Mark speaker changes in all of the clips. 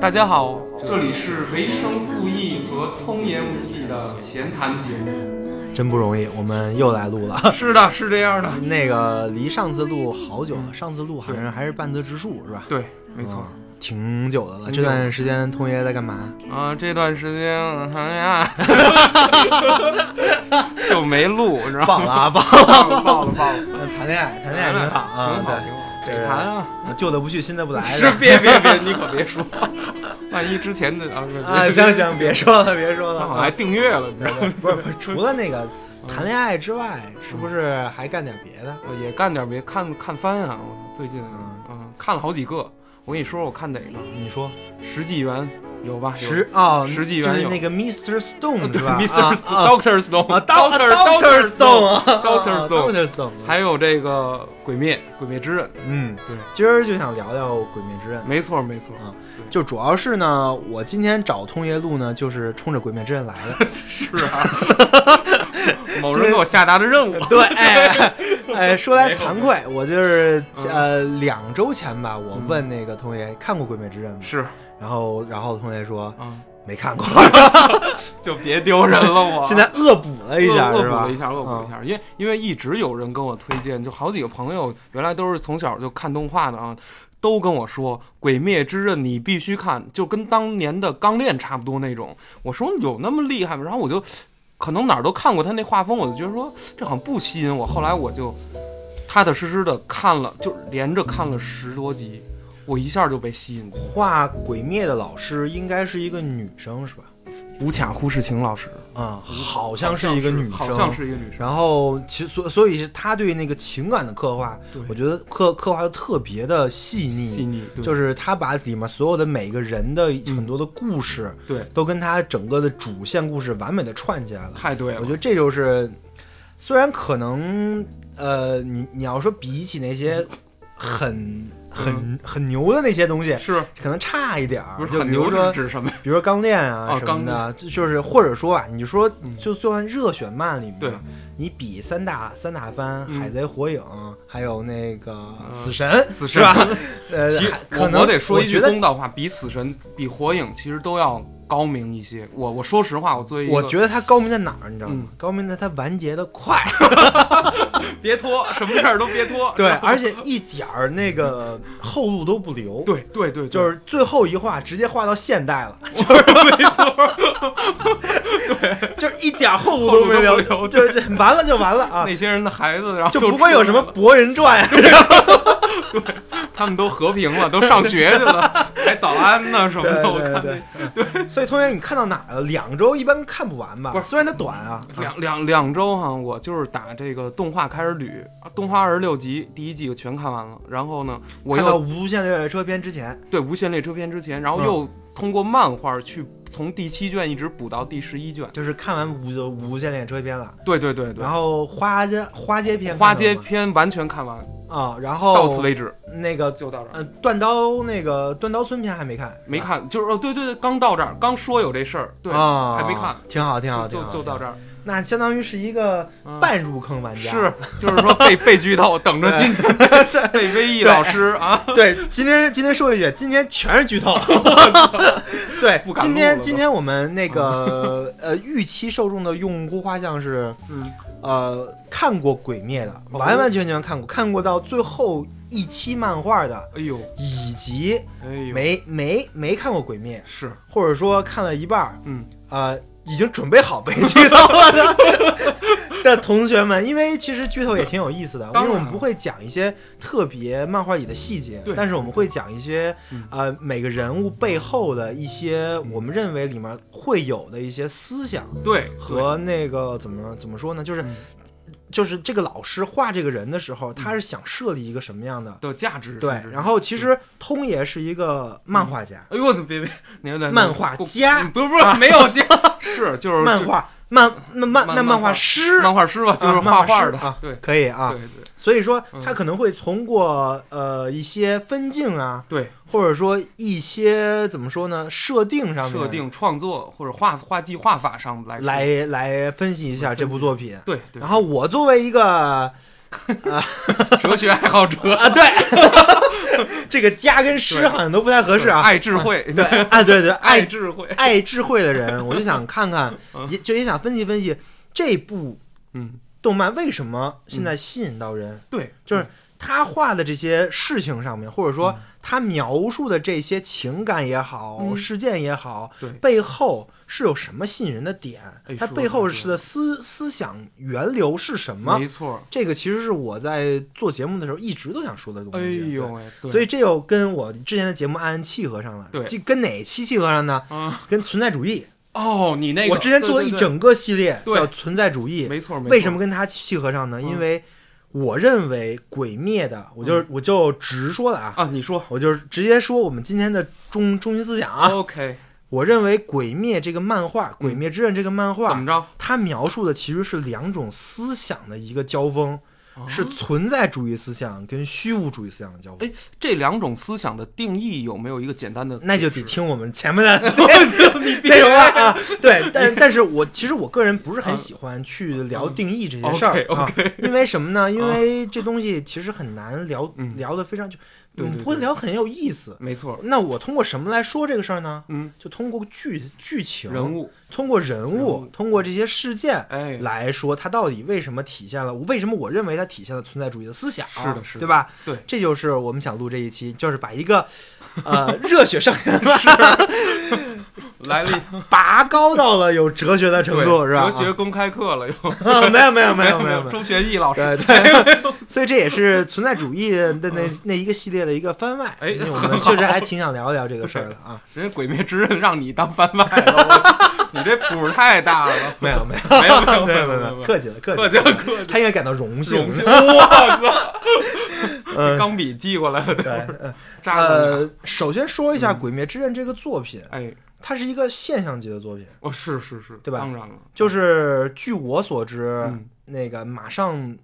Speaker 1: 大家好，这里是维生素 E 和通言无忌的闲谈节目。
Speaker 2: 真不容易，我们又来录了。
Speaker 1: 是的，是这样的。
Speaker 2: 啊那个离上次录好久了，上次录好像还是半泽直树是吧？
Speaker 1: 对，没错。
Speaker 2: 嗯挺久的了，
Speaker 1: 挺
Speaker 2: 这
Speaker 1: 久
Speaker 2: 段时间通爷在干嘛？
Speaker 1: 啊，这段时间哎呀， 就没录，知道吗？
Speaker 2: 棒了啊，棒！
Speaker 1: 忘了，忘了，忘了。
Speaker 2: 谈恋爱，谈恋爱挺好啊，
Speaker 1: 挺好，挺好。
Speaker 2: 对哎这
Speaker 1: 得
Speaker 2: 是
Speaker 1: 谈啊！
Speaker 2: 旧的不去，新的不来。
Speaker 1: 是别别别，你可别说，万一之前的啊，
Speaker 2: 啊，
Speaker 1: 别
Speaker 2: 行行，别说了，别说了。
Speaker 1: 好像啊还订阅了，你知道吗？
Speaker 2: 不是不是，除了那个谈恋爱之外，是不是还干点别的？
Speaker 1: 也干点别看看番啊，我最近嗯看了好几个。我跟你说，我看哪个？
Speaker 2: 你说
Speaker 1: 十纪元有吧？有
Speaker 2: 十哦，
Speaker 1: 实际
Speaker 2: 就
Speaker 1: 原
Speaker 2: 是
Speaker 1: 有
Speaker 2: 那个 Mr. Stone
Speaker 1: 对
Speaker 2: 是吧
Speaker 1: ，Mr.
Speaker 2: 啊啊
Speaker 1: Doctor Stone
Speaker 2: 啊
Speaker 1: Doctor
Speaker 2: Doctor Stone 啊
Speaker 1: Doctor
Speaker 2: 啊
Speaker 1: Stone，
Speaker 2: Doctor Stone，
Speaker 1: 还有这个《鬼灭》《鬼灭之刃》，
Speaker 2: 嗯，
Speaker 1: 对，
Speaker 2: 今儿就想聊聊《鬼灭之刃》。
Speaker 1: 没错没
Speaker 2: 啊
Speaker 1: 错，
Speaker 2: 就主要是呢，我今天找通爷录呢，就是冲着《鬼灭之刃》来 的。
Speaker 1: 是 啊，某人给我下达的任务，
Speaker 2: 对，哎，哎，说来惭
Speaker 1: 没
Speaker 2: 愧，我就是
Speaker 1: 嗯
Speaker 2: 呃两周前吧，我问那个通爷看过《鬼灭之刃》吗？
Speaker 1: 是，
Speaker 2: 然后然后通爷说
Speaker 1: 嗯，
Speaker 2: 没看 过，
Speaker 1: 就别丢人了我。
Speaker 2: 现在恶补了一下，
Speaker 1: 恶恶
Speaker 2: 是
Speaker 1: 补
Speaker 2: 吧嗯
Speaker 1: 了一？下，恶补了一下，因为因为一直有人跟我推荐，就好几个朋友原来都是从小就看动画的啊，都跟我说《鬼灭之刃》你必须看，就跟当年的《钢炼》差不多那种。我说有那么厉害吗？然后我就可能哪儿都看过他那画风，我就觉得说这好像不吸引我。后来我就踏踏实实的看了，就连着看了十多集，我一下就被吸引。
Speaker 2: 画《鬼灭》的老师应该是一个女生是吧？
Speaker 1: 无卡忽视晴老师
Speaker 2: 嗯，好像是一个女生，
Speaker 1: 好像是一个女生。
Speaker 2: 然后其所所以是他对那个情感的刻画
Speaker 1: 对，
Speaker 2: 我觉得刻刻画的特别的细腻，
Speaker 1: 细腻，对
Speaker 2: 就是他把里面所有的每个人的很多的故事，
Speaker 1: 嗯对
Speaker 2: 都跟他整个的主线故事完美的串起来了。
Speaker 1: 太对了。
Speaker 2: 我觉得这就是，呃虽然可能呃，你你要说比起那些很很很牛的那些东西，
Speaker 1: 是
Speaker 2: 可能差一点儿，
Speaker 1: 嗯不是
Speaker 2: 啊就
Speaker 1: 很
Speaker 2: 比如
Speaker 1: 牛
Speaker 2: 说
Speaker 1: 是指什么呀？
Speaker 2: 比如说钢炼啊
Speaker 1: 哦
Speaker 2: 什么的，就就是或者说啊，你就说
Speaker 1: 嗯
Speaker 2: 就算热血漫里面，
Speaker 1: 对
Speaker 2: 你比三大三大番
Speaker 1: 嗯
Speaker 2: 《海贼》《火影》还有那个
Speaker 1: 嗯
Speaker 2: 死神，
Speaker 1: 死
Speaker 2: 是
Speaker 1: 神
Speaker 2: 吧？呃
Speaker 1: 其，
Speaker 2: 还
Speaker 1: 我
Speaker 2: 可能
Speaker 1: 我得说一句
Speaker 2: 我觉得
Speaker 1: 公道话，比死神、比火影其实都要高明一些。我我说实话，我作为一个
Speaker 2: 我觉得它高明在哪儿，你知道吗
Speaker 1: 嗯？
Speaker 2: 高明在它完结的 快，
Speaker 1: 别拖，什么事儿都别拖
Speaker 2: 。对，而且一点儿那个后路都不留，，
Speaker 1: 对对对，
Speaker 2: 就是是最后一话直接画到现代了，
Speaker 1: 没 错，
Speaker 2: 就是一点儿后路
Speaker 1: 后路
Speaker 2: 没
Speaker 1: 都
Speaker 2: 留，
Speaker 1: 不留
Speaker 2: 就是这完了就完了啊，
Speaker 1: 那些人的孩子，然后
Speaker 2: 就
Speaker 1: 都
Speaker 2: 不会有什么
Speaker 1: 出来
Speaker 2: 博人传啊呀。
Speaker 1: 了，他们都和平了，都上学去 了，还早安呢什么
Speaker 2: 对
Speaker 1: 的。我
Speaker 2: 对
Speaker 1: 看
Speaker 2: 对对，所以同学，你看到哪儿了？两周一般看不完吧？
Speaker 1: 不是
Speaker 2: 虽然它短啊，
Speaker 1: 两两两周哈、我就是打这个动画开始捋，啊动画二十六集，第一季我全看完了。然后呢，我
Speaker 2: 看到
Speaker 1: 又
Speaker 2: 无限列车篇之前，
Speaker 1: 对《无限列车篇》之前，然后又通过漫画去从第七卷一直补到第十一卷。
Speaker 2: 就是看完无无限列车篇了，
Speaker 1: 对对对对
Speaker 2: 然。后花街花街篇看到
Speaker 1: 花
Speaker 2: 了吗，
Speaker 1: 街篇完全看完，
Speaker 2: 啊，然
Speaker 1: 到此
Speaker 2: 后
Speaker 1: 为止，
Speaker 2: 那个
Speaker 1: 就到这儿。
Speaker 2: 呃断刀那个断刀村篇还没看，
Speaker 1: 没
Speaker 2: 是吧
Speaker 1: 看，就是哦，对对对，刚到这儿，刚说有这事儿，对，
Speaker 2: 啊，
Speaker 1: 还没看，
Speaker 2: 挺好挺好
Speaker 1: 就
Speaker 2: 挺好，
Speaker 1: 就就到这
Speaker 2: 儿，
Speaker 1: 儿。
Speaker 2: 那相当于是一个
Speaker 1: 嗯
Speaker 2: 半入坑玩家，
Speaker 1: 是，就是说被被剧透，等着今 天被威毅老师啊，
Speaker 2: 对，今天今天说一句，今天全是剧透。对
Speaker 1: 不，敢录
Speaker 2: 今
Speaker 1: 了
Speaker 2: 天
Speaker 1: 都
Speaker 2: 今天我们那个呃预期受众的用户画像是
Speaker 1: 嗯，
Speaker 2: 呃看过《鬼灭》的，
Speaker 1: 哦
Speaker 2: 完完全全看过，看过到最后一期漫画的，
Speaker 1: 哎呦，
Speaker 2: 以及
Speaker 1: 哎呦，
Speaker 2: 没没没看过《鬼灭
Speaker 1: 是，》，
Speaker 2: 或者说看了一半儿，
Speaker 1: 嗯，
Speaker 2: 呃，已经准备好被剧透了的 的同学们，因为其实剧透也挺有意思的，因
Speaker 1: 当
Speaker 2: 为
Speaker 1: 然
Speaker 2: 我们不会讲一些特别漫画里的细节
Speaker 1: 对，
Speaker 2: 但是我们会讲一些
Speaker 1: 嗯
Speaker 2: 呃每个人物背后的一些我们认为里面会有的一些思想。
Speaker 1: 对，
Speaker 2: 和那个怎么怎么说呢？就是
Speaker 1: 嗯
Speaker 2: 就是这个老师画这个人的时候，他是想设立一个什么样的？
Speaker 1: 对的价值，
Speaker 2: 对
Speaker 1: 甚，至
Speaker 2: 然，后其
Speaker 1: 嗯
Speaker 2: 实通爷是一个漫画家，
Speaker 1: 哎呦，我怎么别别，你有点
Speaker 2: 漫画
Speaker 1: 不
Speaker 2: 家，
Speaker 1: 不是不是没有 家，是就是
Speaker 2: 漫
Speaker 1: 就
Speaker 2: 画漫那漫
Speaker 1: 嗯漫
Speaker 2: 那
Speaker 1: 漫
Speaker 2: 漫
Speaker 1: 画
Speaker 2: 画师
Speaker 1: 漫画师吧，就是
Speaker 2: 啊漫画
Speaker 1: 画画
Speaker 2: 师
Speaker 1: 的
Speaker 2: 啊，
Speaker 1: 对
Speaker 2: 可以啊
Speaker 1: 对。对
Speaker 2: 所以说
Speaker 1: 嗯
Speaker 2: 他可能会通过呃一些分镜啊，
Speaker 1: 对，
Speaker 2: 或者说一些怎么说呢设定上面
Speaker 1: 设定创作或者画画技画法上来说
Speaker 2: 来来分析一下这部作品。
Speaker 1: 对对
Speaker 2: 然后 我作为一个
Speaker 1: 哲学爱好者
Speaker 2: 啊，对， 这个家跟诗好像都不太合适啊。
Speaker 1: 嗯爱智慧，
Speaker 2: 对，啊，对对，
Speaker 1: 爱
Speaker 2: 爱
Speaker 1: 智慧，
Speaker 2: 爱智慧的人，我就想看看，
Speaker 1: 嗯
Speaker 2: 也就也想分析分析这部
Speaker 1: 嗯，
Speaker 2: 动漫为什么现在吸引到人，
Speaker 1: 对，
Speaker 2: 就是他画的这些事情上面，或者说他描述的这些情感也好、
Speaker 1: 嗯
Speaker 2: 事件也好，
Speaker 1: 对
Speaker 2: 背后是有什么吸引人的点
Speaker 1: 哎？
Speaker 2: 它
Speaker 1: 说
Speaker 2: 背
Speaker 1: 得
Speaker 2: 后
Speaker 1: 太
Speaker 2: 是
Speaker 1: 对
Speaker 2: 的思思想源流是什么？
Speaker 1: 没错，
Speaker 2: 这个其实是我在做节目的时候一直都想说的东西。
Speaker 1: 哎呦
Speaker 2: 对，
Speaker 1: 喂，对
Speaker 2: 所以这又跟我之前的节目暗暗契合上了。
Speaker 1: 对
Speaker 2: 这跟哪期契合上呢？
Speaker 1: 啊，
Speaker 2: 跟存在主义。
Speaker 1: 哦，你那个，
Speaker 2: 我之前做了
Speaker 1: 对
Speaker 2: 一
Speaker 1: 对对
Speaker 2: 整个系列
Speaker 1: 对
Speaker 2: 叫存在主义，
Speaker 1: 没错，没错
Speaker 2: 为什么？跟它契合上呢？
Speaker 1: 嗯
Speaker 2: 因为我认为《鬼灭》的，我就我就直说了啊，
Speaker 1: 啊？你说
Speaker 2: 我就直接说我们今天的中中心思想啊。
Speaker 1: ，OK，
Speaker 2: 我认为《鬼灭》这个漫画，《鬼灭之刃》这个
Speaker 1: 嗯
Speaker 2: 漫
Speaker 1: 怎
Speaker 2: 画
Speaker 1: 么，着？
Speaker 2: 它描述的其实是两种思想的一个交锋。是
Speaker 1: 啊
Speaker 2: 存在主义思想跟虚无主义思想的交锋。
Speaker 1: 哎这两种思想的定义有没有一个简单的？
Speaker 2: 那就得听我们前面的 内容了啊。对，但但是我其实我个人不是
Speaker 1: 嗯
Speaker 2: 很喜欢去聊定义这些事儿啊，因为什么呢？因为这东西其实很难聊
Speaker 1: 啊嗯
Speaker 2: 聊的非常就，
Speaker 1: 对
Speaker 2: 我
Speaker 1: 对
Speaker 2: 们不会
Speaker 1: 对
Speaker 2: 聊很有意思。
Speaker 1: 没错，
Speaker 2: 那我通过什么来说这个事儿呢？
Speaker 1: 嗯，
Speaker 2: 就通过剧剧情、
Speaker 1: 人，物，
Speaker 2: 通过人
Speaker 1: 人
Speaker 2: 物
Speaker 1: 物，
Speaker 2: 通过这些事件
Speaker 1: 哎，
Speaker 2: 来说，它到底为什么体现了？为什么我认为它体现了存在主义的思想？
Speaker 1: 是的是的
Speaker 2: 对吧？
Speaker 1: 对
Speaker 2: 这就是我们想录这一期，就是把一个呃热血少 年吧，
Speaker 1: 来 了一趟
Speaker 2: 拔高到了有哲学的程度，
Speaker 1: 对
Speaker 2: 是吧？
Speaker 1: 哲学公开课了，又
Speaker 2: 啊， 没有没有没有没
Speaker 1: 没
Speaker 2: 有没有。
Speaker 1: 周学义老师，
Speaker 2: 对对，所以这也是存在主义的那那一个系列的一个番外，
Speaker 1: 哎
Speaker 2: 因为我 们确实还挺想聊一聊这个事儿的 啊。
Speaker 1: 人家《鬼灭之刃》让你当番外了，我你这谱儿太大了，
Speaker 2: 没有没有
Speaker 1: 没有没有
Speaker 2: 没有
Speaker 1: 有
Speaker 2: 没有
Speaker 1: 没
Speaker 2: 没有，
Speaker 1: 客
Speaker 2: 客气了客气
Speaker 1: 气
Speaker 2: 了，
Speaker 1: 客气，
Speaker 2: 他应该感到荣
Speaker 1: 荣
Speaker 2: 幸。
Speaker 1: 幸，我操，
Speaker 2: 嗯，
Speaker 1: 钢笔寄过来了，
Speaker 2: 对，嗯
Speaker 1: 扎了
Speaker 2: 呃，首先说一下《
Speaker 1: 嗯
Speaker 2: 鬼灭之刃》这个作品，
Speaker 1: 你，哎，
Speaker 2: 它是一个现象级的作品，
Speaker 1: 哦，是是是，
Speaker 2: 对吧
Speaker 1: 当然了，
Speaker 2: 就是据我所知，
Speaker 1: 嗯
Speaker 2: 那个马上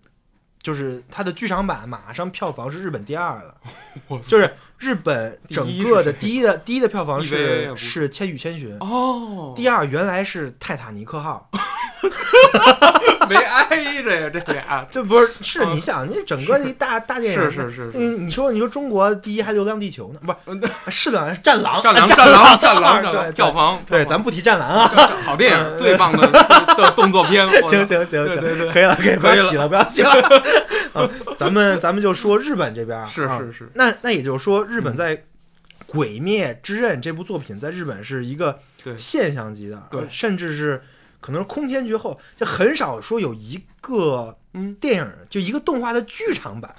Speaker 2: 就是它的剧场版马上票房是日本第二了，
Speaker 1: 我
Speaker 2: 就是是日本整
Speaker 1: 第一
Speaker 2: 个
Speaker 1: 是谁
Speaker 2: 的
Speaker 1: E
Speaker 2: 第一的第一的票 房
Speaker 1: EVA
Speaker 2: 是
Speaker 1: 不是
Speaker 2: 是《千与千寻》。
Speaker 1: 哦，
Speaker 2: 第二原来是泰坦尼克号，
Speaker 1: 没挨着呀，这俩
Speaker 2: 这不是是
Speaker 1: 嗯
Speaker 2: 你想，你整个一大大电影，
Speaker 1: 是是是是
Speaker 2: 嗯，你说你说中国第一还《流浪地球》呢，不
Speaker 1: 嗯
Speaker 2: 是是《流浪战狼》
Speaker 1: 战狼
Speaker 2: 战
Speaker 1: 战狼战
Speaker 2: 狼
Speaker 1: 狼战
Speaker 2: 对
Speaker 1: 狼，票房
Speaker 2: 对，
Speaker 1: 票
Speaker 2: 咱不提《战狼》啊，
Speaker 1: 房战好电影，最 棒的的动作片，我操
Speaker 2: 行，行行
Speaker 1: 对
Speaker 2: 行，
Speaker 1: 对对
Speaker 2: 可以了，可以，不
Speaker 1: 可以
Speaker 2: 要洗了，不要 洗了。啊，咱们咱们就说日本这边啊，
Speaker 1: 是
Speaker 2: 啊
Speaker 1: 是是，嗯
Speaker 2: 那那也就是说，日本在《鬼灭之刃》这部作品在日本是一个
Speaker 1: 对
Speaker 2: 现象级的，呃
Speaker 1: 对
Speaker 2: 甚至是可能是空前绝后，就很少说有一个
Speaker 1: 嗯，
Speaker 2: 电影就一个动画的剧场版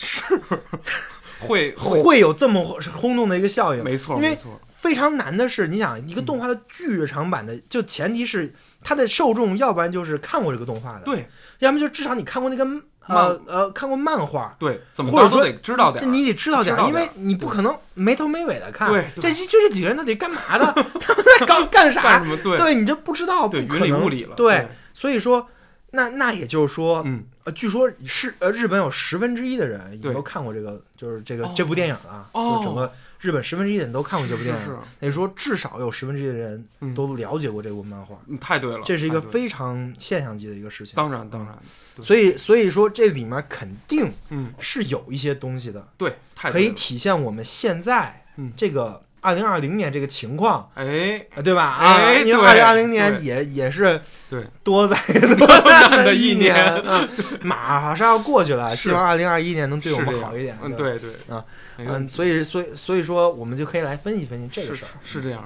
Speaker 1: 会会，
Speaker 2: 会有这么轰动的一个效应。
Speaker 1: 没嗯错
Speaker 2: 因为
Speaker 1: 没错，
Speaker 2: 非常难的是，你想一个动画的剧场版的，就前提是它的受众，要不然就是看过这个动画的，
Speaker 1: 对
Speaker 2: 要么就至少你看过那个呃呃看过漫画，
Speaker 1: 对，怎么
Speaker 2: 或者
Speaker 1: 着
Speaker 2: 说
Speaker 1: 都得知道点儿，
Speaker 2: 你得知道点儿，
Speaker 1: 知道
Speaker 2: 因
Speaker 1: 点儿
Speaker 2: 为你不可能没头没尾的看。
Speaker 1: 对
Speaker 2: 这
Speaker 1: 对
Speaker 2: 就这几个人到底干嘛的？ 他们 在搞干
Speaker 1: 干
Speaker 2: 啥？
Speaker 1: 什么对
Speaker 2: 对你这不知道，
Speaker 1: 对
Speaker 2: 不可
Speaker 1: 云里
Speaker 2: 能
Speaker 1: 雾里了，
Speaker 2: 对，，所以说，那那也就是说，
Speaker 1: 嗯，
Speaker 2: 呃，据说是呃，日本有十分之一的人也
Speaker 1: 对
Speaker 2: 都看过这个，就是这个
Speaker 1: 哦
Speaker 2: 这部电影啊，
Speaker 1: 哦
Speaker 2: 就是整个日本十分之一的人都看过这部
Speaker 1: 是
Speaker 2: 电
Speaker 1: 是
Speaker 2: 影。那说至少有十分之一的人
Speaker 1: 嗯
Speaker 2: 都了解过这部漫画，
Speaker 1: 嗯太对了，
Speaker 2: 这是一个
Speaker 1: 太对了
Speaker 2: 非常现象级的一个事情。
Speaker 1: 当然当然，对
Speaker 2: 所以，所以说这里面肯定
Speaker 1: 嗯，
Speaker 2: 是有一些东西的，
Speaker 1: 对，太
Speaker 2: 可以
Speaker 1: 对了
Speaker 2: 体现我们现在
Speaker 1: 嗯
Speaker 2: 这个二零二零年这个情况，
Speaker 1: 哎，
Speaker 2: 呃对吧？啊，
Speaker 1: 哎
Speaker 2: 因为二
Speaker 1: 对
Speaker 2: 零二零年
Speaker 1: 对
Speaker 2: 也也是
Speaker 1: 对
Speaker 2: 多灾多难
Speaker 1: 的
Speaker 2: 一
Speaker 1: 一
Speaker 2: 年，
Speaker 1: 年
Speaker 2: 嗯， 马上要过去了，
Speaker 1: 是
Speaker 2: 希望二零二一年能对我
Speaker 1: 是这
Speaker 2: 们
Speaker 1: 样
Speaker 2: 好一点。
Speaker 1: 嗯，
Speaker 2: 吧，
Speaker 1: 对对
Speaker 2: 啊，
Speaker 1: 没问
Speaker 2: 嗯，
Speaker 1: 题
Speaker 2: 所以，所以，所以说，我们就可以来分析分析这个
Speaker 1: 是
Speaker 2: 事儿。嗯
Speaker 1: 是这样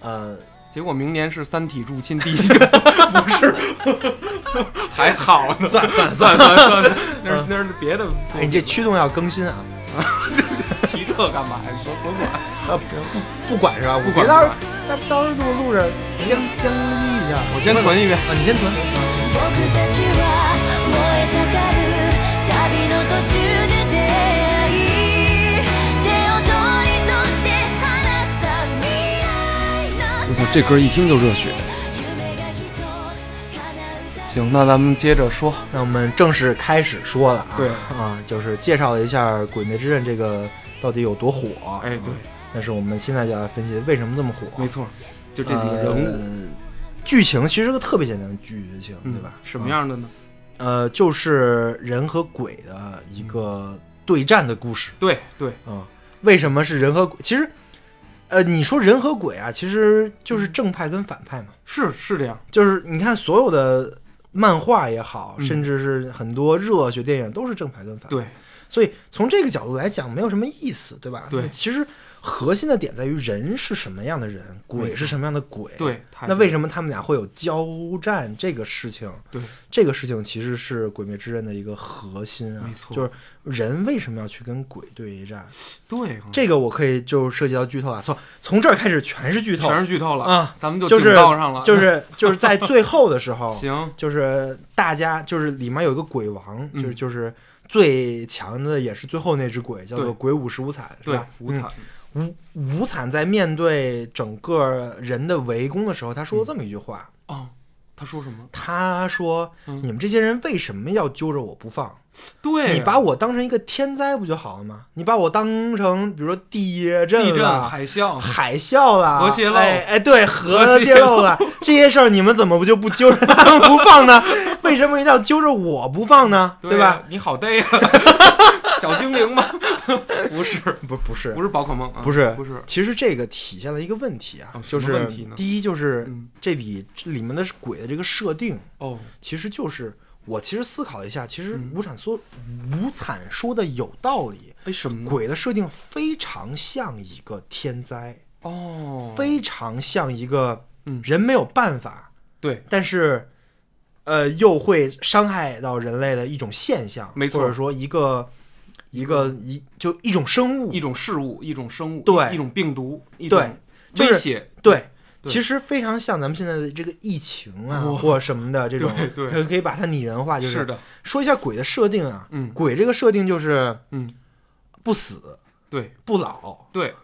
Speaker 1: 的。
Speaker 2: 呃，
Speaker 1: 结果明年是《三体》入侵第一季， 不是， 还好呢，
Speaker 2: 算 了算了算
Speaker 1: 算
Speaker 2: 了，
Speaker 1: 算算了，那是那是别的作品，
Speaker 2: 哎，你这驱动要更新啊，
Speaker 1: 提这干嘛呀？说甭管，
Speaker 2: 啊，不不管是吧？我
Speaker 1: 不
Speaker 2: 别
Speaker 1: 管
Speaker 2: 到时候
Speaker 1: 不
Speaker 2: 那到时候录录着，先更新一下。
Speaker 1: 我先存一遍。
Speaker 2: 啊，你先存。
Speaker 3: 僕たちは燃え盛る旅の途中で出会い手を取りそして話した未来の
Speaker 1: 我操，这歌一听就热血。
Speaker 3: 夢が一つ叶うため
Speaker 1: 行，那咱们接着说，
Speaker 2: 那我们正式开始说了啊，
Speaker 1: 对
Speaker 2: 啊，就是介绍了一下《鬼灭之刃》这个到底有多火。
Speaker 1: 哎，对，
Speaker 2: 但是我们现在就要分析为什么这么火。
Speaker 1: 没错，就这几个人物，
Speaker 2: 呃剧情其实是个特别简单的剧情，
Speaker 1: 嗯
Speaker 2: 对吧？啊
Speaker 1: 什么？样的呢？
Speaker 2: 呃，就是人和鬼的一个对战的故事
Speaker 1: 对对，
Speaker 2: 啊。为什么是人和鬼？其实，呃，你说人和鬼啊，其实就是正派跟反派嘛。
Speaker 1: 是是这样，
Speaker 2: 就是你看所有的漫画也好，
Speaker 1: 嗯
Speaker 2: 甚至是很多热血电影都是正派跟反派。
Speaker 1: 对，
Speaker 2: 所以从这个角度来讲，没有什么意思，对吧？
Speaker 1: 对
Speaker 2: 那其实核心的点在于人是什么样的人，鬼
Speaker 1: 没错
Speaker 2: 是什么样的鬼。
Speaker 1: 对。太
Speaker 2: 那
Speaker 1: 对
Speaker 2: 为什么他们俩会有交战这个事情？
Speaker 1: 对，
Speaker 2: 这个事情其实是《鬼灭之刃》的一个核心啊，
Speaker 1: 没错嗯
Speaker 2: 就是人为什么要去跟鬼对战？
Speaker 1: 对
Speaker 2: 这个我可以就涉及到剧透了，从从这儿开始全是剧透，
Speaker 1: 全是剧透了
Speaker 2: 啊，
Speaker 1: 咱们就
Speaker 2: 就
Speaker 1: 警
Speaker 2: 是
Speaker 1: 告上了，
Speaker 2: 就是就是在最后的时候，
Speaker 1: 行，
Speaker 2: 就是大家就是里面有一个鬼王，
Speaker 1: 嗯
Speaker 2: 就是就是最强的也是最后那只鬼，叫做
Speaker 1: 对
Speaker 2: 鬼武十五惨，是
Speaker 1: 对
Speaker 2: 吧？，
Speaker 1: 无惨，
Speaker 2: 嗯五五惨在面对整个人的围攻的时候，他
Speaker 1: 嗯
Speaker 2: 说了这么一句话，
Speaker 1: 哦，他说什么？
Speaker 2: 他说：“
Speaker 1: 嗯
Speaker 2: 你们这些人为什么要揪着我不放？
Speaker 1: 对，啊
Speaker 2: 你把我当成一个天灾不就好了吗？你把我当成比如说地震
Speaker 1: 地震、
Speaker 2: 了
Speaker 1: 海啸，
Speaker 2: 哦海啸啦，
Speaker 1: 核泄漏
Speaker 2: 哎哎，对，核
Speaker 1: 核
Speaker 2: 泄
Speaker 1: 泄
Speaker 2: 漏了，这些事儿你们怎么不就不揪着他们不放 呢？为什么一定要揪着我不放呢？ 对
Speaker 1: 呀
Speaker 2: 吧？？
Speaker 1: 你好呆呀， 小精灵吧？ 不是，
Speaker 2: 不不是
Speaker 1: 不是宝可梦啊，
Speaker 2: 不是
Speaker 1: 不是，
Speaker 2: 其实这个体现了一个问题啊，
Speaker 1: 哦
Speaker 2: 就
Speaker 1: 什么
Speaker 2: 是
Speaker 1: 问题呢
Speaker 2: 第一就是
Speaker 1: 嗯，
Speaker 2: 这笔这里面的鬼的这个设定，
Speaker 1: 哦，
Speaker 2: 其实就是我其实思考了一下，其实
Speaker 1: 嗯
Speaker 2: 无产说无产说的有道理，
Speaker 1: 哎，什么呢？
Speaker 2: 鬼的设定非常像一个天灾，
Speaker 1: 哦，
Speaker 2: 非常像一个
Speaker 1: 嗯
Speaker 2: 人没有办法，
Speaker 1: 对，
Speaker 2: 但是呃又会伤害到人类的一种现象，
Speaker 1: 没错
Speaker 2: 或者说一个一个一就一种生物
Speaker 1: 一，种事物，一种生物，
Speaker 2: 对
Speaker 1: 一种病毒，一
Speaker 2: 对
Speaker 1: 种
Speaker 2: 就是
Speaker 1: 威胁，
Speaker 2: 对。
Speaker 1: 对
Speaker 2: 其实非常像咱们现在的这个疫情啊，
Speaker 1: 哇
Speaker 2: 或者什么的这种，
Speaker 1: 对对
Speaker 2: 可以可以把它拟人化，就是
Speaker 1: 的，
Speaker 2: 说一下鬼的设定啊。
Speaker 1: 嗯
Speaker 2: 鬼这个设定就是
Speaker 1: 嗯，
Speaker 2: 不死
Speaker 1: 对
Speaker 2: 不老，
Speaker 1: 对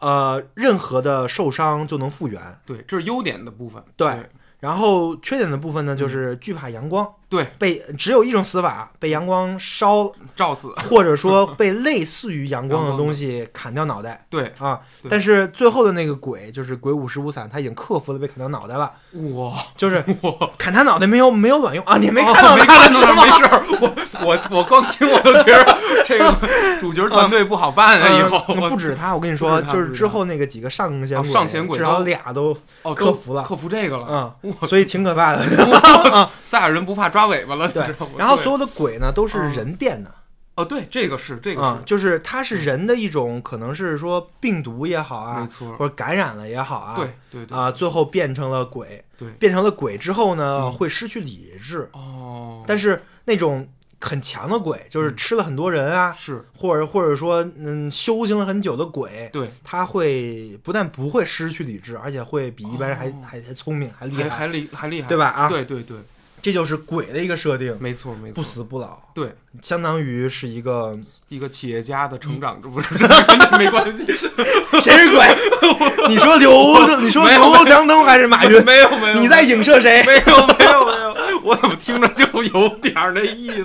Speaker 2: 呃，任何的受伤就能复原。
Speaker 1: 对，这是优点的部分，
Speaker 2: 对然后缺点的部分呢，就是惧怕阳光，
Speaker 1: 嗯对，
Speaker 2: 被只有一种死法，被阳光烧，
Speaker 1: 照死，
Speaker 2: 或者 说被类似于阳光的东西砍掉脑袋
Speaker 1: 对，
Speaker 2: 啊。
Speaker 1: 对
Speaker 2: 但是最后的那个鬼，就是鬼五十五伞，他已经克服了被砍掉脑袋了，
Speaker 1: 哇
Speaker 2: 就是
Speaker 1: 哇。
Speaker 2: 砍他脑袋没有没有卵 用啊！你没
Speaker 1: 哦
Speaker 2: 看到
Speaker 1: 没
Speaker 2: 他
Speaker 1: 看
Speaker 2: 的
Speaker 1: 到
Speaker 2: 是
Speaker 1: 没
Speaker 2: 吗？
Speaker 1: 事儿，我我我光听我就觉得这个主角团队不好办啊，以后
Speaker 2: 嗯
Speaker 1: 我
Speaker 2: 不止他，我跟你
Speaker 1: 不
Speaker 2: 说，
Speaker 1: 止他
Speaker 2: 就是
Speaker 1: 不止
Speaker 2: 之
Speaker 1: 他
Speaker 2: 后那个几个上弦
Speaker 1: 哦上弦鬼
Speaker 2: 至少
Speaker 1: 都
Speaker 2: 俩都
Speaker 1: 哦
Speaker 2: 克
Speaker 1: 都
Speaker 2: 服了
Speaker 1: 克服这个了，
Speaker 2: 嗯，
Speaker 1: 哇
Speaker 2: 所以挺可怕的。
Speaker 1: 赛亚人不怕抓尾巴了，你
Speaker 2: 对
Speaker 1: 知道吗，
Speaker 2: 然后
Speaker 1: 对
Speaker 2: 所有的鬼呢都是
Speaker 1: 嗯
Speaker 2: 人变的，
Speaker 1: 哦，对，这个是这
Speaker 2: 啊、
Speaker 1: 个
Speaker 2: 就是它是人的一种，可能是说病毒也好
Speaker 1: 是，没
Speaker 2: 啊，
Speaker 1: 错，
Speaker 2: 或者感染了也好啊，
Speaker 1: 对对对
Speaker 2: 啊、最后变成了鬼，
Speaker 1: 对
Speaker 2: 变成了鬼之后呢，
Speaker 1: 嗯
Speaker 2: 会失去理智，
Speaker 1: 哦，
Speaker 2: 但是那种很强的鬼，就是
Speaker 1: 嗯
Speaker 2: 吃了很多人啊，
Speaker 1: 是
Speaker 2: 或者或者说嗯修行了很久的鬼，
Speaker 1: 对，
Speaker 2: 他会不但不会失去理智，而且会比一般人还、
Speaker 1: 哦
Speaker 2: 还还聪明还厉
Speaker 1: 还
Speaker 2: 害，
Speaker 1: 还厉还厉害，
Speaker 2: 对吧？啊，
Speaker 1: 对对对，
Speaker 2: 这就是鬼的一个设定，
Speaker 1: 没错没错，
Speaker 2: 不死不老，
Speaker 1: 对
Speaker 2: 相当于是一个
Speaker 1: 一个企业家的成
Speaker 2: 嗯
Speaker 1: 长，这不是 跟这没关系，
Speaker 2: 谁是鬼？ 你说刘，你说
Speaker 1: 没有
Speaker 2: 刘强东还是马云？
Speaker 1: 没有没有，
Speaker 2: 你在影射谁？
Speaker 1: 没有没有没有，我怎么听着就有点儿那意思，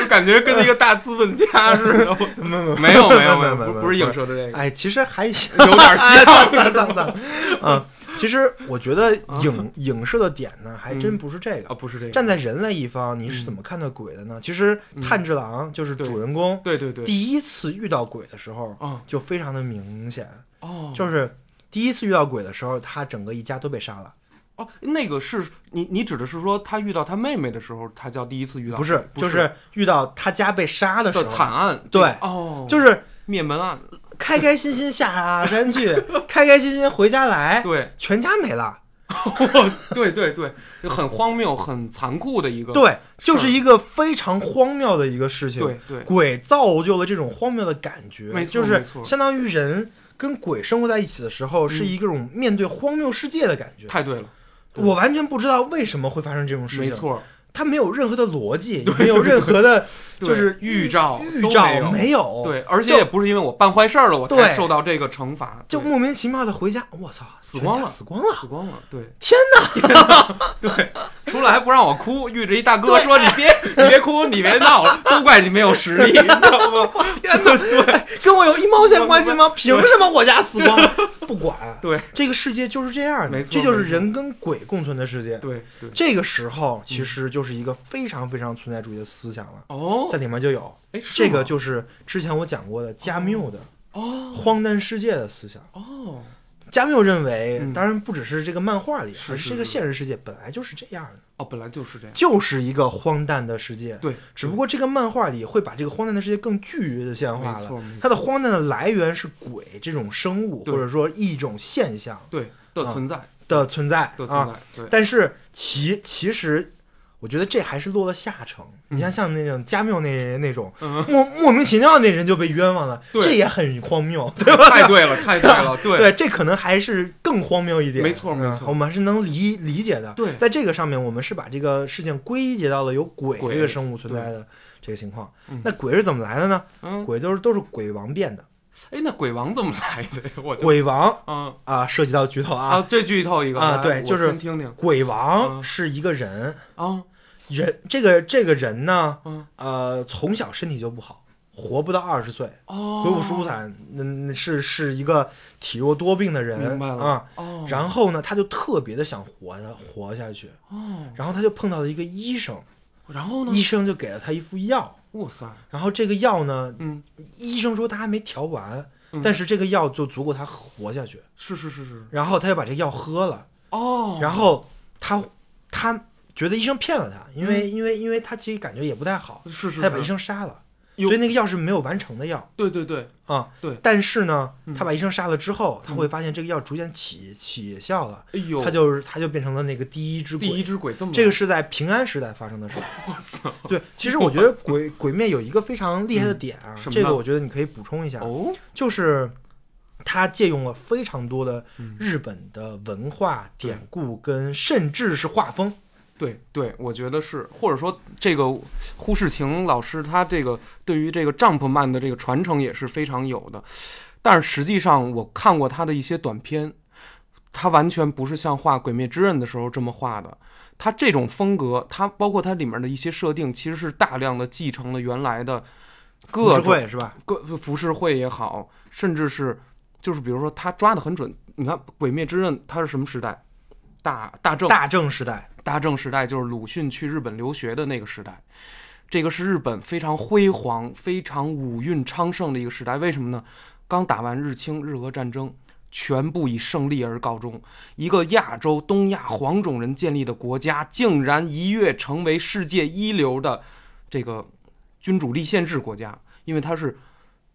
Speaker 1: 就感觉跟一个大资本家似的，我
Speaker 2: 没有
Speaker 1: 没有没有没有，不不是影
Speaker 2: 影。
Speaker 1: 射的这个，
Speaker 2: 哎，其实还有
Speaker 1: 有点像
Speaker 2: 算算算算，嗯，其实我觉得
Speaker 1: 嗯
Speaker 2: 影影射的点呢，还真不是这
Speaker 1: 啊
Speaker 2: 个。
Speaker 1: 不是这个，
Speaker 2: 站在人类一方，你是怎么看待鬼的呢？其实炭治郎就是主人公，
Speaker 1: 嗯对对对，
Speaker 2: 第一次遇到鬼的时候，
Speaker 1: 嗯
Speaker 2: 就非常的明显，
Speaker 1: 哦
Speaker 2: 就是第一次遇到鬼的时候，他整个一家都被杀了。
Speaker 1: 哦，那个是你你指的是说他遇到他妹妹的时候，他叫第一次遇到，
Speaker 2: 不是，
Speaker 1: 不
Speaker 2: 就是是遇到他家被杀的时
Speaker 1: 的
Speaker 2: 候，
Speaker 1: 惨案，
Speaker 2: 对
Speaker 1: 哦，
Speaker 2: 就是
Speaker 1: 灭门案，
Speaker 2: 开开心心下 山去，开开心心回家来，
Speaker 1: 对
Speaker 2: 全家没了。
Speaker 1: 对对对，就很荒谬、很残酷的一个，
Speaker 2: 对，就是一个非常荒谬的一个事情。
Speaker 1: 对对
Speaker 2: 鬼造就了这种荒谬的感觉，
Speaker 1: 没错
Speaker 2: 就是
Speaker 1: 没错嗯
Speaker 2: 相当于人跟鬼生活在一起的时候，是一个种面对荒谬世界的感觉。
Speaker 1: 太对了，对
Speaker 2: 我完全不知道为什么会发生这种事情，
Speaker 1: 没，错，
Speaker 2: 它没有任何的逻 辑，也没有任何的，
Speaker 1: 对
Speaker 2: 就是
Speaker 1: 预兆
Speaker 2: 预
Speaker 1: 都没
Speaker 2: 兆
Speaker 1: 有
Speaker 2: 没有，
Speaker 1: 对，而且也不是因为我办坏事儿了我
Speaker 2: 哦对
Speaker 1: 才受到这个惩罚，
Speaker 2: 就
Speaker 1: 对
Speaker 2: 莫名其妙的回家，我操，
Speaker 1: 死
Speaker 2: 全
Speaker 1: 光
Speaker 2: 家
Speaker 1: 了
Speaker 2: 死光了，
Speaker 1: 死光了，对，
Speaker 2: 天
Speaker 1: 对，出来还不让我哭，遇着一大哥说你 别你别哭，你别闹了，都怪你没有实力，你知道吗？
Speaker 2: 天哪，哎跟我有一毛钱关 系吗？凭什么我家死光了？不管，
Speaker 1: 对
Speaker 2: 这个世界就是这样的，
Speaker 1: 没错
Speaker 2: 这就是
Speaker 1: 没错
Speaker 2: 人跟鬼共存的世界。
Speaker 1: 对对，
Speaker 2: 这个时候其实就是一个非常非常存在主义的思想了，
Speaker 1: 哦
Speaker 2: 在，里面就有
Speaker 1: 哎，是
Speaker 2: 这个
Speaker 1: 吗
Speaker 2: 就是之前我讲过的加缪的
Speaker 1: 哦
Speaker 2: 荒诞世界的思想。
Speaker 1: 哦，
Speaker 2: 加缪认为
Speaker 1: 嗯，
Speaker 2: 当然不只是这个漫画里，
Speaker 1: 是
Speaker 2: 而
Speaker 1: 是
Speaker 2: 这个
Speaker 1: 是
Speaker 2: 现实世界本来就是这样的，
Speaker 1: 哦，本来就是这样。
Speaker 2: 就是一个荒诞的世界。
Speaker 1: 对，
Speaker 2: 只不过这个漫画里会把这个荒诞的世界更具象化
Speaker 1: 没错
Speaker 2: 了
Speaker 1: 没错。
Speaker 2: 它的荒诞的来源是鬼这种生物，
Speaker 1: 对
Speaker 2: 或者说一种现象
Speaker 1: 对
Speaker 2: 嗯
Speaker 1: 的存在
Speaker 2: 的存在
Speaker 1: 的存
Speaker 2: 啊。
Speaker 1: 在，对，
Speaker 2: 但是其其实，我觉得这还是落了下乘。你像像那种加缪那那种
Speaker 1: 嗯
Speaker 2: 莫莫名其妙那人就被冤枉了，
Speaker 1: 对
Speaker 2: 这也很荒谬，对吧？
Speaker 1: 太对了，太对了，对
Speaker 2: 对，这可能还是更荒谬一点。
Speaker 1: 没错
Speaker 2: 嗯
Speaker 1: 没错
Speaker 2: 我们还是能理理解的。
Speaker 1: 对
Speaker 2: 在这个上面，我们是把这个事情归结到了有鬼
Speaker 1: 鬼
Speaker 2: 这个生物存在的这个情况
Speaker 1: 嗯。
Speaker 2: 那鬼是怎么来的呢？
Speaker 1: 嗯，
Speaker 2: 鬼都是都是鬼王变的。
Speaker 1: 哎，那鬼王怎么来的？ 我就
Speaker 2: 鬼王
Speaker 1: 嗯
Speaker 2: 啊，涉及到剧透
Speaker 1: 啊，
Speaker 2: 啊。
Speaker 1: 这剧透一个
Speaker 2: 啊
Speaker 1: 来
Speaker 2: 对
Speaker 1: 我
Speaker 2: 就是
Speaker 1: 先听听
Speaker 2: 鬼
Speaker 1: 嗯
Speaker 2: 王是一个人，
Speaker 1: 啊
Speaker 2: 人这个这个人呢，
Speaker 1: 嗯
Speaker 2: 呃，从小身体就不好，活不到二十岁，
Speaker 1: 哦，
Speaker 2: 鬼舞十五惨，嗯，是是一个体弱多病的
Speaker 1: 明
Speaker 2: 人
Speaker 1: 白了
Speaker 2: 啊。
Speaker 1: 哦，
Speaker 2: 然后呢，他就特别的想活活下去，
Speaker 1: 哦，
Speaker 2: 然后他就碰到了一个医生，
Speaker 1: 然后呢？
Speaker 2: 医生就给了他一副药，
Speaker 1: 哇塞，
Speaker 2: 然后这个药呢，
Speaker 1: 嗯，
Speaker 2: 医生说他还没调完，
Speaker 1: 嗯
Speaker 2: 但是这个药就足够他活下去，
Speaker 1: 是是是是，
Speaker 2: 然后他就把这个药喝了，
Speaker 1: 哦，
Speaker 2: 然后他他觉得医生骗了他，因为、因为因为他其实感觉也不太好，
Speaker 1: 是嗯是
Speaker 2: 他就把医
Speaker 1: 是，
Speaker 2: 生杀了，
Speaker 1: 哟
Speaker 2: 所以那个药是没有完成的药
Speaker 1: 对对对，
Speaker 2: 啊。
Speaker 1: 对
Speaker 2: 但是呢
Speaker 1: 嗯，
Speaker 2: 他把医生杀了之后，他会发现这个药逐渐起起效了，
Speaker 1: 哎呦，
Speaker 2: 他就是他就变成了那个第一只
Speaker 1: 第一
Speaker 2: 鬼。
Speaker 1: 只鬼这么
Speaker 2: 这个
Speaker 1: 是
Speaker 2: 是在平安时代发生的事 儿。
Speaker 1: 操
Speaker 2: 对，其实我觉得鬼鬼灭有一个非常厉害的点 啊，
Speaker 1: 什么呢
Speaker 2: 这个我觉得你可以补充一下，
Speaker 1: 哦，
Speaker 2: 就是它借用了非常多的
Speaker 1: 嗯
Speaker 2: 日本的文化典故跟甚至是画风。
Speaker 1: 对对，我觉得是，或者说这个呼世晴老师他这个对于这个丈夫漫的这个传承也是非常有的，但是实际上我看过他的一些短片，他完全不是像画《鬼灭之刃》的时候这么画的。他这种风格，它包括它里面的一些设定，其实是大量的继承了原来的各
Speaker 2: 社
Speaker 1: 种
Speaker 2: 会是吧？
Speaker 1: 各浮世绘也好，甚至是就是比如说他抓的很准。你看《鬼灭之刃》，它是什么时代？大大正
Speaker 2: 大正时代，
Speaker 1: 大正时代就是鲁迅去日本留学的那个时代，这个是日本非常辉煌、非常五运昌盛的一个时代。为什么呢？刚打完日清日俄战争，全部以胜利而告终。一个亚洲东亚黄种人建立的国家，竟然一跃成为世界一流的这个君主立宪制国家，因为它是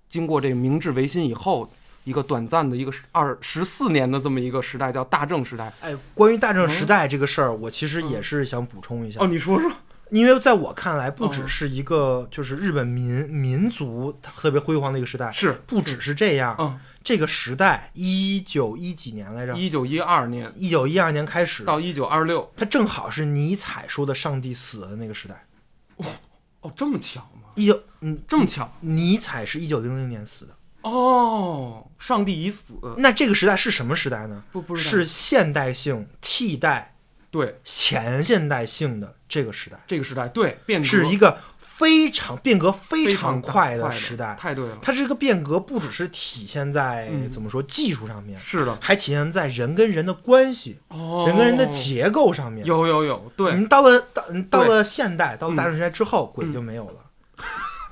Speaker 1: 经过这个明治维新以后。一个短暂的一个十二十四年的这么一个时代叫大正时代
Speaker 2: 哎，关于大正时代这个事儿，我其实也是想补充一下，
Speaker 1: 你说说
Speaker 2: 因为在我看来，不
Speaker 1: 嗯
Speaker 2: 只是一个就是日本民民族特别辉煌的一个时代，
Speaker 1: 是
Speaker 2: 不只是这样。
Speaker 1: 嗯，
Speaker 2: 这个时代，一九一几年来着，
Speaker 1: 一九一二年
Speaker 2: 一九一二年开始，
Speaker 1: 到一九二六，
Speaker 2: 它正好是尼采说的上帝死的那个时代。
Speaker 1: 哦，这么巧吗？
Speaker 2: 一九，嗯，
Speaker 1: 这么巧
Speaker 2: 尼采是一九零零年死的。
Speaker 1: 哦，上帝已死，
Speaker 2: 那这个时代是什么时代呢？
Speaker 1: 不不
Speaker 2: 是现代性替代
Speaker 1: 对
Speaker 2: 前现代性的这个时代，
Speaker 1: 这个时代，对变革
Speaker 2: 是一个非常变革
Speaker 1: 非
Speaker 2: 非常
Speaker 1: 大
Speaker 2: 快
Speaker 1: 的
Speaker 2: 的时代。
Speaker 1: 太对了，
Speaker 2: 它这个变革不只是体现在、
Speaker 1: 嗯
Speaker 2: 怎么说技术上面，
Speaker 1: 是的，
Speaker 2: 还体现在人跟人的关系、
Speaker 1: 哦，
Speaker 2: 人跟人的嗯结构上面。
Speaker 1: 有有有，对，
Speaker 2: 你到了到你到
Speaker 1: 对嗯
Speaker 2: 了现代，到了大正时代之后，鬼就没 有了，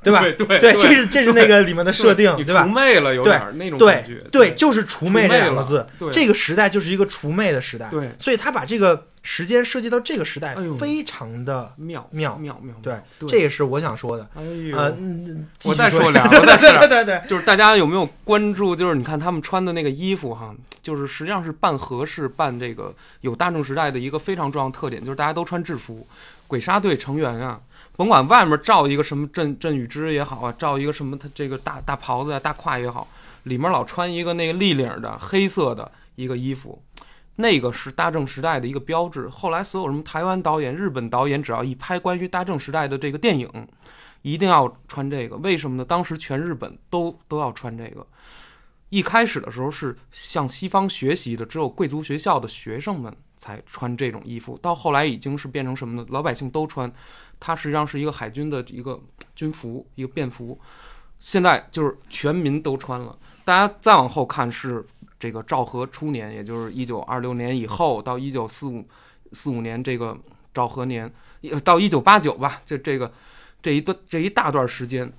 Speaker 2: 对吧？
Speaker 1: 对对
Speaker 2: 对，这是这是那个里面的设定，
Speaker 1: 你除
Speaker 2: 对吧？
Speaker 1: 魅了，有
Speaker 2: 对
Speaker 1: 点儿那种感觉
Speaker 2: 对，对，就是“除魅”这两个字
Speaker 1: 除魅了对，
Speaker 2: 这个时代就是一个除魅的时代，
Speaker 1: 对
Speaker 2: 所以他把这个时间设计到这个时代
Speaker 1: 哎呦，
Speaker 2: 非常的
Speaker 1: 妙
Speaker 2: 妙
Speaker 1: 妙妙，
Speaker 2: 对，
Speaker 1: 对
Speaker 2: 这也是我想说的。
Speaker 1: 哎呦。
Speaker 2: 呃，嗯继续
Speaker 1: 我再
Speaker 2: 说
Speaker 1: 说俩
Speaker 2: 对
Speaker 1: 我再说俩
Speaker 2: 对对对，
Speaker 1: 就是大家有没有关注？就是你看他们穿的那个衣服哈，就是实际上是半合适、半这个有大众时代的一个非常重要的特点，就是大家都穿制服。鬼杀队成员啊，甭管外面罩一个什么振振宇之也好啊，罩一个什么他这个大大袍子啊、大胯也好，里面老穿一个那个立领的黑色的一个衣服。那个是大正时代的一个标志。后来所有什么台湾导演、日本导演，只要一拍关于大正时代的这个电影，一定要穿这个。为什么呢？当时全日本都都要穿这个。一开始的时候是向西方学习的，只有贵族学校的学生们才穿这种衣服。到后来已经是变成什么呢？老百姓都穿，它实际上是一个海军的一个军服，一个便服。现在就是全民都穿了。大家再往后看是这个昭和初年，也就是一九二六年以后到一九四五四五年这个昭和年，也到一九八九吧，这这个这一段这一大段时间，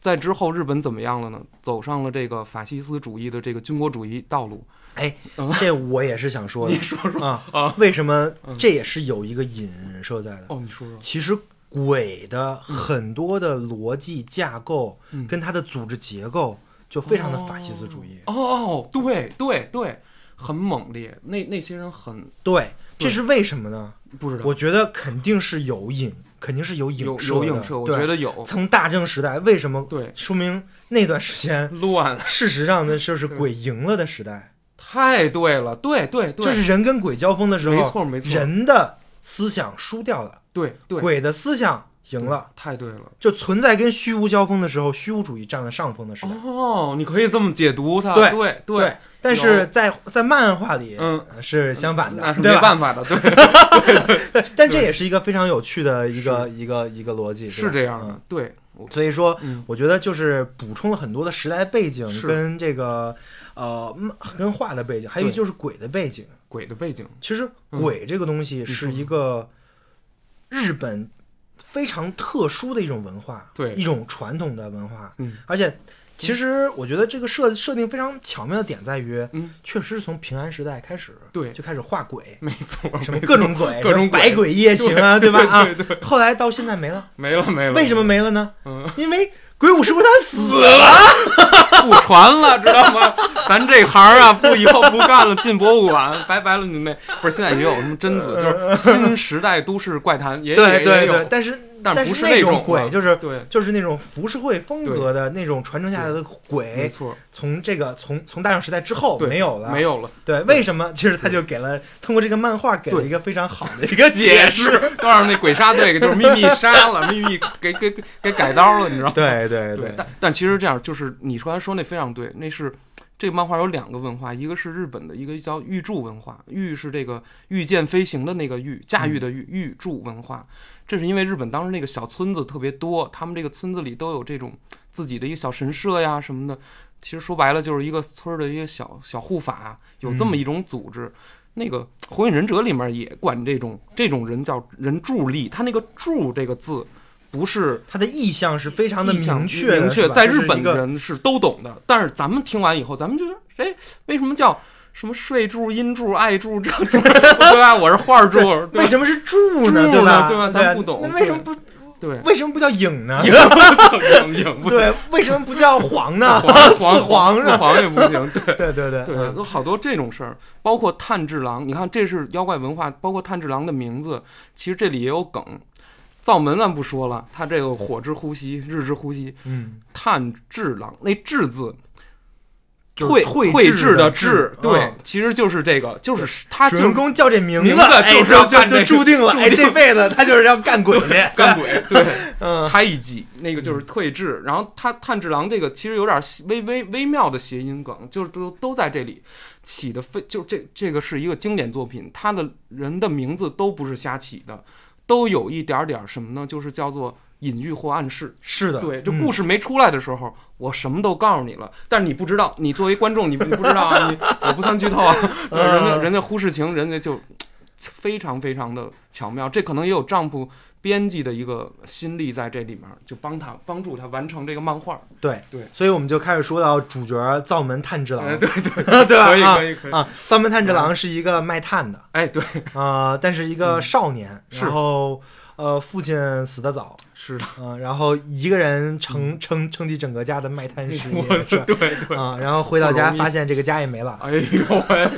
Speaker 1: 在之后日本怎么样了呢？走上了这个法西斯主义的这个军国主义道路。
Speaker 2: 哎
Speaker 1: 嗯，
Speaker 2: 这我也是想说 的，
Speaker 1: 你说说
Speaker 2: 啊
Speaker 1: 啊
Speaker 2: 为什么这也是有一个隐射在的？
Speaker 1: 哦，你说说，
Speaker 2: 其实鬼的很多的逻辑架构
Speaker 1: 嗯
Speaker 2: 跟它的组织结构就非常的法西斯主义。
Speaker 1: 哦哦，对对对，很猛烈，那那些人很
Speaker 2: 对，
Speaker 1: 对
Speaker 2: 这是为什么呢？
Speaker 1: 不知道，
Speaker 2: 我觉得肯定是有影，肯定是有影
Speaker 1: 有
Speaker 2: 射
Speaker 1: 有
Speaker 2: 的
Speaker 1: 影射，我
Speaker 2: 对
Speaker 1: 觉得有
Speaker 2: 从大正时代为什么？
Speaker 1: 对
Speaker 2: 说明那段时间，
Speaker 1: 乱，
Speaker 2: 事实上呢，就是鬼赢了的时代，
Speaker 1: 太对了，对对对，
Speaker 2: 就是人跟鬼交锋的时候，
Speaker 1: 没错没错
Speaker 2: 人的思想输掉了，
Speaker 1: 对对
Speaker 2: 鬼的思想赢了。，
Speaker 1: 对太对了。
Speaker 2: 就存在跟虚无交锋的时候，虚无主义占了上风的时代。
Speaker 1: 哦，你可以这么解读它，
Speaker 2: 对
Speaker 1: 对
Speaker 2: 对，但是在在漫画里，
Speaker 1: 嗯，
Speaker 2: 是相反的，
Speaker 1: 那是
Speaker 2: 对
Speaker 1: 没
Speaker 2: 吧？
Speaker 1: 办法 的，对，
Speaker 2: 对 但这也是一个非常有趣的一个一个一个逻辑，对吧
Speaker 1: 是这样的
Speaker 2: 嗯，
Speaker 1: 对，我
Speaker 2: 所以说，
Speaker 1: 嗯
Speaker 2: 我觉得就是补充了很多的时代背景
Speaker 1: 是
Speaker 2: 跟这个呃嗯跟画的背景，还有
Speaker 1: 对
Speaker 2: 就是鬼的背景。
Speaker 1: 鬼的背景，
Speaker 2: 其实
Speaker 1: 嗯
Speaker 2: 鬼这个东西
Speaker 1: 说
Speaker 2: 是一个日本非常特殊的一种文化，
Speaker 1: 对
Speaker 2: 一种传统的文化，
Speaker 1: 嗯
Speaker 2: 而且。其实我觉得这个设设定非常巧妙的点在于，
Speaker 1: 嗯，
Speaker 2: 确实是从平安时代开始，
Speaker 1: 对
Speaker 2: 就开始画鬼，
Speaker 1: 没错，
Speaker 2: 什么
Speaker 1: 没错
Speaker 2: 各种鬼，
Speaker 1: 各种
Speaker 2: 什么百
Speaker 1: 鬼
Speaker 2: 鬼夜行啊，
Speaker 1: 对
Speaker 2: 吧？啊
Speaker 1: 对对，
Speaker 2: 后来到现在没了，
Speaker 1: 没了没了，
Speaker 2: 为什么没了呢？
Speaker 1: 嗯
Speaker 2: 因为鬼舞是不是他死了？
Speaker 1: 不传了，知道吗？ 咱这行啊，不以后不干了，进博物馆，拜拜了。你那不是现在也有什么贞子，就是新时代都市怪谈，也
Speaker 2: 对
Speaker 1: 也
Speaker 2: 对
Speaker 1: 也有
Speaker 2: 对，但是
Speaker 1: 但
Speaker 2: 但
Speaker 1: 不
Speaker 2: 是
Speaker 1: 是
Speaker 2: 那
Speaker 1: 那
Speaker 2: 种
Speaker 1: 种
Speaker 2: 鬼
Speaker 1: 啊
Speaker 2: 就是
Speaker 1: 对，
Speaker 2: 就是那种浮世绘风格的那种传承下来的
Speaker 1: 没
Speaker 2: 鬼，
Speaker 1: 错，
Speaker 2: 从这个从从大正时代之后
Speaker 1: 对
Speaker 2: 没有了，
Speaker 1: 没有了。
Speaker 2: 对，为什么？其实他就给了通过这个漫画给了一个非常好的一个
Speaker 1: 个解释，告诉那鬼杀队就是秘密杀了，秘密给给给给改刀了，你知道吗？
Speaker 2: 对对
Speaker 1: 对，但但其实这样就是你刚才说那非常对，那是这个漫画有两个文化，一个是日本的一个叫玉柱文化，玉是这个御剑飞行的那个玉，驾驭的玉，玉柱文化。这是因为日本当时那个小村子特别多，他们这个村子里都有这种自己的一个小神社呀什么的。其实说白了就是一个村儿的一个小小护法，有这么一种组织。那个《火影忍者》里面也管这种这种人叫人柱力，他那个“柱”这个字不是
Speaker 2: 他的意向是非常的
Speaker 1: 意向
Speaker 2: 确的，
Speaker 1: 明
Speaker 2: 是
Speaker 1: 确，
Speaker 2: 吧
Speaker 1: 在
Speaker 2: 就是
Speaker 1: 日
Speaker 2: 一
Speaker 1: 本
Speaker 2: 个
Speaker 1: 人是都懂的，但是咱们听完以后，咱们觉得，哎，为什么叫什么睡柱、阴柱、爱柱这对吧？ 我是画柱，对
Speaker 2: 为
Speaker 1: 吧
Speaker 2: 什么是柱
Speaker 1: 柱
Speaker 2: 呢？
Speaker 1: 呢
Speaker 2: 吧？
Speaker 1: 对吧咱不懂
Speaker 2: 那为什么不
Speaker 1: 对，
Speaker 2: 为什么不叫影呢？
Speaker 1: 影影不
Speaker 2: 对，为什么不叫黄呢？
Speaker 1: 黄
Speaker 2: 四
Speaker 1: 黄
Speaker 2: 是
Speaker 1: 四
Speaker 2: 吧？
Speaker 1: 黄也不行， 对。
Speaker 2: 对对 对
Speaker 1: 对，
Speaker 2: 嗯
Speaker 1: 有好多这种事儿，包括炭治郎。你看，这是妖怪文化，包括炭治郎的名字，其实这里也有梗。造门咱不说了，他这个火之呼吸、日之呼吸，
Speaker 2: 嗯，
Speaker 1: 炭治郎那治字，
Speaker 2: 就
Speaker 1: 退
Speaker 2: 是退
Speaker 1: 退
Speaker 2: 制
Speaker 1: 的治，，
Speaker 2: 制
Speaker 1: 对
Speaker 2: 嗯，
Speaker 1: 其实就是这个，就是他
Speaker 2: 主
Speaker 1: 就
Speaker 2: 人
Speaker 1: 是
Speaker 2: 公叫这名
Speaker 1: 名字
Speaker 2: 哎，
Speaker 1: 就是
Speaker 2: 就
Speaker 1: 要
Speaker 2: 就
Speaker 1: 干这
Speaker 2: 就
Speaker 1: 个
Speaker 2: 注定了，
Speaker 1: 注
Speaker 2: 哎，
Speaker 1: 定
Speaker 2: 这辈子他就是要干鬼去，
Speaker 1: 干鬼， 对，
Speaker 2: 嗯，
Speaker 1: 太乙那个就是退治，然后他炭治郎这个其实有点微微微妙的谐音梗，就是都都在这里起的非，就这这个是一个经典作品，他的人的名字都不是瞎起的，都有一点点什么呢？就是叫做隐喻或暗示。
Speaker 2: 是的，
Speaker 1: 对，这
Speaker 2: 嗯
Speaker 1: 故事没出来的时候，我什么都告诉你了，但是你不知道，你作为观众，你不你不知道 啊，你我不算剧透啊，对人家
Speaker 2: 嗯
Speaker 1: 人家忽视情，人家就非常非常的巧妙，这可能也有丈夫编辑的一个心力在这里面，就帮他帮助他完成这个漫画，
Speaker 2: 对
Speaker 1: 对
Speaker 2: 所以我们就开始说到主角灶门炭治郎，
Speaker 1: 哎，对对，
Speaker 2: 对吧？
Speaker 1: 可以
Speaker 2: 啊
Speaker 1: 可以可以，嗯
Speaker 2: 啊，灶门炭治郎是一个卖炭的，
Speaker 1: 哎，对，
Speaker 2: 啊，但是一个少年，
Speaker 1: 嗯是
Speaker 2: 然后呃，父亲死得早，
Speaker 1: 是的，
Speaker 2: 嗯，然后一个人
Speaker 1: 嗯
Speaker 2: 撑撑撑起整个家的卖 炭事业，是吧
Speaker 1: 对对，
Speaker 2: 啊，然后回到家
Speaker 1: 不容易
Speaker 2: 发现这个家也没了，
Speaker 1: 哎呦喂，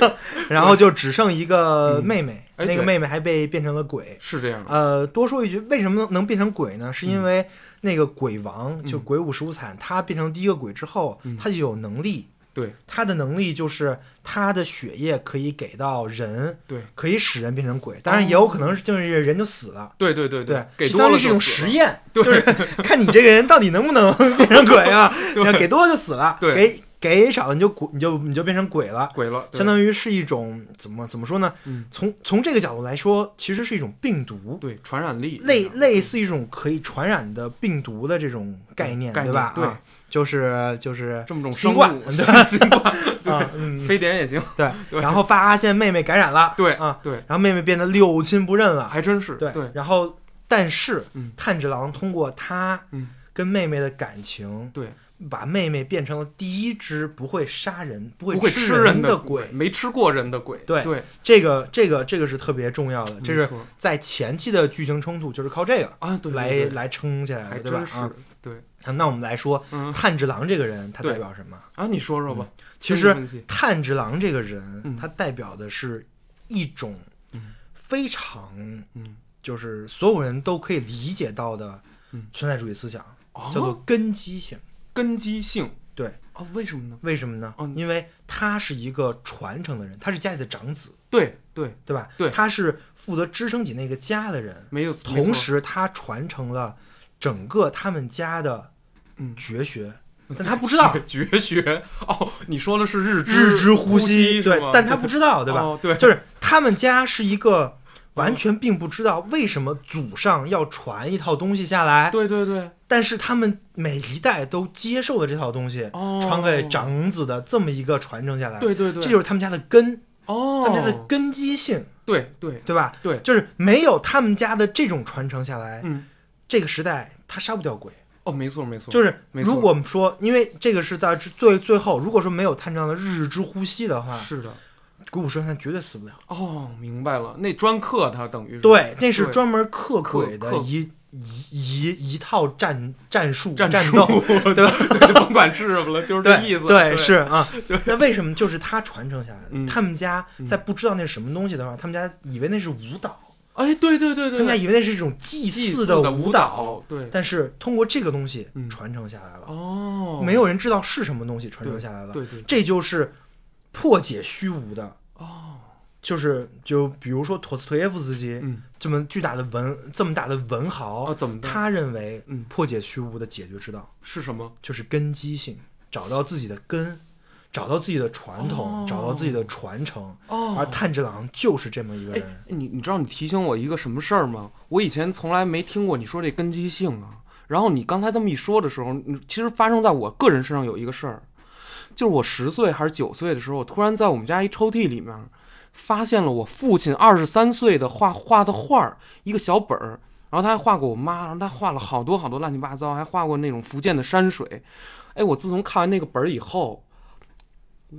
Speaker 2: 然后就只剩一个妹妹，
Speaker 1: 哎
Speaker 2: 那个
Speaker 1: 对
Speaker 2: 妹妹还被变成了鬼。
Speaker 1: 是这样的，
Speaker 2: 呃，多说一句，为什么能变成鬼呢？
Speaker 1: 嗯
Speaker 2: 是因为那个鬼王，就鬼舞十五惨，他变成第一个鬼之后，
Speaker 1: 嗯
Speaker 2: 他就有能力。
Speaker 1: 对
Speaker 2: 他的能力就是他的血液可以给到人，
Speaker 1: 对
Speaker 2: 可以使人变成鬼。当然也有可能是就是人就死了。
Speaker 1: 对对对
Speaker 2: 对，
Speaker 1: 给
Speaker 2: 相
Speaker 1: 多
Speaker 2: 当于
Speaker 1: 了
Speaker 2: 是一种
Speaker 1: 就
Speaker 2: 实
Speaker 1: 死了，
Speaker 2: 验，
Speaker 1: 对
Speaker 2: 就是看你这个人到底能不能变成鬼啊？ 要给多了就死了，
Speaker 1: 对
Speaker 2: 给给少了你就鬼，你就你就变成鬼了。
Speaker 1: 鬼了，对
Speaker 2: 相当于是一种怎么怎么说呢？
Speaker 1: 嗯
Speaker 2: 从从这个角度来说，其实是一种病毒，
Speaker 1: 对传染力
Speaker 2: 类类似一种可以传染的病毒的这种概念，
Speaker 1: 概念
Speaker 2: 对吧？
Speaker 1: 对
Speaker 2: 啊，就是就是
Speaker 1: 这么种
Speaker 2: 新
Speaker 1: 生
Speaker 2: 冠，
Speaker 1: 物，
Speaker 2: 对吧
Speaker 1: 新冠，
Speaker 2: 啊，嗯，
Speaker 1: 非典也行，
Speaker 2: 对。
Speaker 1: 对
Speaker 2: 然后发现妹妹感染了，
Speaker 1: 对
Speaker 2: 啊，
Speaker 1: 对，
Speaker 2: 然后妹妹变得六亲不认了，
Speaker 1: 还真是，
Speaker 2: 对
Speaker 1: 对，
Speaker 2: 然后但是
Speaker 1: 嗯
Speaker 2: 炭治郎通过他
Speaker 1: 嗯
Speaker 2: 跟妹妹的感情，
Speaker 1: 对，
Speaker 2: 把妹妹变成了第一只不会杀人、不
Speaker 1: 不
Speaker 2: 会
Speaker 1: 会
Speaker 2: 吃
Speaker 1: 吃人
Speaker 2: 的
Speaker 1: 鬼，没吃过人的鬼，
Speaker 2: 对
Speaker 1: 对，
Speaker 2: 这个这个这个是特别重要的，这
Speaker 1: 没
Speaker 2: 是
Speaker 1: 错
Speaker 2: 在前期的剧情冲突就是靠这个
Speaker 1: 啊，对，
Speaker 2: 来
Speaker 1: 对对
Speaker 2: 来撑起来
Speaker 1: 还
Speaker 2: 的，对吧
Speaker 1: 真？是
Speaker 2: 啊，
Speaker 1: 对
Speaker 2: 啊，那我们 来说
Speaker 1: 嗯
Speaker 2: 炭治郎这个人，他
Speaker 1: 对
Speaker 2: 代 表什么？
Speaker 1: 啊，你说说吧，
Speaker 2: 嗯其
Speaker 1: 分析
Speaker 2: 实
Speaker 1: 分析
Speaker 2: 炭治郎这个
Speaker 1: 嗯
Speaker 2: 人，他代表的是一种
Speaker 1: 嗯
Speaker 2: 非常
Speaker 1: 嗯，
Speaker 2: 就是所有人都可以理解到的
Speaker 1: 嗯
Speaker 2: 存在主义思想，
Speaker 1: 哦，
Speaker 2: 叫做根基性。
Speaker 1: 根基性
Speaker 2: 对，
Speaker 1: 啊，为什么呢？
Speaker 2: 为什么呢
Speaker 1: 哦？
Speaker 2: 因为他是一个传承的人，他是家里的长子，
Speaker 1: 对对，
Speaker 2: 对吧？
Speaker 1: 对
Speaker 2: 他是负责支撑起那个家的人，
Speaker 1: 没有，没
Speaker 2: 同
Speaker 1: 错
Speaker 2: 时他传承了整个他们家的
Speaker 1: 嗯
Speaker 2: 绝学，但他 不知道
Speaker 1: 绝绝学哦，你说的是日
Speaker 2: 日之
Speaker 1: 之
Speaker 2: 呼
Speaker 1: 吸是
Speaker 2: 对
Speaker 1: 吗，
Speaker 2: 但他不知道，对吧？
Speaker 1: 哦 对
Speaker 2: 就是他们家是一个完全并不知道为什么祖上要传一套东西下来，
Speaker 1: 对对对，
Speaker 2: 但是他们每一代都接受了这套东西，
Speaker 1: 哦
Speaker 2: 传给长子的这么一个传承下来，
Speaker 1: 对对对，
Speaker 2: 这就是他们家的根，
Speaker 1: 哦，
Speaker 2: 他们家的根基性，
Speaker 1: 对对
Speaker 2: 对吧？
Speaker 1: 对
Speaker 2: 就是没有他们家的这种传承下来，
Speaker 1: 嗯，
Speaker 2: 这个时代他杀不掉鬼。
Speaker 1: 哦，没错没错，
Speaker 2: 就是
Speaker 1: 没错
Speaker 2: 如果我们说，因为这个是在最最后，如果说没有炭治郎的日之呼吸的话，
Speaker 1: 是的，
Speaker 2: 鬼谷十万他绝对死不了。
Speaker 1: 哦，明白了，那专克他等于是
Speaker 2: 对，那是
Speaker 1: 对
Speaker 2: 专门克鬼
Speaker 1: 克
Speaker 2: 的
Speaker 1: 克
Speaker 2: 一一一一套战战术
Speaker 1: 战术
Speaker 2: 斗。
Speaker 1: 对吧？甭管是什么了，就是这
Speaker 2: 对
Speaker 1: 意思，
Speaker 2: 对
Speaker 1: 对
Speaker 2: 是啊，那为什么就是他传承下来
Speaker 1: 嗯
Speaker 2: 的？他们家在不知道那是什么东西的话，他们家以为那是舞蹈，
Speaker 1: 哎，对对对
Speaker 2: 他们家
Speaker 1: 对，
Speaker 2: 以为那是一种祭
Speaker 1: 祭
Speaker 2: 祀
Speaker 1: 的
Speaker 2: 舞
Speaker 1: 蹈
Speaker 2: 蹈，，
Speaker 1: 对，
Speaker 2: 但是通过这个东西
Speaker 1: 嗯
Speaker 2: 传承下来了，
Speaker 1: 哦，
Speaker 2: 没有人知道是什么东西传承
Speaker 1: 对
Speaker 2: 下来了。
Speaker 1: 对对
Speaker 2: 这就是破解虚无的，
Speaker 1: 哦，
Speaker 2: 就是就比如说陀思妥耶夫斯基
Speaker 1: 嗯，
Speaker 2: 这么巨大的文这么大的文豪
Speaker 1: 哦，，怎么的？
Speaker 2: 他认为
Speaker 1: 嗯
Speaker 2: 破解虚无的解决之道
Speaker 1: 是什么？
Speaker 2: 就是根基性，找到自己的根，找到自己的传
Speaker 1: 哦
Speaker 2: 统，找到自己的传承。
Speaker 1: 哦
Speaker 2: 而炭治郎就是这么一个
Speaker 1: 哎
Speaker 2: 人，，
Speaker 1: 你你知道你提醒我一个什么事儿吗？我以前从来没听过你说这根基性啊。然后你刚才这么一说的时候，嗯其实发生在我个人身上有一个事儿，就是我十岁还是九岁的时候，我突然在我们家一抽屉里面发现了我父亲二十三岁的画画的画儿，一个小本儿。然后他还画过我妈，然后他画了好多好多乱七八糟，还画过那种福建的山水。哎，我自从看完那个本儿以后，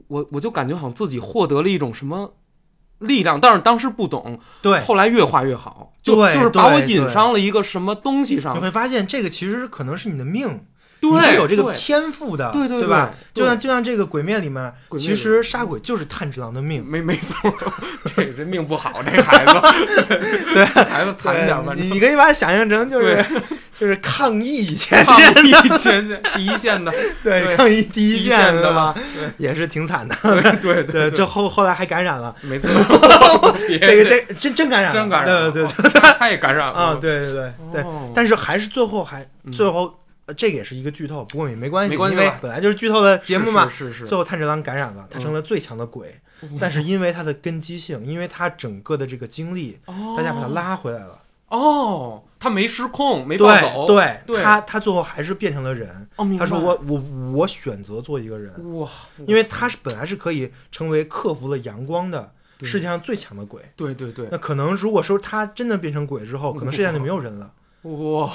Speaker 1: 我我就感觉好像自己获得了一种什么力量，但是当时不懂，
Speaker 2: 对。
Speaker 1: 后来越画越好，就
Speaker 2: 对
Speaker 1: 就是把我
Speaker 2: 对
Speaker 1: 引
Speaker 2: 对
Speaker 1: 上了一个什么东西上
Speaker 2: 你，会发现，这个其实可能是你的命，
Speaker 1: 对，
Speaker 2: 你会有这个
Speaker 1: 对
Speaker 2: 天赋的，
Speaker 1: 对对
Speaker 2: 对吧？
Speaker 1: 对
Speaker 2: 就像就像这个《鬼灭》里面，
Speaker 1: 鬼灭
Speaker 2: 其实杀鬼就是炭治郎的命，
Speaker 1: 没没错，这人命不好，这孩子， 对，孩子惨一点吧，
Speaker 2: 对你你可以把它想象成就是 就是抗议以前
Speaker 1: 抗一前线第一线的，对
Speaker 2: 对抗议第
Speaker 1: 第
Speaker 2: 一
Speaker 1: 一线
Speaker 2: 线
Speaker 1: 的
Speaker 2: 对吧
Speaker 1: 吧？
Speaker 2: 也是挺惨的，
Speaker 1: 对对
Speaker 2: 对，
Speaker 1: 对，
Speaker 2: 这后后来还感染了，
Speaker 1: 没错，别
Speaker 2: 这个这真真感染了，
Speaker 1: 真感染了，
Speaker 2: 对对对
Speaker 1: 对，他也感染了嗯
Speaker 2: 啊，，对对对对
Speaker 1: 哦，
Speaker 2: 但是还是最后还
Speaker 1: 嗯
Speaker 2: 最后呃这个也是一个剧透，不过也没关系，
Speaker 1: 没关系
Speaker 2: 因为
Speaker 1: 吧
Speaker 2: 本来就是剧透的节目嘛。
Speaker 1: 是是是嗯
Speaker 2: 最后炭治郎感染了，他成了最强的鬼，但是因为他的根基性，因为他整个的这个经历，大家把他拉回来了。
Speaker 1: 哦，他没失控，没暴走，
Speaker 2: 对对，
Speaker 1: 对
Speaker 2: 他他最后还是变成了人。
Speaker 1: 哦明白
Speaker 2: 他说我我我选择做一个人，
Speaker 1: 哇，
Speaker 2: 因为他是本来是可以成为克服了阳光的
Speaker 1: 对
Speaker 2: 世界上最强的鬼。
Speaker 1: 对对对，
Speaker 2: 那可能如果说他真的变成鬼之后，可能世界上就没有人了，
Speaker 1: 哇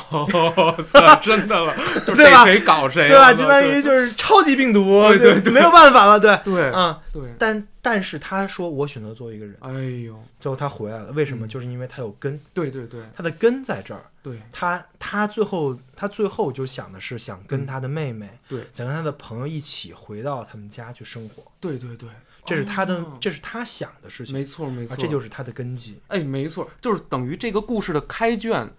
Speaker 1: 塞，真的了，就
Speaker 2: 对
Speaker 1: 谁
Speaker 2: 吧
Speaker 1: 谁搞谁了，
Speaker 2: 对吧？相当于
Speaker 1: 哎对
Speaker 2: 就是超级病毒，
Speaker 1: 对对
Speaker 2: 就
Speaker 1: 对
Speaker 2: 没有办法了，对，
Speaker 1: 对
Speaker 2: 嗯。
Speaker 1: 对，
Speaker 2: 但但是他说我选择做一个人，
Speaker 1: 哎呦，
Speaker 2: 最后他回来了，为什么？
Speaker 1: 嗯
Speaker 2: 就是因为他有根，
Speaker 1: 对对对
Speaker 2: 他的根在这儿。
Speaker 1: 对
Speaker 2: 他他最后他最后就想的是想跟他的妹妹，
Speaker 1: 嗯对
Speaker 2: 想跟他的朋友一起回到他们家去生活，
Speaker 1: 对对对，
Speaker 2: 这是他的、
Speaker 1: 哦
Speaker 2: 这是他想的事情，
Speaker 1: 没错没
Speaker 2: 啊
Speaker 1: 错，，
Speaker 2: 这就是是他的根基。
Speaker 1: 哎没错，就是等于这个故事的开卷，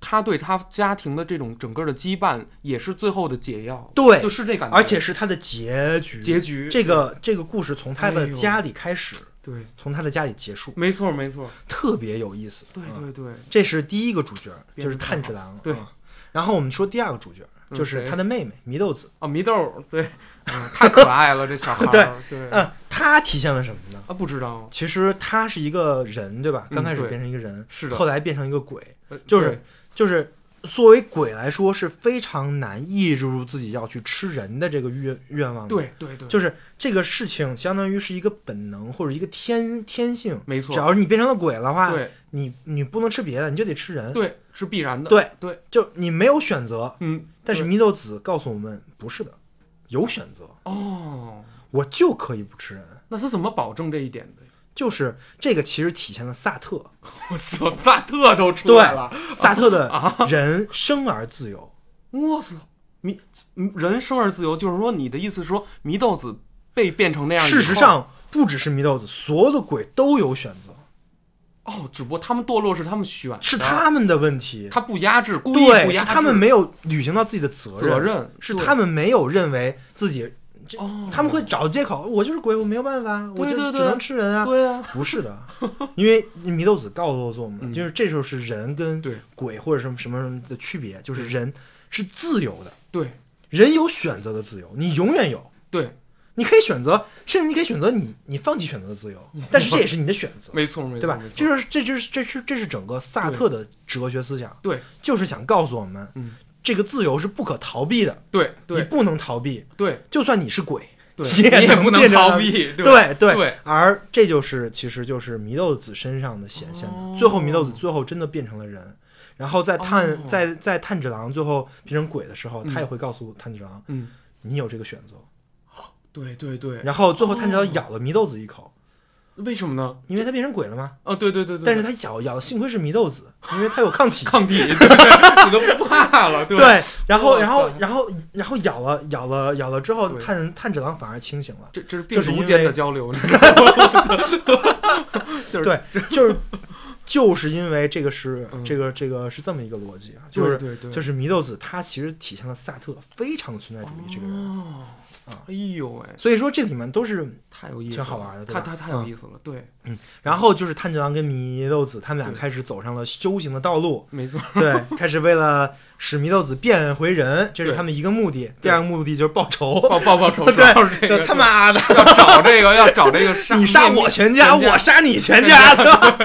Speaker 1: 他对他家庭的这种整个的羁绊也是最后的解药，
Speaker 2: 对
Speaker 1: 就是这感觉，
Speaker 2: 而且是他的结局。
Speaker 1: 结局
Speaker 2: 这个这个故事从他
Speaker 1: 哎
Speaker 2: 的
Speaker 1: 呦
Speaker 2: 家里开始，
Speaker 1: 对，
Speaker 2: 从他的家里结束，
Speaker 1: 没错没错，
Speaker 2: 特别有意思。
Speaker 1: 对
Speaker 2: 嗯
Speaker 1: 对对，
Speaker 2: 这是第一个主角，
Speaker 1: 编
Speaker 2: 就是
Speaker 1: 得太好
Speaker 2: 炭治郎。
Speaker 1: 对
Speaker 2: 嗯然后我们说第二个主角，
Speaker 1: 嗯
Speaker 2: 就是
Speaker 1: 谁
Speaker 2: 他的妹妹祢豆子。
Speaker 1: 哦祢豆儿对，嗯太可爱了这小 孩儿，对
Speaker 2: 嗯，他体现了什么呢？
Speaker 1: 啊不知道，
Speaker 2: 其实他是一个人，对吧？
Speaker 1: 嗯
Speaker 2: 刚开始
Speaker 1: 对
Speaker 2: 变成一个人，
Speaker 1: 是的
Speaker 2: 后来变成一个鬼，
Speaker 1: 呃
Speaker 2: 就是就是作为鬼来说是非常难抑制住自己要去吃人的这个愿愿望的。，
Speaker 1: 对对对，
Speaker 2: 就是这个事情相当于是一个本能或者一个天天性。
Speaker 1: 没错
Speaker 2: 只要是你变成了鬼的话，
Speaker 1: 对
Speaker 2: 你你不能吃别的，你就得吃人。，
Speaker 1: 对是必然的，
Speaker 2: 对
Speaker 1: 对，
Speaker 2: 就你没有选择。
Speaker 1: 嗯，
Speaker 2: 但是
Speaker 1: 对
Speaker 2: 祢豆子告诉我们，不是的，有选择，
Speaker 1: 哦，
Speaker 2: 我就可以不吃人。
Speaker 1: 那他怎么保证这一点的？
Speaker 2: 就是这个，其实体现了萨特，
Speaker 1: 我操，萨特都出
Speaker 2: 对
Speaker 1: 来了，，
Speaker 2: 萨特的
Speaker 1: 啊
Speaker 2: 人生而自由，
Speaker 1: 我操，迷嗯人生而自由，就是说你的意思是说祢豆子被变成那样以后，
Speaker 2: 事实上不只是祢豆子，所有的鬼都有选
Speaker 1: 啊
Speaker 2: 择，
Speaker 1: 哦，只不过他们堕落是他们选的，
Speaker 2: 是他们的问题。
Speaker 1: 他不压制，故意不
Speaker 2: 对，
Speaker 1: 压
Speaker 2: 是
Speaker 1: 制，
Speaker 2: 他们没有履行到自己的责任，
Speaker 1: 责任
Speaker 2: 是
Speaker 1: 对
Speaker 2: 他们没有认为自己，这
Speaker 1: 哦
Speaker 2: 他们会找借口，我就是鬼，我没有办法，我
Speaker 1: 对
Speaker 2: 就
Speaker 1: 对
Speaker 2: 只
Speaker 1: 对
Speaker 2: 能吃人啊。
Speaker 1: 对啊，
Speaker 2: 不是的， 因为祢豆子告诉我们，就是这时候是人跟
Speaker 1: 嗯对
Speaker 2: 鬼或者什么什么什么的区别，就是人是自由的，
Speaker 1: 对
Speaker 2: 人有选择的自由，你永远有，
Speaker 1: 对，
Speaker 2: 你可以选择，甚至你可以选择你你放弃选择的自由，但是这也是你的选择，
Speaker 1: 嗯没错没错，
Speaker 2: 对吧
Speaker 1: 没？错
Speaker 2: 这就是这就是这是这是整个萨特的哲学思想，
Speaker 1: 对
Speaker 2: 就是想告诉我们，
Speaker 1: 嗯
Speaker 2: 这个自由是不可逃避的，
Speaker 1: 对
Speaker 2: 你
Speaker 1: 对
Speaker 2: 不能逃避，
Speaker 1: 对
Speaker 2: 就算你是鬼，
Speaker 1: 对，
Speaker 2: 你也
Speaker 1: 也
Speaker 2: 能
Speaker 1: 不能
Speaker 2: 变成
Speaker 1: 逃
Speaker 2: 他
Speaker 1: 避，
Speaker 2: 对
Speaker 1: 对
Speaker 2: 而这就是其实就是祢豆子身上的显现的。
Speaker 1: 哦
Speaker 2: 最后祢豆子最后真的变成了人，然后在炭、
Speaker 1: 哦
Speaker 2: 在在炭治郎最后变成鬼的时候，他也会告诉炭治郎，
Speaker 1: 嗯，
Speaker 2: 你有这个选择。
Speaker 1: 对对对，
Speaker 2: 然后最后炭治
Speaker 1: 哦
Speaker 2: 郎咬了祢豆子一口，
Speaker 1: 为什么呢？
Speaker 2: 因为他变成鬼了嘛。
Speaker 1: 哦，对对对对，
Speaker 2: 但是
Speaker 1: 对
Speaker 2: 他咬咬的幸亏是祢豆子，因为他有抗体。
Speaker 1: 抗体，对 你都不怕了，对吧
Speaker 2: 对，然后
Speaker 1: 哇塞
Speaker 2: 然后然后然后咬了咬了咬了之后，
Speaker 1: 对
Speaker 2: 炭炭治郎反而清醒了。
Speaker 1: 这这是病
Speaker 2: 就是因
Speaker 1: 毒
Speaker 2: 为
Speaker 1: 间的交流，你知道吗 就是
Speaker 2: 对，就是就是因为这个是、
Speaker 1: 嗯
Speaker 2: 这个这个是这么一个逻辑啊，
Speaker 1: 对
Speaker 2: 就是
Speaker 1: 对对
Speaker 2: 就是祢豆子，他其实体现了萨特非常的存在主义这个人，嗯
Speaker 1: 哦，哎呦喂，
Speaker 2: 所以说这里面都是，
Speaker 1: 太有意思了，
Speaker 2: 挺好玩的对
Speaker 1: 太
Speaker 2: 吧
Speaker 1: 太
Speaker 2: 嗯
Speaker 1: 太有意思了，对，
Speaker 2: 然后就是炭治郎跟祢豆子他们俩
Speaker 1: 对，
Speaker 2: 开始走上了修行的道路
Speaker 1: 没错，
Speaker 2: 对，开始为了使祢豆子变回人，这是
Speaker 1: 对
Speaker 2: 他们一个目的，第二个目的就是报仇，
Speaker 1: 报报报仇，
Speaker 2: 对
Speaker 1: 主要是这
Speaker 2: 就
Speaker 1: 个
Speaker 2: 他妈的。
Speaker 1: 要找这个要找这 个杀
Speaker 2: 你杀我全家，
Speaker 1: 全家
Speaker 2: 我杀你全家，对吧？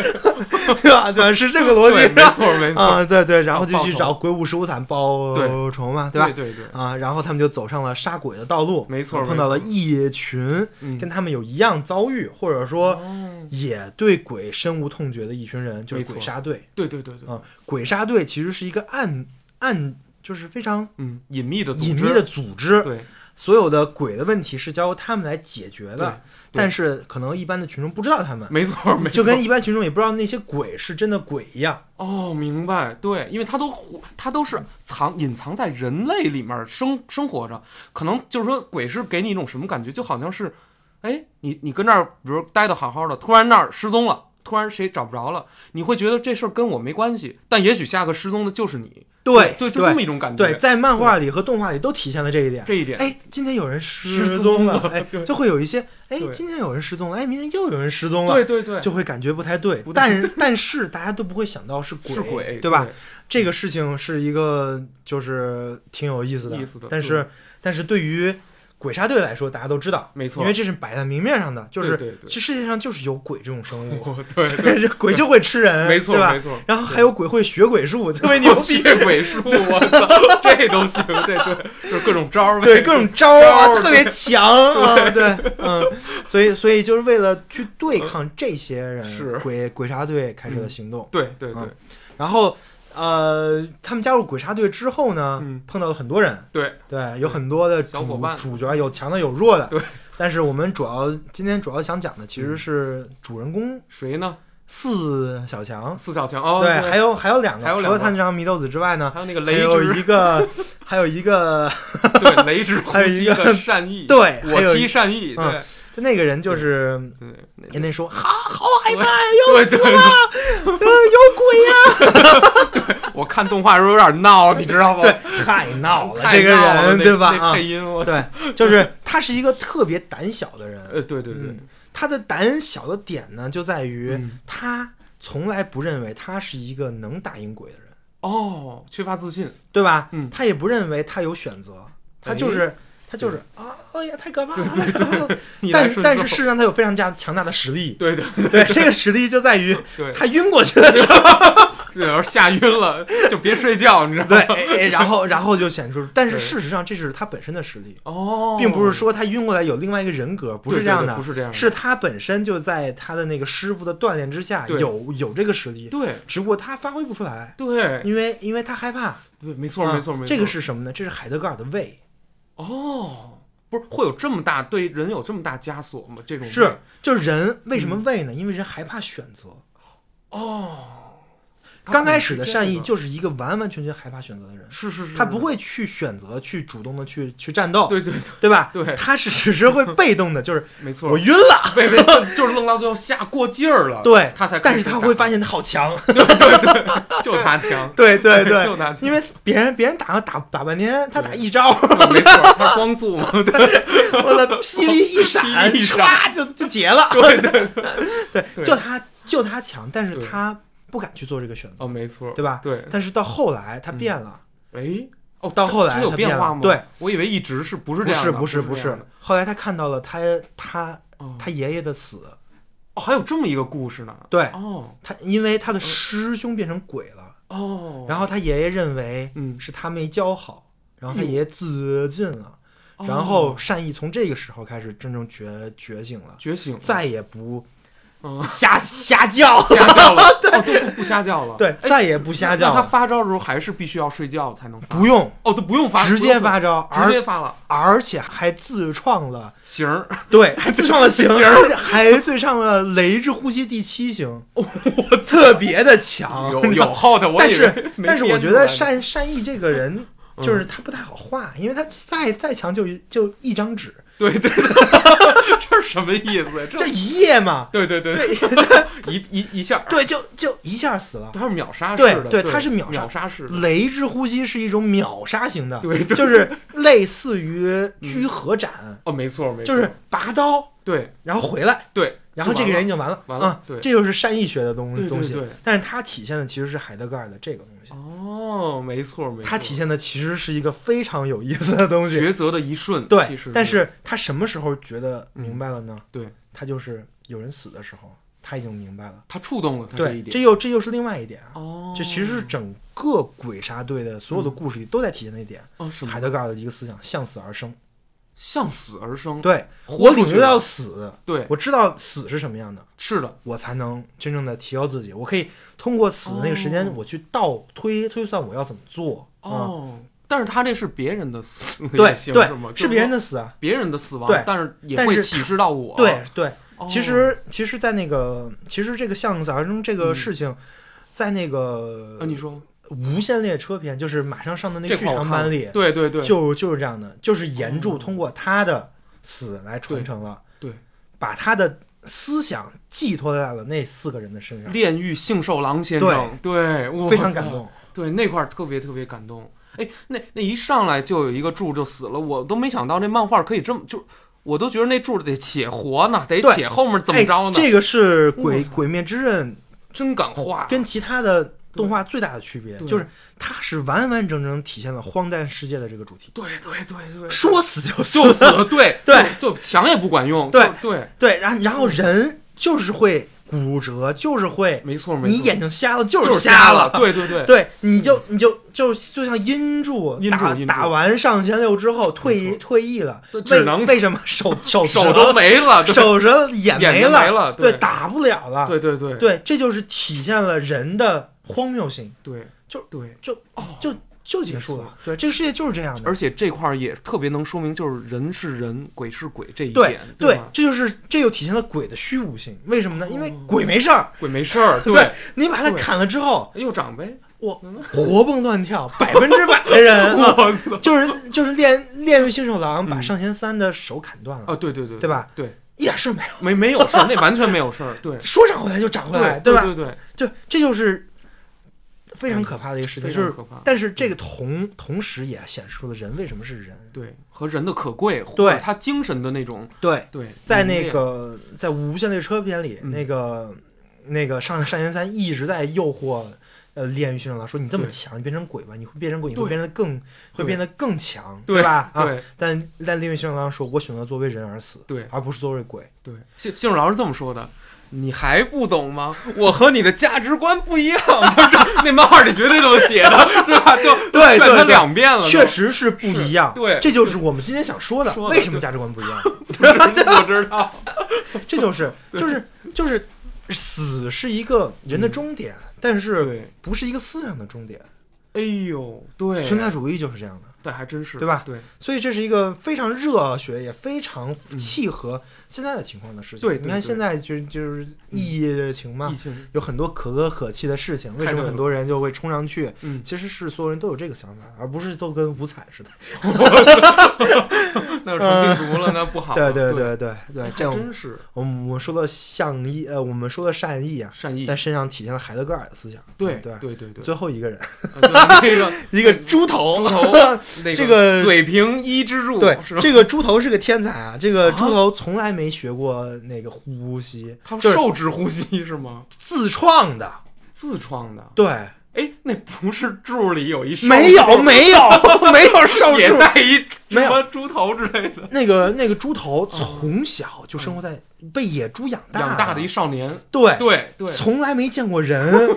Speaker 2: 对吧？对吧？是这个逻
Speaker 1: 对，
Speaker 2: 辑，
Speaker 1: 没错没错，
Speaker 2: 啊，对对，然后就
Speaker 1: 报
Speaker 2: 去
Speaker 1: 仇
Speaker 2: 找鬼舞十五惨报
Speaker 1: 对
Speaker 2: 仇嘛，
Speaker 1: 对
Speaker 2: 吧？
Speaker 1: 对对，
Speaker 2: 啊，然后他们就走上了杀鬼的道路，
Speaker 1: 没错
Speaker 2: 碰到
Speaker 1: 没
Speaker 2: 了
Speaker 1: 错
Speaker 2: 一群
Speaker 1: 嗯
Speaker 2: 跟他们有一样遭遇，或者说
Speaker 1: 哦
Speaker 2: 也对鬼深恶痛绝的一群人，就
Speaker 1: 没
Speaker 2: 是
Speaker 1: 错
Speaker 2: 鬼杀队
Speaker 1: 对对对对，
Speaker 2: 啊。鬼杀队其实是一个暗暗，就是非常
Speaker 1: 嗯，隐秘的组织
Speaker 2: 隐秘的，组织，
Speaker 1: 对
Speaker 2: 所有的鬼的问题是交由他们来解决
Speaker 1: 对
Speaker 2: 的，但是可能一般的群众不知道他们，
Speaker 1: 没错没错，
Speaker 2: 就跟一般群众也不知道那些鬼是真的鬼一样。
Speaker 1: 哦，明白，对，因为它都它都是藏隐藏在人类里面生生活着，可能就是说鬼是给你一种什么感觉，就好像是，哎，你你跟这儿比如待的好好的，突然那儿失踪了，突然谁找不着了，你会觉得这事儿跟我没关系，但也许下个失踪的就是你，
Speaker 2: 对
Speaker 1: 对，就
Speaker 2: 对
Speaker 1: 这么一种感觉，
Speaker 2: 对，在漫画里和动画里都体现了这一点。
Speaker 1: 这一点，
Speaker 2: 哎，今天有人失
Speaker 1: 失
Speaker 2: 踪
Speaker 1: 踪
Speaker 2: 了
Speaker 1: 了，
Speaker 2: 哎，
Speaker 1: 对
Speaker 2: 就会有一些，哎
Speaker 1: 对，
Speaker 2: 今天有人失踪了，哎，明天又有人失踪了，
Speaker 1: 对对对，
Speaker 2: 就会感觉不太对。
Speaker 1: 不太
Speaker 2: 但但是 大家都不会想到是鬼，
Speaker 1: 是鬼，
Speaker 2: 对吧？？这个事情是一个就是挺有意思的，
Speaker 1: 意思的
Speaker 2: 但是但是对于鬼杀队来说，大家都知道，
Speaker 1: 没错
Speaker 2: 因为这是摆在明面上的，就是
Speaker 1: 对对对
Speaker 2: 这世界上就是有鬼这种生物，
Speaker 1: 对，
Speaker 2: 这鬼就会吃人，
Speaker 1: 没错
Speaker 2: 呃对吧
Speaker 1: 没错
Speaker 2: 然后还有鬼会学鬼术，特别 牛
Speaker 1: 牛
Speaker 2: 逼
Speaker 1: 逼，鬼术，我操，这都行，这对，就是各种招儿呗，
Speaker 2: 对各种招儿
Speaker 1: 招
Speaker 2: 啊，
Speaker 1: 儿
Speaker 2: 特别 强啊，对，嗯，所以所以就是为了去对抗这些人，
Speaker 1: 是
Speaker 2: 鬼鬼杀队开始的行动。
Speaker 1: 对对对
Speaker 2: 嗯然后呃，他们加入鬼杀队之后呢，
Speaker 1: 嗯
Speaker 2: 碰到了很多人，
Speaker 1: 对，
Speaker 2: 对，有很多的
Speaker 1: 小
Speaker 2: 主
Speaker 1: 伙伴
Speaker 2: 主角有强的有弱的，
Speaker 1: 对。嗯
Speaker 2: 但是我们主要今天主要想讲的其实是主人公
Speaker 1: 谁呢？
Speaker 2: 四小强，
Speaker 1: 四小强哦，
Speaker 2: 对，还有还有两个，
Speaker 1: 还有
Speaker 2: 除
Speaker 1: 两
Speaker 2: 了
Speaker 1: 个
Speaker 2: 炭治郎祢豆子之外呢
Speaker 1: 还。有那个
Speaker 2: 还
Speaker 1: 雷
Speaker 2: 有一
Speaker 1: 之，
Speaker 2: 个， 还有一个，
Speaker 1: 对雷之呼吸
Speaker 2: 还有一个
Speaker 1: 的善意，
Speaker 2: 对还有
Speaker 1: 我妻善意，
Speaker 2: 嗯哎
Speaker 1: 对
Speaker 2: 就那个人就是
Speaker 1: 对那
Speaker 2: 人家 说啊好好害怕，
Speaker 1: 对对，对
Speaker 2: 有鬼啊呀、
Speaker 1: 我看动画时候有点闹，你知道吗？
Speaker 2: 对，太闹了，
Speaker 1: 太
Speaker 2: 这个
Speaker 1: 闹了
Speaker 2: 人
Speaker 1: 那
Speaker 2: 对吧？
Speaker 1: 那
Speaker 2: 啊，
Speaker 1: 配音我，
Speaker 2: 对，就是他是一个特别胆小 的人，
Speaker 1: 呃，对对对
Speaker 2: 嗯，他的胆小的点呢，就在于
Speaker 1: 嗯
Speaker 2: 他从来不认为他是一个能打赢鬼的人，
Speaker 1: 哦，缺乏自信，
Speaker 2: 对吧？
Speaker 1: 嗯哎
Speaker 2: 他也不认为他有选择，他就是。他就是啊，哎呀，太可怕 了！
Speaker 1: 逆来顺
Speaker 2: 但
Speaker 1: 受
Speaker 2: 但是事实上，他有 非常强强大的实力。
Speaker 1: 对对
Speaker 2: 对，这个实力就在于
Speaker 1: 对，
Speaker 2: 他晕过去的时候，
Speaker 1: 这要是吓晕了就别睡觉，你知道
Speaker 2: 对，
Speaker 1: 吗？
Speaker 2: 哎哎然后然后就显出，但是
Speaker 1: 对
Speaker 2: 事实上这是他本身的实力，
Speaker 1: 哦，
Speaker 2: 并不是说他晕过来有另外一个人格，不是这样的，
Speaker 1: 对对对不是这样的
Speaker 2: 是他本身就在他的那个师傅的锻炼之下
Speaker 1: 对
Speaker 2: 有有这个实力，
Speaker 1: 对
Speaker 2: 只不过他发挥不出来，
Speaker 1: 对
Speaker 2: 因为因为他害怕。
Speaker 1: 对，没错没错
Speaker 2: 啊
Speaker 1: 没错，
Speaker 2: 这个是什么呢？这是海德格尔的胃，
Speaker 1: 哦，不是会有这么大对人有这么大枷锁吗？这种
Speaker 2: 是就是人为什么
Speaker 1: 嗯
Speaker 2: 胃呢？因为人害怕选择。
Speaker 1: 哦，
Speaker 2: 刚开始的善意
Speaker 1: 他
Speaker 2: 就是一个完完全全害怕选择的人，
Speaker 1: 是是是，
Speaker 2: 他不会去选择去主动的去去战斗，
Speaker 1: 对对对，
Speaker 2: 对吧？
Speaker 1: 对
Speaker 2: 他是只 是会被动的，就是
Speaker 1: 没错，
Speaker 2: 我晕了，
Speaker 1: 被被就是愣到最后下过劲儿了，
Speaker 2: 对，
Speaker 1: 他才
Speaker 2: 但
Speaker 1: 开
Speaker 2: 是
Speaker 1: 始
Speaker 2: 他
Speaker 1: 打
Speaker 2: 会发现他 好强，，
Speaker 1: 就他强
Speaker 2: 对 对对，
Speaker 1: 就他强，
Speaker 2: 因为别人别人打打打半天，他打
Speaker 1: 对
Speaker 2: 一 招，
Speaker 1: 哦没错，他光速嘛， 对
Speaker 2: 我的霹雳一闪，
Speaker 1: 霹雳一
Speaker 2: 唰
Speaker 1: 闪
Speaker 2: 就就结了，
Speaker 1: 对对对，
Speaker 2: 对，
Speaker 1: 对
Speaker 2: 就他就他强，但是
Speaker 1: 对
Speaker 2: 他不敢去做这个选择，
Speaker 1: 哦，没错，
Speaker 2: 对吧？
Speaker 1: 对，
Speaker 2: 但是到后来他变了。
Speaker 1: 哎，哦，
Speaker 2: 到后来
Speaker 1: 这这有
Speaker 2: 他变
Speaker 1: 变化
Speaker 2: 了
Speaker 1: 吗？
Speaker 2: 对，
Speaker 1: 我以为一直是不是这
Speaker 2: 不
Speaker 1: 样的，
Speaker 2: 不是
Speaker 1: 不
Speaker 2: 不
Speaker 1: 这样
Speaker 2: 是
Speaker 1: 的，
Speaker 2: 后来他看到了他他
Speaker 1: 哦
Speaker 2: 他爷爷的死，
Speaker 1: 哦，还有这么一个故事呢，
Speaker 2: 对
Speaker 1: 哦
Speaker 2: 他因为他的师兄变成鬼了，
Speaker 1: 哦，
Speaker 2: 然后他爷爷认为
Speaker 1: 嗯
Speaker 2: 是他没教好，然后他
Speaker 1: 哎呦
Speaker 2: 爷爷自尽了，
Speaker 1: 哦
Speaker 2: 然后善意从这个时候开始真正觉觉醒了，
Speaker 1: 觉醒了
Speaker 2: 再也不
Speaker 1: 嗯
Speaker 2: 瞎瞎叫，
Speaker 1: 瞎叫了，哦，都不不瞎叫了，
Speaker 2: 对，
Speaker 1: 哎
Speaker 2: 再也不瞎叫
Speaker 1: 那他
Speaker 2: 了，
Speaker 1: 发招的时候还是必须要睡觉才能发，
Speaker 2: 不用
Speaker 1: 哦，都不用发，
Speaker 2: 直
Speaker 1: 不用
Speaker 2: 接发招，
Speaker 1: 直接
Speaker 2: 而
Speaker 1: 发了，
Speaker 2: 而且还自创了，
Speaker 1: 行儿，
Speaker 2: 对，还 自创了型，
Speaker 1: 型
Speaker 2: 还自创了雷之呼吸第 七型，特别的强，
Speaker 1: 有有后的，我
Speaker 2: 啊但
Speaker 1: 以
Speaker 2: 是
Speaker 1: 为没
Speaker 2: 但是我
Speaker 1: 编
Speaker 2: 觉
Speaker 1: 出来嗯的
Speaker 2: 得善善意这个人就是他不太好画，因为他再再强就就一张纸，
Speaker 1: 对对， 对这是什么意思？
Speaker 2: 这一页嘛，
Speaker 1: 对对对， 一一一下，
Speaker 2: 对，就就一下死了。
Speaker 1: 它是秒杀式
Speaker 2: 对
Speaker 1: 的，
Speaker 2: 对
Speaker 1: 对，
Speaker 2: 它是秒杀
Speaker 1: 秒杀式的，
Speaker 2: 雷之呼吸是一种秒杀型的，
Speaker 1: 对对
Speaker 2: 就是类似于居合斩，
Speaker 1: 哦，没错没错，
Speaker 2: 就是拔刀
Speaker 1: 对
Speaker 2: 然后回来，
Speaker 1: 对，
Speaker 2: 然后
Speaker 1: 就
Speaker 2: 这个
Speaker 1: 完
Speaker 2: 人已经完了，
Speaker 1: 完了
Speaker 2: 嗯
Speaker 1: 对
Speaker 2: 这就是善意学的东
Speaker 1: 对对
Speaker 2: 东西
Speaker 1: 对，
Speaker 2: 但是它体现的其实是海德格尔的这个东西
Speaker 1: 了，哦，没错没错，
Speaker 2: 它体现的其实是一个非常有意思的东西，
Speaker 1: 抉择的一瞬，
Speaker 2: 对
Speaker 1: 其实，嗯
Speaker 2: 但是他什么时候觉得明白了呢？
Speaker 1: 对
Speaker 2: 他就是有人死的时候，他已经明白了。
Speaker 1: 他触动了他这一
Speaker 2: 对，
Speaker 1: 点，
Speaker 2: 这又这又是另外一点啊，
Speaker 1: 哦，
Speaker 2: 这其实是整个鬼杀队的所有的故事里都在体现那一点。
Speaker 1: 哦什
Speaker 2: 海
Speaker 1: 么
Speaker 2: 德格尔的一个思想，向死而生。
Speaker 1: 向死而生，
Speaker 2: 对，
Speaker 1: 豁
Speaker 2: 我
Speaker 1: 嗯出去
Speaker 2: 领
Speaker 1: 了
Speaker 2: 略到死，
Speaker 1: 对
Speaker 2: 我知道死是什么样的，
Speaker 1: 是的，
Speaker 2: 我才能真正的提高自己。我可以通过死的那个时间，
Speaker 1: 哦
Speaker 2: 我去倒推推算我要怎么做啊？
Speaker 1: 哦。但是他这是别人的死，
Speaker 2: 对
Speaker 1: 行是吗？
Speaker 2: 对，
Speaker 1: 就是
Speaker 2: 别人
Speaker 1: 说
Speaker 2: 的死啊。
Speaker 1: 别人的死亡
Speaker 2: 对，
Speaker 1: 但是也
Speaker 2: 但
Speaker 1: 会
Speaker 2: 是
Speaker 1: 启示到我。
Speaker 2: 对对，
Speaker 1: 哦，嗯
Speaker 2: 其实，其实，在那个，其实这个向死而生这个事情，在那个
Speaker 1: 啊，你说
Speaker 2: 无限列车篇，就是马上上的那个
Speaker 1: 这
Speaker 2: 剧
Speaker 1: 块我
Speaker 2: 场
Speaker 1: 看了
Speaker 2: 版里，
Speaker 1: 对对对，
Speaker 2: 就就是这样的，就是岩柱
Speaker 1: 哦
Speaker 2: 通过他的死来传承了，
Speaker 1: 对，
Speaker 2: 把他的思想寄托在了那四个人的身上，
Speaker 1: 炼狱性受狼先生，对，我
Speaker 2: 非常感动。
Speaker 1: 对那块儿特别特别感动。哎，那那一上来就有一个柱就死了，我都没想到那漫画可以这么就，我都觉得那柱得且活呢，得
Speaker 2: 对
Speaker 1: 且后面怎么着呢？
Speaker 2: 哎这个是《鬼
Speaker 1: 我操
Speaker 2: 鬼灭之刃
Speaker 1: 真敢画》，
Speaker 2: 跟其他的动画最大的区别，
Speaker 1: 对
Speaker 2: 就是它是完完整整体现了荒诞世界的这个主题，
Speaker 1: 对对对对，
Speaker 2: 说死就死，
Speaker 1: 就死了， 对
Speaker 2: 对
Speaker 1: 就就强也不管用，
Speaker 2: 对
Speaker 1: 就对，
Speaker 2: 对，然后然后人就是会骨折，就是会，
Speaker 1: 没错没错，
Speaker 2: 你眼睛瞎了就
Speaker 1: 就是瞎
Speaker 2: 了，
Speaker 1: 对对对，
Speaker 2: 对，你就你就就就像阴柱
Speaker 1: 阴
Speaker 2: 打
Speaker 1: 柱阴柱
Speaker 2: 打完上弦六之后
Speaker 1: 没
Speaker 2: 退
Speaker 1: 错
Speaker 2: 退役了，
Speaker 1: 对
Speaker 2: 为
Speaker 1: 只能
Speaker 2: 为什么 手手
Speaker 1: 手
Speaker 2: 折
Speaker 1: 都
Speaker 2: 了
Speaker 1: 没了，对
Speaker 2: 手折了眼
Speaker 1: 眼
Speaker 2: 没
Speaker 1: 睛
Speaker 2: 了，
Speaker 1: 没了
Speaker 2: 对
Speaker 1: 对
Speaker 2: 打不了了，
Speaker 1: 对对对
Speaker 2: 对这就是体现了人的荒谬性，
Speaker 1: 对，
Speaker 2: 就
Speaker 1: 对。
Speaker 2: 就就就结束
Speaker 1: 哦没
Speaker 2: 了，对，这个世界就是这样的
Speaker 1: 而。且这块儿也特别能说明，就是人是人，鬼是鬼这一
Speaker 2: 对
Speaker 1: 点，
Speaker 2: 对
Speaker 1: 吧，
Speaker 2: 这就是这又体现了鬼的虚无性，为什么呢？因为
Speaker 1: 哦
Speaker 2: 鬼没事儿，
Speaker 1: 鬼没事儿，
Speaker 2: 对
Speaker 1: 对，
Speaker 2: 你把他
Speaker 1: 对
Speaker 2: 砍了之后，
Speaker 1: 又长 呗，
Speaker 2: 我活蹦乱跳，百分之百 的人啊，
Speaker 1: 我操，
Speaker 2: 就是就是练练狱新手狼把
Speaker 1: 嗯
Speaker 2: 上弦三的手砍断了，
Speaker 1: 啊，对对对，
Speaker 2: 对吧？
Speaker 1: 对，
Speaker 2: 一点事儿没有，
Speaker 1: 没没有事儿，那完全没有事儿， 对，
Speaker 2: 说长回来就长回来，
Speaker 1: 对
Speaker 2: 吧？
Speaker 1: 对对，嗯
Speaker 2: 就这就是非常可怕的一个事情，
Speaker 1: 非
Speaker 2: 就
Speaker 1: 常
Speaker 2: 是
Speaker 1: 可怕，嗯
Speaker 2: 但是这个同同时也显示出了人为什么是人，
Speaker 1: 对和人的可贵，或
Speaker 2: 对
Speaker 1: 者他精神的那种，
Speaker 2: 对，
Speaker 1: 对，
Speaker 2: 在
Speaker 1: 凝
Speaker 2: 那
Speaker 1: 练
Speaker 2: 个在无限列车篇里，
Speaker 1: 嗯
Speaker 2: 那个那个上上弦三一直在诱惑。呃，炼狱新手狼说：“你这么
Speaker 1: 对
Speaker 2: 强，你变成鬼吧，你会变成鬼，你
Speaker 1: 对
Speaker 2: 会变得更，会
Speaker 1: 对
Speaker 2: 变得更强，
Speaker 1: 对
Speaker 2: 吧？啊，
Speaker 1: 对
Speaker 2: 但但炼狱新手狼说：“我选择作为人而死，
Speaker 1: 对
Speaker 2: 而不是作为鬼。
Speaker 1: 对，信信手老师这么说的。你还不懂吗？我和你的价值观不一样。就是那漫画里绝对这么写的，是吧？就 劝
Speaker 2: 对对
Speaker 1: 他
Speaker 2: 对
Speaker 1: 两遍了都，
Speaker 2: 确实是不一
Speaker 1: 嗯
Speaker 2: 样。
Speaker 1: 是对
Speaker 2: 这就是我们今天想说的，
Speaker 1: 说的
Speaker 2: 为什么价值观不一样？
Speaker 1: 不是 我知道。
Speaker 2: 这就是就是就是死是一个人的终点，但是
Speaker 1: 嗯对，
Speaker 2: 不是一个思想的终点。
Speaker 1: 哎呦，对，
Speaker 2: 存在主义就是这样的，
Speaker 1: 对，还真是，
Speaker 2: 对吧
Speaker 1: 对，
Speaker 2: 所以这是一个非常热血也非常契合现在的情况的事情。
Speaker 1: 嗯对对
Speaker 2: 你看
Speaker 1: 对
Speaker 2: 现在就就是义热情嘛
Speaker 1: 疫， 情，
Speaker 2: 有很多可歌可泣的事情，为
Speaker 1: 太热
Speaker 2: 什么
Speaker 1: 了
Speaker 2: 很多人就会冲上去？
Speaker 1: 嗯，
Speaker 2: 其实是所有人都有这个想法，而不是都跟五彩似的。
Speaker 1: 那成病毒了，那不好
Speaker 2: 嗯对
Speaker 1: 了。
Speaker 2: 对
Speaker 1: 对哎
Speaker 2: 对对对，这
Speaker 1: 还
Speaker 2: 样
Speaker 1: 真是
Speaker 2: 我们我们说的善意，呃，我们说的善意啊，
Speaker 1: 善意
Speaker 2: 在。身上体现了海德格尔的思想。
Speaker 1: 嗯
Speaker 2: 嗯
Speaker 1: 对
Speaker 2: 对
Speaker 1: 对对对，
Speaker 2: 最后一个人，
Speaker 1: 呃对那个
Speaker 2: 一个猪头，
Speaker 1: 猪头，那
Speaker 2: 这个
Speaker 1: 嘴平一支柱，
Speaker 2: 对
Speaker 1: 是吧？，
Speaker 2: 这个猪头是个天才啊！这个
Speaker 1: 啊
Speaker 2: 猪头从来没学过那个呼吸，
Speaker 1: 他
Speaker 2: 就是
Speaker 1: 受制呼吸是吗？
Speaker 2: 自创的。
Speaker 1: 自创的。
Speaker 2: 对，
Speaker 1: 哎，那不是柱里有一兽
Speaker 2: 没 有
Speaker 1: 柱
Speaker 2: 没有没有受
Speaker 1: 也
Speaker 2: 助。
Speaker 1: 带一
Speaker 2: 没
Speaker 1: 什
Speaker 2: 有
Speaker 1: 么猪头之类的，
Speaker 2: 那个那个猪头从小就生活在被野猪养大
Speaker 1: 嗯养大的一少年。
Speaker 2: 对，
Speaker 1: 对对，
Speaker 2: 从来没见 过人。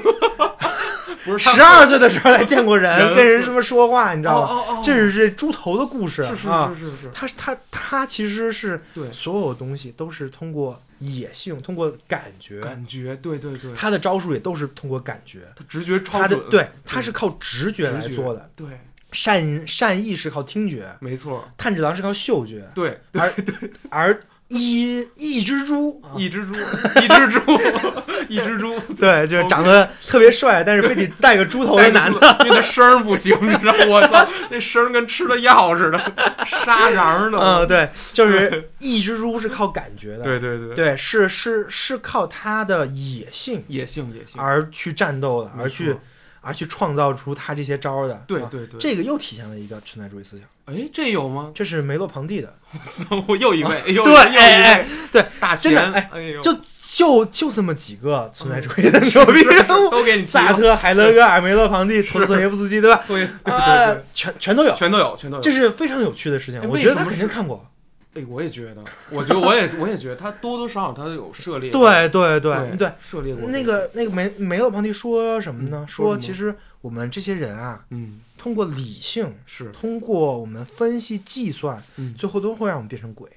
Speaker 1: 不是他
Speaker 2: 十二岁的时候才见过人，
Speaker 1: 人
Speaker 2: 跟人什么说话，你知道吧？
Speaker 1: 哦哦哦，
Speaker 2: 这是这猪头的故事
Speaker 1: 是是
Speaker 2: 啊
Speaker 1: 是。是是，
Speaker 2: 他他他其实是
Speaker 1: 对
Speaker 2: 所有东西都是通过野性，通过感觉，
Speaker 1: 感觉对对对，
Speaker 2: 他的招数也都是通过感觉，
Speaker 1: 他直觉超
Speaker 2: 他的
Speaker 1: 准，
Speaker 2: 对，他是靠直觉来
Speaker 1: 直觉
Speaker 2: 做的。
Speaker 1: 对，
Speaker 2: 善善意是靠听觉，
Speaker 1: 没错，
Speaker 2: 炭治郎是靠嗅觉，
Speaker 1: 对，
Speaker 2: 而而一一只猪，啊
Speaker 1: 一只猪，一只猪， 一只猪，
Speaker 2: 对，就是长得特别帅，但是非得戴个猪 头 的男的，
Speaker 1: 的，因为他声儿不行，你知道，我操，那声儿跟吃了药似的，沙瓤的，
Speaker 2: 嗯，对，就是 一只猪是靠感觉的，
Speaker 1: 对对对，
Speaker 2: 对是是是靠他的野性
Speaker 1: 野性野性，
Speaker 2: 而去战斗的，
Speaker 1: 没
Speaker 2: 而去
Speaker 1: 错
Speaker 2: 而去创造出他这些招儿的，
Speaker 1: 对
Speaker 2: 啊
Speaker 1: 对对
Speaker 2: 这个又体现了一个存在主义思想，
Speaker 1: 哎，这有吗？
Speaker 2: 这是梅洛庞蒂的，
Speaker 1: 我又一位，又又
Speaker 2: 对
Speaker 1: 一
Speaker 2: 哎哎
Speaker 1: 位，
Speaker 2: 对，
Speaker 1: 大
Speaker 2: 真的
Speaker 1: 贤，
Speaker 2: 哎
Speaker 1: 哎呦，
Speaker 2: 就嗯就就这么几个存在主义的牛逼人物，
Speaker 1: 都给你
Speaker 2: 萨
Speaker 1: 急了，
Speaker 2: 特、海德格尔、梅洛庞蒂、托斯托耶夫斯 基，对吧？
Speaker 1: 对对对
Speaker 2: 啊
Speaker 1: 对，，
Speaker 2: 全全都有，
Speaker 1: 全都有，全都有
Speaker 2: 这。是非常有趣的事情
Speaker 1: 哎。
Speaker 2: 我觉
Speaker 1: 为什
Speaker 2: 得他
Speaker 1: 么
Speaker 2: 肯定看过。
Speaker 1: 哎，我也觉得，我觉得我也我也觉得他多多少少他有涉猎，
Speaker 2: 对对对
Speaker 1: 对
Speaker 2: 对，
Speaker 1: 涉猎过
Speaker 2: 那
Speaker 1: 这
Speaker 2: 个那个梅梅洛庞蒂说什么呢？
Speaker 1: 嗯说什
Speaker 2: 说
Speaker 1: 么
Speaker 2: 其实我们这些人啊，
Speaker 1: 嗯
Speaker 2: 通过理性，
Speaker 1: 是
Speaker 2: 通过我们分析计算，
Speaker 1: 嗯
Speaker 2: 最后都会让我们变成鬼。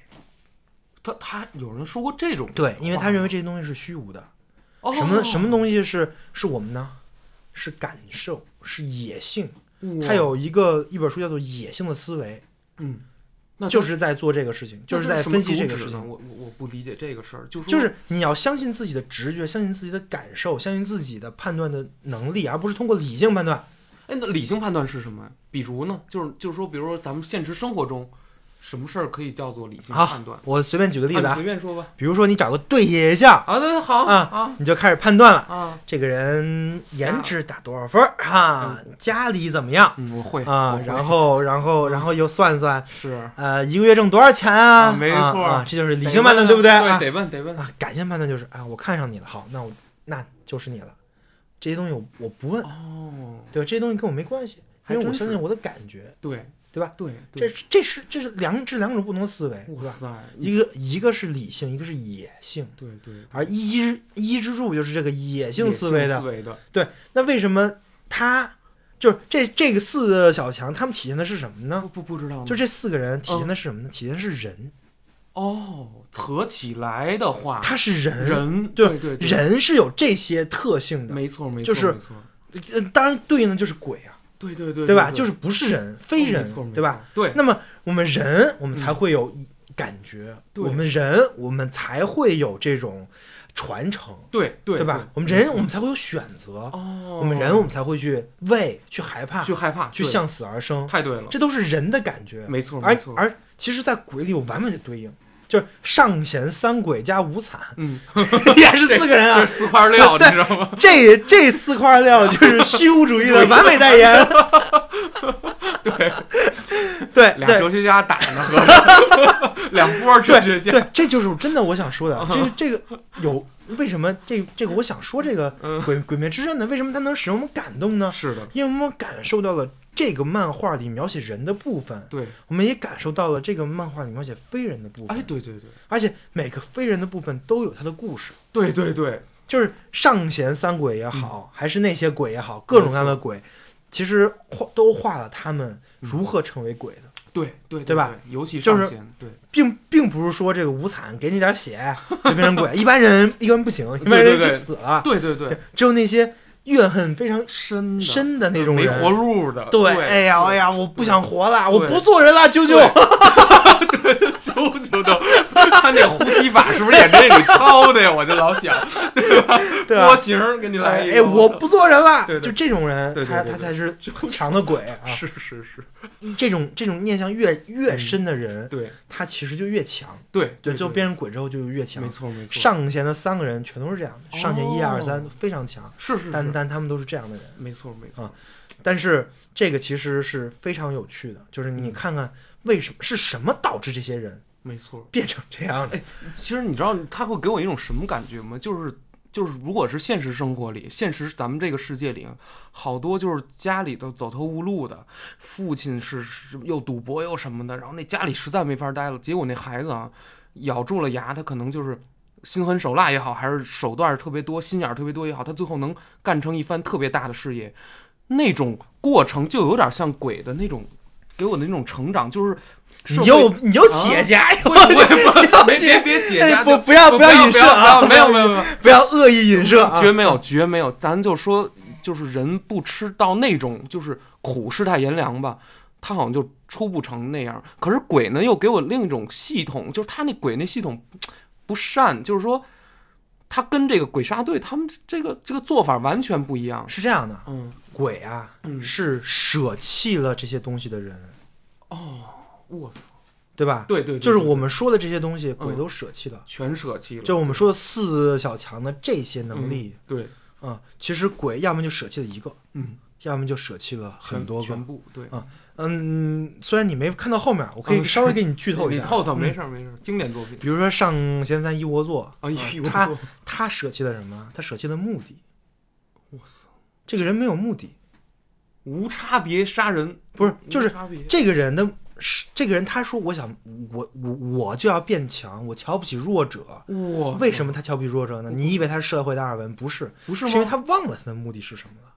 Speaker 1: 他他有人说过这种
Speaker 2: 对，因为他
Speaker 1: 话
Speaker 2: 认为这些东西是虚无的。
Speaker 1: 哦
Speaker 2: 什么什么东西是是我们呢？是感受，是野性。
Speaker 1: 哇
Speaker 2: 他有一个一本书叫做《野性的思维》。
Speaker 1: 嗯，那
Speaker 2: 就
Speaker 1: 他
Speaker 2: 是在做这个事情，就
Speaker 1: 那
Speaker 2: 是
Speaker 1: 他
Speaker 2: 在
Speaker 1: 什么
Speaker 2: 分析
Speaker 1: 主
Speaker 2: 这个
Speaker 1: 旨
Speaker 2: 事
Speaker 1: 呢
Speaker 2: 情。
Speaker 1: 我我我不理解这个事儿，就说
Speaker 2: 就是你要相信自己的直觉，相信自己的感受，相信自己的判断的能力，而不是通过理性判断。
Speaker 1: 哎，那理性判断是什么呀？比如呢，就是就是说，比如说咱们现实生活中，什么事儿可以叫做理性
Speaker 2: 好
Speaker 1: 判断？啊，
Speaker 2: 我随便举个例子
Speaker 1: 你
Speaker 2: 啊
Speaker 1: 随，便说吧。
Speaker 2: 比如说你找个对象，象，
Speaker 1: 啊，那好
Speaker 2: 啊
Speaker 1: 啊
Speaker 2: 你就开始判断了，
Speaker 1: 啊，
Speaker 2: 这个人颜值打多少分儿哈，家里怎么样
Speaker 1: 嗯，我会嗯我
Speaker 2: 啊
Speaker 1: 会？
Speaker 2: 然后，然后，然后又算算，
Speaker 1: 是
Speaker 2: 呃，一个月挣多少钱啊？
Speaker 1: 啊没错
Speaker 2: 啊啊这就是理
Speaker 1: 得
Speaker 2: 性判断，
Speaker 1: 问
Speaker 2: 对不对？
Speaker 1: 对，
Speaker 2: 啊
Speaker 1: 得问得问。
Speaker 2: 啊，感性判断就是啊，我看上你了，好，那我那就是你了，这些东西我我不问。
Speaker 1: 哦，
Speaker 2: 对，这些东西跟我没关系，因
Speaker 1: 还
Speaker 2: 为我
Speaker 1: 真
Speaker 2: 相
Speaker 1: 是
Speaker 2: 信我的感觉，
Speaker 1: 对
Speaker 2: 对吧？
Speaker 1: 对
Speaker 2: 这
Speaker 1: 对，
Speaker 2: 是这是这是两这两种不同的思维，对
Speaker 1: 哇
Speaker 2: 吧？
Speaker 1: 塞，
Speaker 2: 一个一个是理性，一个是野性，
Speaker 1: 对对，
Speaker 2: 而一之一之助就是这个野性
Speaker 1: 野
Speaker 2: 思维的
Speaker 1: 思。维的，
Speaker 2: 对，那为什么他就是这这个四个小强，他们体现的是什么
Speaker 1: 不
Speaker 2: 呢？
Speaker 1: 不不知道呢，
Speaker 2: 就这四个人体现
Speaker 1: 嗯
Speaker 2: 的是什么呢？体现的是人，
Speaker 1: 哦，合起来的话，
Speaker 2: 他是人，
Speaker 1: 人
Speaker 2: 对
Speaker 1: 对对对，
Speaker 2: 人是有这些特性的。
Speaker 1: 没错没错，
Speaker 2: 就是
Speaker 1: 没错
Speaker 2: 呃，当然对应的就是鬼啊，
Speaker 1: 对对对
Speaker 2: 对吧？
Speaker 1: 对哦
Speaker 2: 就是不是人，非
Speaker 1: 没错
Speaker 2: 人，
Speaker 1: 没
Speaker 2: 对吧？
Speaker 1: 错？对，
Speaker 2: 那么我们人，我们才会有感觉；
Speaker 1: 嗯对
Speaker 2: 我们人，我们才会有这种传承，
Speaker 1: 对对
Speaker 2: 对吧？我们人，我们才会有选择；
Speaker 1: 哦，
Speaker 2: 我们人，我们才会去畏、去害怕、
Speaker 1: 去害怕，
Speaker 2: 去
Speaker 1: 对
Speaker 2: 向死而生，
Speaker 1: 太对了，
Speaker 2: 这都是人的感觉。
Speaker 1: 没错
Speaker 2: 而
Speaker 1: 没错，
Speaker 2: 而其实，在鬼里有完美的对应，就是上弦三鬼加五惨，
Speaker 1: 嗯，
Speaker 2: 也是四个人
Speaker 1: 这
Speaker 2: 啊
Speaker 1: 是。四块料，你
Speaker 2: 对
Speaker 1: 知道吗？
Speaker 2: 这这四块料就是虚无主义的完美代言，
Speaker 1: 对，
Speaker 2: 对
Speaker 1: 俩
Speaker 2: 对，
Speaker 1: 哲学家打呢，合着 两波哲学
Speaker 2: 对
Speaker 1: 家，
Speaker 2: 对，这就是真的我想说的。这个这个有为什么这这个我想说这个
Speaker 1: 嗯
Speaker 2: 鬼鬼灭之刃呢？为什么它能使我们感动呢？
Speaker 1: 是的，
Speaker 2: 因为我们感受到了这个漫画里描写人的部分，
Speaker 1: 对，
Speaker 2: 我们也感受到了这个漫画里描写非人的部分。
Speaker 1: 哎，对对对
Speaker 2: 而且每个非人的部分都有它的故事，
Speaker 1: 对对对，
Speaker 2: 就是上弦三鬼也
Speaker 1: 嗯
Speaker 2: 好，还是那些鬼也好，各种各样的鬼，其实画都画了他们如何成为鬼的，
Speaker 1: 对对
Speaker 2: 对吧？
Speaker 1: 尤其
Speaker 2: 就是
Speaker 1: 上弦对
Speaker 2: 并并不是说这个无惨给你点血就变成鬼，一般人一般人不行，一般人就
Speaker 1: 对对
Speaker 2: 死了。
Speaker 1: 对对对，
Speaker 2: 只有那些怨恨非常
Speaker 1: 深的
Speaker 2: 深的那种
Speaker 1: 没
Speaker 2: 人，
Speaker 1: 活路的，
Speaker 2: 对，
Speaker 1: 对
Speaker 2: 哎呀 哎呀，我不想活了，我
Speaker 1: 对
Speaker 2: 不做人了，啾啾。
Speaker 1: 啾啾的， 他那呼吸法是不是也这你抄的呀？我就老想，
Speaker 2: 对
Speaker 1: 波
Speaker 2: 吧？
Speaker 1: 形儿给你来一个，
Speaker 2: 哎，哎我不做人了，
Speaker 1: 对对
Speaker 2: 就这种人，
Speaker 1: 对对
Speaker 2: 他
Speaker 1: 对
Speaker 2: 他
Speaker 1: 对
Speaker 2: 才是很强的鬼啊！
Speaker 1: 是是是，
Speaker 2: 这种这种念想越越深的人，
Speaker 1: 对
Speaker 2: 他其实就越强，
Speaker 1: 对
Speaker 2: 对，
Speaker 1: 嗯对，
Speaker 2: 就变成鬼之后就越强
Speaker 1: 没。错没错，
Speaker 2: 上弦的三个人全都是这样的，上弦一
Speaker 1: 哦
Speaker 2: 二三非常强，
Speaker 1: 是是
Speaker 2: 但
Speaker 1: 是，
Speaker 2: 但他们都是这样的人。
Speaker 1: 没错没错，
Speaker 2: 但是这个其实是非常有趣的，就是你看看为什么是什么导致这些人
Speaker 1: 没错。
Speaker 2: 变成这样的？
Speaker 1: 其实你知道他会给我一种什么感觉吗？就是就是，如果是现实生活里，现实咱们这个世界里，好多就是家里头走投无路的，父亲是是又赌博又什么的，然后那家里实在没法待了，结果那孩子啊，咬住了牙，他可能就是。心狠手辣也好，还是手段特别多、心眼儿特别多也好，他最后能干成一番特别大的事业，那种过程就有点像鬼的那种，给我的那种成长，就是社
Speaker 2: 你
Speaker 1: 会
Speaker 2: 又你又企业家，又
Speaker 1: 别别别解
Speaker 2: 哎
Speaker 1: 家
Speaker 2: 不
Speaker 1: 就
Speaker 2: 不要
Speaker 1: 不
Speaker 2: 不要影射啊
Speaker 1: 没有没有没有，
Speaker 2: 不要恶意影射啊！
Speaker 1: 绝没有绝没有，咱就说就是人不吃到那种就是苦世态炎凉吧，他好像就出不成那样。可是鬼呢，又给我另一种系统，就是他那鬼那系统不善，就是说他跟这个鬼杀队他们这个这个做法完全不一样。
Speaker 2: 是这样的，
Speaker 1: 嗯，
Speaker 2: 鬼啊
Speaker 1: 嗯
Speaker 2: 是舍弃了这些东西的人，
Speaker 1: 我操，
Speaker 2: 对吧？
Speaker 1: 哦对对，对
Speaker 2: 就是
Speaker 1: 对
Speaker 2: 我们说的这些东西，鬼
Speaker 1: 嗯
Speaker 2: 都舍弃了。
Speaker 1: 全舍弃了，
Speaker 2: 就我们说的四小强的这些能力
Speaker 1: 嗯对，
Speaker 2: 啊、其实鬼要么就舍弃了一个，
Speaker 1: 嗯，
Speaker 2: 要么就舍弃了
Speaker 1: 全
Speaker 2: 很多个
Speaker 1: 全。部对。
Speaker 2: 啊，嗯，虽然你没看到后面，我可以
Speaker 1: 嗯是
Speaker 2: 稍微给你剧透一
Speaker 1: 你
Speaker 2: 下。
Speaker 1: 透透没
Speaker 2: 嗯。
Speaker 1: 事儿没事儿，经典作品。
Speaker 2: 比如说上弦三一窝座，
Speaker 1: 哎呦，
Speaker 2: 他
Speaker 1: 我操
Speaker 2: 他舍弃了什么？他舍弃了目的。
Speaker 1: 我操，
Speaker 2: 这个人没有目的，
Speaker 1: 无差别杀人
Speaker 2: 不是，就
Speaker 1: 无
Speaker 2: 是
Speaker 1: 差别
Speaker 2: 这个人的，是这个人他说我想我我我就要变强，我瞧不起弱者。
Speaker 1: 哇
Speaker 2: 为什么他瞧不起弱者呢？你以为他是社会达尔文？不是，
Speaker 1: 不是
Speaker 2: 是
Speaker 1: 吗？
Speaker 2: 因为他忘了他的目的是什么了。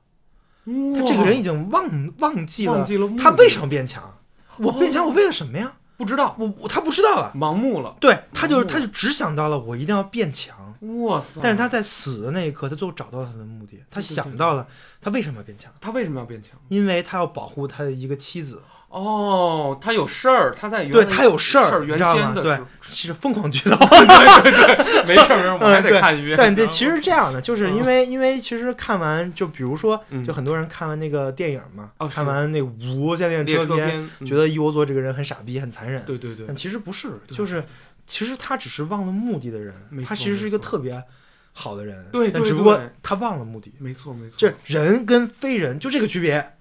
Speaker 1: 他
Speaker 2: 他这个人已经忘忘记了，
Speaker 1: 忘记了目的哦
Speaker 2: 他为什么变强？我变强，我为了什么呀？
Speaker 1: 不知道，
Speaker 2: 我我他不知道啊。
Speaker 1: 盲目了。
Speaker 2: 对，他就
Speaker 1: 哦
Speaker 2: 他就只想到了我一定要变强，
Speaker 1: 哇塞！
Speaker 2: 但是他在死的那一刻，他最后找到了他的目的，他
Speaker 1: 嗯对对
Speaker 2: 想到了他为什么要变强，
Speaker 1: 他为什么要变强？
Speaker 2: 因为他要保护他的一个妻子，
Speaker 1: 哦，他有事儿，他在原
Speaker 2: 对
Speaker 1: 来
Speaker 2: 他有事
Speaker 1: 事
Speaker 2: 儿，你
Speaker 1: 原
Speaker 2: 知道
Speaker 1: 先
Speaker 2: 吗？
Speaker 1: 的
Speaker 2: 对
Speaker 1: 时候，
Speaker 2: 其实疯狂 剧透，
Speaker 1: 没事儿，没事儿，我还
Speaker 2: 嗯对
Speaker 1: 得看一遍。
Speaker 2: 但对，其实是这样的，就是因
Speaker 1: 嗯
Speaker 2: 为因为其实看完就比如说，
Speaker 1: 嗯
Speaker 2: 就很多人看完那个电影嘛，
Speaker 1: 哦是
Speaker 2: 看完那个无线电
Speaker 1: 列车
Speaker 2: 篇，
Speaker 1: 边
Speaker 2: 觉
Speaker 1: 得
Speaker 2: 得一嗯窝座这个人很傻逼、很残忍，
Speaker 1: 对对对
Speaker 2: 但，其实不是，
Speaker 1: 对
Speaker 2: 就是其实他只是忘了目的的人
Speaker 1: 没，错
Speaker 2: 他其实是一个
Speaker 1: 没错
Speaker 2: 特别好的人，
Speaker 1: 对
Speaker 2: 但
Speaker 1: 对
Speaker 2: 只不过
Speaker 1: 对
Speaker 2: 他忘了目的。
Speaker 1: 没错没错。
Speaker 2: 这人跟非人就这个区别，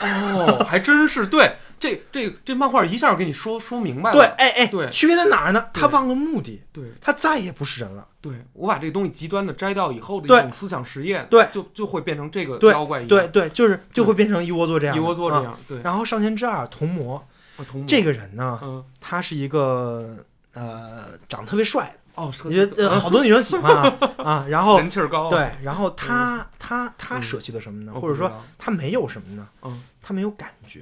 Speaker 1: 哦，还真是对这这这漫画一下给你说说明白了。
Speaker 2: 对，哎哎，
Speaker 1: 对
Speaker 2: 区别在哪儿呢？
Speaker 1: 对
Speaker 2: 他忘了目的，
Speaker 1: 对
Speaker 2: 他再也不是人了。
Speaker 1: 对，我把这个东西极端的摘掉以后的
Speaker 2: 对
Speaker 1: 一种思想实验，
Speaker 2: 对
Speaker 1: 就就会变成这个
Speaker 2: 对
Speaker 1: 妖怪一样，
Speaker 2: 对对，就是就
Speaker 1: 嗯
Speaker 2: 会变成一窝座这样
Speaker 1: 一
Speaker 2: 的，
Speaker 1: 窝座这
Speaker 2: 啊。
Speaker 1: 样。对，
Speaker 2: 然后上弦之二童魔
Speaker 1: 我同
Speaker 2: 这
Speaker 1: 个
Speaker 2: 个人呢，
Speaker 1: 嗯
Speaker 2: 他是一个呃长得特别帅，
Speaker 1: 哦，是
Speaker 2: 我
Speaker 1: 个
Speaker 2: 觉得呃好多女生喜欢啊 啊。然后
Speaker 1: 人气儿高啊。
Speaker 2: 对，然后他他他
Speaker 1: 嗯
Speaker 2: 舍弃了什么呢？
Speaker 1: 我不
Speaker 2: 或者
Speaker 1: 知
Speaker 2: 说
Speaker 1: 道
Speaker 2: 他没有什么呢？
Speaker 1: 嗯，
Speaker 2: 他没有感觉，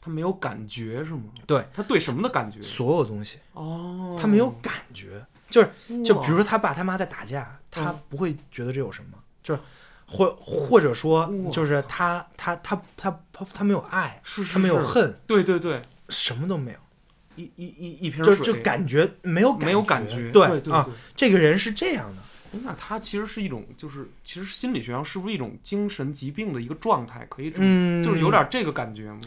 Speaker 1: 他没有感觉是吗？
Speaker 2: 对，
Speaker 1: 他对嗯什么的感觉？
Speaker 2: 所有东西
Speaker 1: 哦，
Speaker 2: 他没有感觉，就是就
Speaker 1: 哇
Speaker 2: 比如说他爸他妈在打架，他
Speaker 1: 嗯
Speaker 2: 不会觉得这有什么，就是或或者说
Speaker 1: 我
Speaker 2: 就是他他他他他他没有爱，
Speaker 1: 是是
Speaker 2: 他没有
Speaker 1: 是
Speaker 2: 恨，
Speaker 1: 对对对，
Speaker 2: 什么都没有，
Speaker 1: 一一一一瓶
Speaker 2: 就
Speaker 1: 水
Speaker 2: 就感觉没有
Speaker 1: 没有感觉，对对
Speaker 2: 啊，这个人是这样的，
Speaker 1: 对那他其实是一种，就是其实心理学上是不是一种精神疾病的一个状态？可以这么，
Speaker 2: 嗯
Speaker 1: 就是有点这个感觉吗？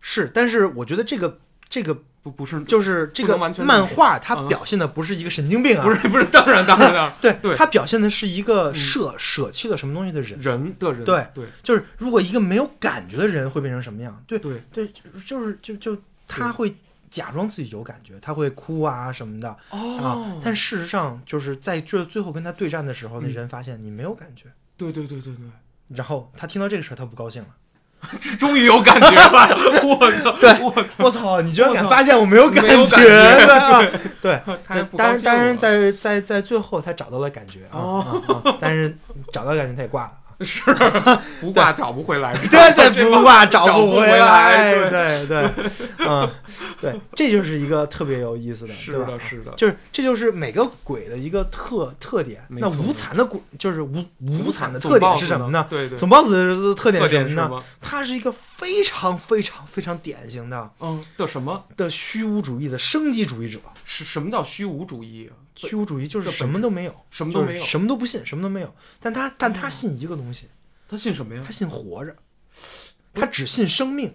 Speaker 2: 是，但是我觉得这个这个
Speaker 1: 不不是，
Speaker 2: 就是这
Speaker 1: 不
Speaker 2: 个
Speaker 1: 能完全
Speaker 2: 漫
Speaker 1: 理解
Speaker 2: 画它
Speaker 1: 嗯
Speaker 2: 表现的不是一个神经病啊，
Speaker 1: 不是不是，当然当然当然，
Speaker 2: 对，
Speaker 1: 对
Speaker 2: 它表现的是一个
Speaker 1: 嗯
Speaker 2: 舍舍弃了什么东西的人。
Speaker 1: 人的人
Speaker 2: 对
Speaker 1: 对
Speaker 2: 就是如果一个没有感觉的人会变成什么样？对
Speaker 1: 对
Speaker 2: 对，就是就就他会假装自己有感觉，他会哭啊什么的啊
Speaker 1: 哦，，
Speaker 2: 但事实上就是在最最后跟他对战的时候，那
Speaker 1: 嗯
Speaker 2: 人发现你没有感觉，
Speaker 1: 对对对对对，
Speaker 2: 然后他听到这个事儿他不高兴了，
Speaker 1: 这终于有感觉了， 我操！
Speaker 2: 对
Speaker 1: 我
Speaker 2: 我操，你居然敢
Speaker 1: 我操
Speaker 2: 发现我没有感
Speaker 1: 没有
Speaker 2: 觉，
Speaker 1: 感觉
Speaker 2: 对 啊对，
Speaker 1: 操，他还不
Speaker 2: 当
Speaker 1: 高
Speaker 2: 然，
Speaker 1: 兴我
Speaker 2: 当然在在在最后他找到了感觉啊，
Speaker 1: 哦
Speaker 2: 啊啊但是找到感觉他也挂 了。啊
Speaker 1: 是不挂找不回来，
Speaker 2: 对对，
Speaker 1: 这
Speaker 2: 不挂
Speaker 1: 找
Speaker 2: 找
Speaker 1: 不
Speaker 2: 回
Speaker 1: 回来
Speaker 2: 对对，嗯，对，这就是一个特别有意思的，
Speaker 1: 是
Speaker 2: 对吧
Speaker 1: 的，是的，
Speaker 2: 就是这就是每个鬼的一个特特点。
Speaker 1: 没
Speaker 2: 那
Speaker 1: 错
Speaker 2: 无惨的鬼就是无无惨的
Speaker 1: 总
Speaker 2: 特点
Speaker 1: boss
Speaker 2: 是什么呢？
Speaker 1: 对对，
Speaker 2: 总 boss 的特点
Speaker 1: 特
Speaker 2: 是什
Speaker 1: 点
Speaker 2: 么
Speaker 1: 是
Speaker 2: 呢？
Speaker 1: 吗？
Speaker 2: 它是一个非常非常非常典型的
Speaker 1: 嗯，的什么
Speaker 2: 的虚无主义的升级主义者。
Speaker 1: 是什么叫虚无主义啊？
Speaker 2: 虚无主义就是
Speaker 1: 这本
Speaker 2: 什么都没有，
Speaker 1: 什么都没
Speaker 2: 就
Speaker 1: 有嗯
Speaker 2: 是，什么都不信，什么都没有。但他但他信一个东西，
Speaker 1: 他信什么呀
Speaker 2: 他？信活着，他只信生命，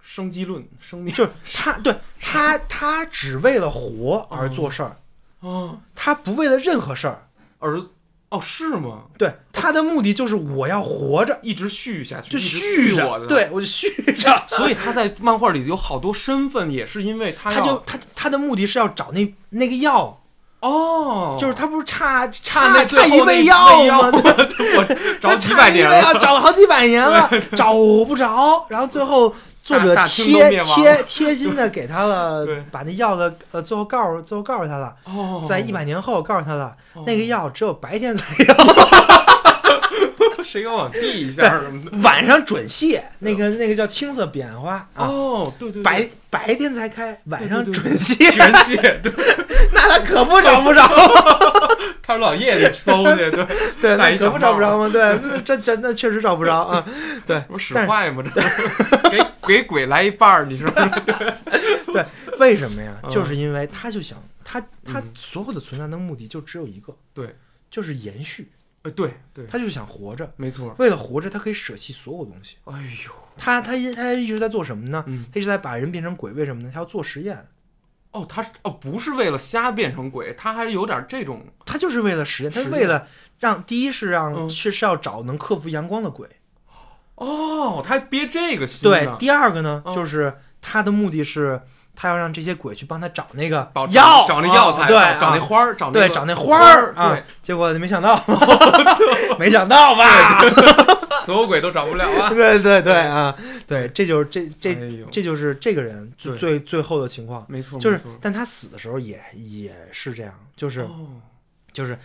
Speaker 1: 生机论，生命
Speaker 2: 就是他对他他只为了活
Speaker 1: 哦
Speaker 2: 而做事儿，
Speaker 1: 啊，
Speaker 2: 他不为了任何事儿。
Speaker 1: 儿子哦，是吗？
Speaker 2: 对，他的目的就是我要活着，
Speaker 1: 一直续下去，
Speaker 2: 就
Speaker 1: 一直续
Speaker 2: 着，
Speaker 1: 我的，
Speaker 2: 对我就续 着。
Speaker 1: 所以他在漫画里有好多身份，也是因为他
Speaker 2: 他
Speaker 1: 要
Speaker 2: 就他他的目的是要找那那个药，
Speaker 1: 哦，
Speaker 2: 就是他不是差差
Speaker 1: 差
Speaker 2: 那
Speaker 1: 最
Speaker 2: 差
Speaker 1: 后
Speaker 2: 一
Speaker 1: 那
Speaker 2: 味
Speaker 1: 味
Speaker 2: 吗？
Speaker 1: 我 我
Speaker 2: 他
Speaker 1: 找几百年
Speaker 2: 差一味药
Speaker 1: 了，
Speaker 2: 找了好几百年了，找不着，然后最后作者
Speaker 1: 大大清都灭
Speaker 2: 贴
Speaker 1: 亡
Speaker 2: 贴贴心的给他了
Speaker 1: 对对，
Speaker 2: 把那药的呃，最后告诉最后告诉他了，
Speaker 1: 哦
Speaker 2: 在一百年后告诉他了，
Speaker 1: 哦
Speaker 2: 那个药只有白天才有，
Speaker 1: 谁敢往地一 下什么的？
Speaker 2: 晚上准泻，那个那个叫青色彼岸花啊，
Speaker 1: 哦，对对，对
Speaker 2: 白白天才开，晚上
Speaker 1: 对对
Speaker 2: 准
Speaker 1: 对
Speaker 2: 泻，
Speaker 1: 全蟹，对，
Speaker 2: 那他可不找不着，
Speaker 1: 他说老夜里搜去，对， 戴
Speaker 2: 对，那
Speaker 1: 一
Speaker 2: 可不
Speaker 1: 小帽
Speaker 2: 找不着吗？对， 那这真的确实找不着啊，对
Speaker 1: 这，不使
Speaker 2: 但是
Speaker 1: 坏吗？ 这给给鬼来一半儿，你说
Speaker 2: 对，为什么呀？
Speaker 1: 嗯
Speaker 2: 就是因为他就想他他
Speaker 1: 嗯
Speaker 2: 所有的存在的目的就只有一个，
Speaker 1: 对，
Speaker 2: 就是延续。
Speaker 1: 呃，对对，
Speaker 2: 他就想活着，
Speaker 1: 没错。
Speaker 2: 为了活着，他可以舍弃所有东西。
Speaker 1: 哎呦，
Speaker 2: 他他一他一直在做什么呢？
Speaker 1: 嗯
Speaker 2: 他一直在把人变成鬼，为什么呢？他要做实验，
Speaker 1: 哦，他是哦，不是为了瞎变成鬼，他还有点这种
Speaker 2: 他就是为了实验，他是
Speaker 1: 实
Speaker 2: 为
Speaker 1: 验
Speaker 2: 了让第一是让、
Speaker 1: 嗯
Speaker 2: 是是要找能克服阳光的鬼，
Speaker 1: 哦，他还憋这个心
Speaker 2: 对
Speaker 1: 呢。。
Speaker 2: 第二个呢，
Speaker 1: 嗯
Speaker 2: 就是他的目的是他要让这些鬼去帮他找那个
Speaker 1: 保
Speaker 2: 药，
Speaker 1: 找那药材，
Speaker 2: 对，
Speaker 1: 找找
Speaker 2: 啊
Speaker 1: 那花儿，找那
Speaker 2: 对，
Speaker 1: 个
Speaker 2: 找那
Speaker 1: 花
Speaker 2: 花儿啊
Speaker 1: 对，，
Speaker 2: 结果没 想到，没想到吧？
Speaker 1: 所有鬼都找不了 啊。
Speaker 2: 对对对啊，对，这就是这
Speaker 1: 哎
Speaker 2: 这
Speaker 1: 呦
Speaker 2: 这就是这个人最
Speaker 1: 对
Speaker 2: 最最后的情况，
Speaker 1: 没错，
Speaker 2: 就
Speaker 1: 没
Speaker 2: 是
Speaker 1: 错，
Speaker 2: 但他死的时候也也是这样，就是
Speaker 1: 哦，
Speaker 2: 就是，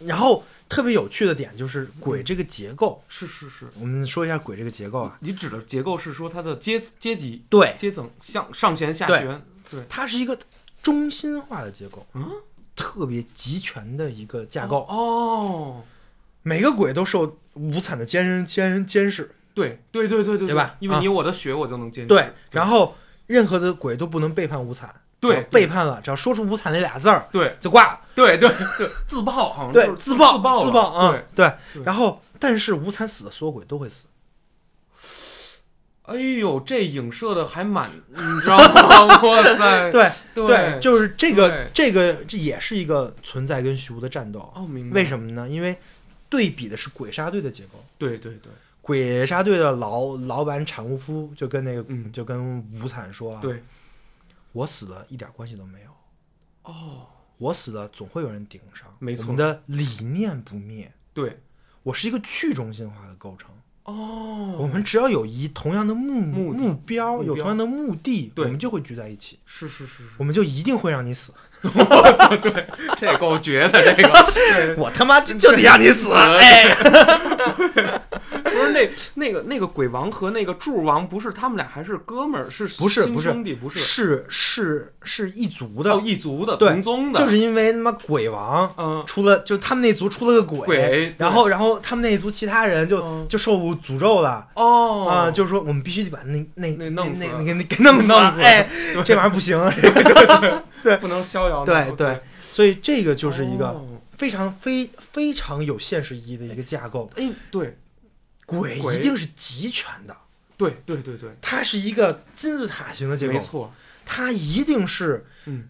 Speaker 2: 然后特别有趣的点就是鬼这个结构，
Speaker 1: 是是是。
Speaker 2: 我们说一下鬼这个结构啊，
Speaker 1: 你指的结构是说它的阶阶级
Speaker 2: 对，
Speaker 1: 阶层向上弦下
Speaker 2: 对
Speaker 1: 旋，对，
Speaker 2: 它是一个中心化的结构，
Speaker 1: 嗯，
Speaker 2: 特别集权的一个架构，
Speaker 1: 哦，
Speaker 2: 每个鬼都受无惨的监监监视，
Speaker 1: 对对对对对，
Speaker 2: 对吧
Speaker 1: 因为你有我的血，我就能坚持。
Speaker 2: 对，然后任何的鬼都不能背叛无惨，
Speaker 1: 对
Speaker 2: 只要背叛了，只要说出无惨那俩字儿
Speaker 1: 对
Speaker 2: 就挂了，
Speaker 1: 对对对，自爆好像
Speaker 2: 对
Speaker 1: 就，是
Speaker 2: 自
Speaker 1: 自
Speaker 2: 爆
Speaker 1: 爆
Speaker 2: 自
Speaker 1: 自
Speaker 2: 爆啊
Speaker 1: 对，，
Speaker 2: 对
Speaker 1: 对。
Speaker 2: 然后，但是无惨死的所有鬼都会死，
Speaker 1: 哎呦，这影射的还蛮， 你知道吗？哇塞，
Speaker 2: 对
Speaker 1: 对
Speaker 2: 就是这个
Speaker 1: 对
Speaker 2: 这个这也是一个存在跟虚无的战斗。
Speaker 1: 哦，明白
Speaker 2: 为
Speaker 1: 么？
Speaker 2: 什么呢？因为对比的是鬼杀队的结构。
Speaker 1: 对对对
Speaker 2: 鬼杀队的老老板产物夫就跟那个、
Speaker 1: 嗯
Speaker 2: 就跟无惨说啊，
Speaker 1: 对，
Speaker 2: 我死了一点关系都没有，
Speaker 1: 哦，
Speaker 2: 我死了总会有人顶上，
Speaker 1: 没
Speaker 2: 我
Speaker 1: 错
Speaker 2: 们的理念不灭，
Speaker 1: 对，
Speaker 2: 我是一个去中心化的构成。
Speaker 1: 哦，
Speaker 2: 我们只要有一同样的目
Speaker 1: 目的
Speaker 2: 目标，
Speaker 1: 目标
Speaker 2: 有同样的目的，我
Speaker 1: 对
Speaker 2: 们就会聚在一起，
Speaker 1: 是是是 是，
Speaker 2: 我们就一定会让你死。
Speaker 1: 这也够绝的，这个 对
Speaker 2: 我 他妈就就得让你死！
Speaker 1: 哎， 不是那那个那个鬼王和那个柱王，不是他们俩还是哥们儿，是
Speaker 2: 不是
Speaker 1: 亲
Speaker 2: 不是
Speaker 1: 兄弟，不是
Speaker 2: 是是是一族
Speaker 1: 哦
Speaker 2: 的，
Speaker 1: 一族的
Speaker 2: 对
Speaker 1: 同宗的，
Speaker 2: 就是因为他妈鬼王
Speaker 1: 嗯
Speaker 2: 出了，就他们那族出了个鬼，
Speaker 1: 鬼
Speaker 2: 然后然后他们那一族其他人就、
Speaker 1: 嗯
Speaker 2: 就受诅咒了。
Speaker 1: 哦
Speaker 2: 啊、就说我们必须得把那那
Speaker 1: 那弄死
Speaker 2: 那那那给弄死，
Speaker 1: 弄死
Speaker 2: 哎，
Speaker 1: 对
Speaker 2: 这玩意儿不 行，
Speaker 1: 哦不能逍遥呢，
Speaker 2: 对对，所以这个就是一个
Speaker 1: 哦
Speaker 2: 非常非非常有现实意义的一个架构。
Speaker 1: 哎对
Speaker 2: 鬼
Speaker 1: 鬼
Speaker 2: 一定是集权的，
Speaker 1: 对对对对，
Speaker 2: 它是一个金字塔型的结构，
Speaker 1: 没，错，
Speaker 2: 它一定是
Speaker 1: 嗯，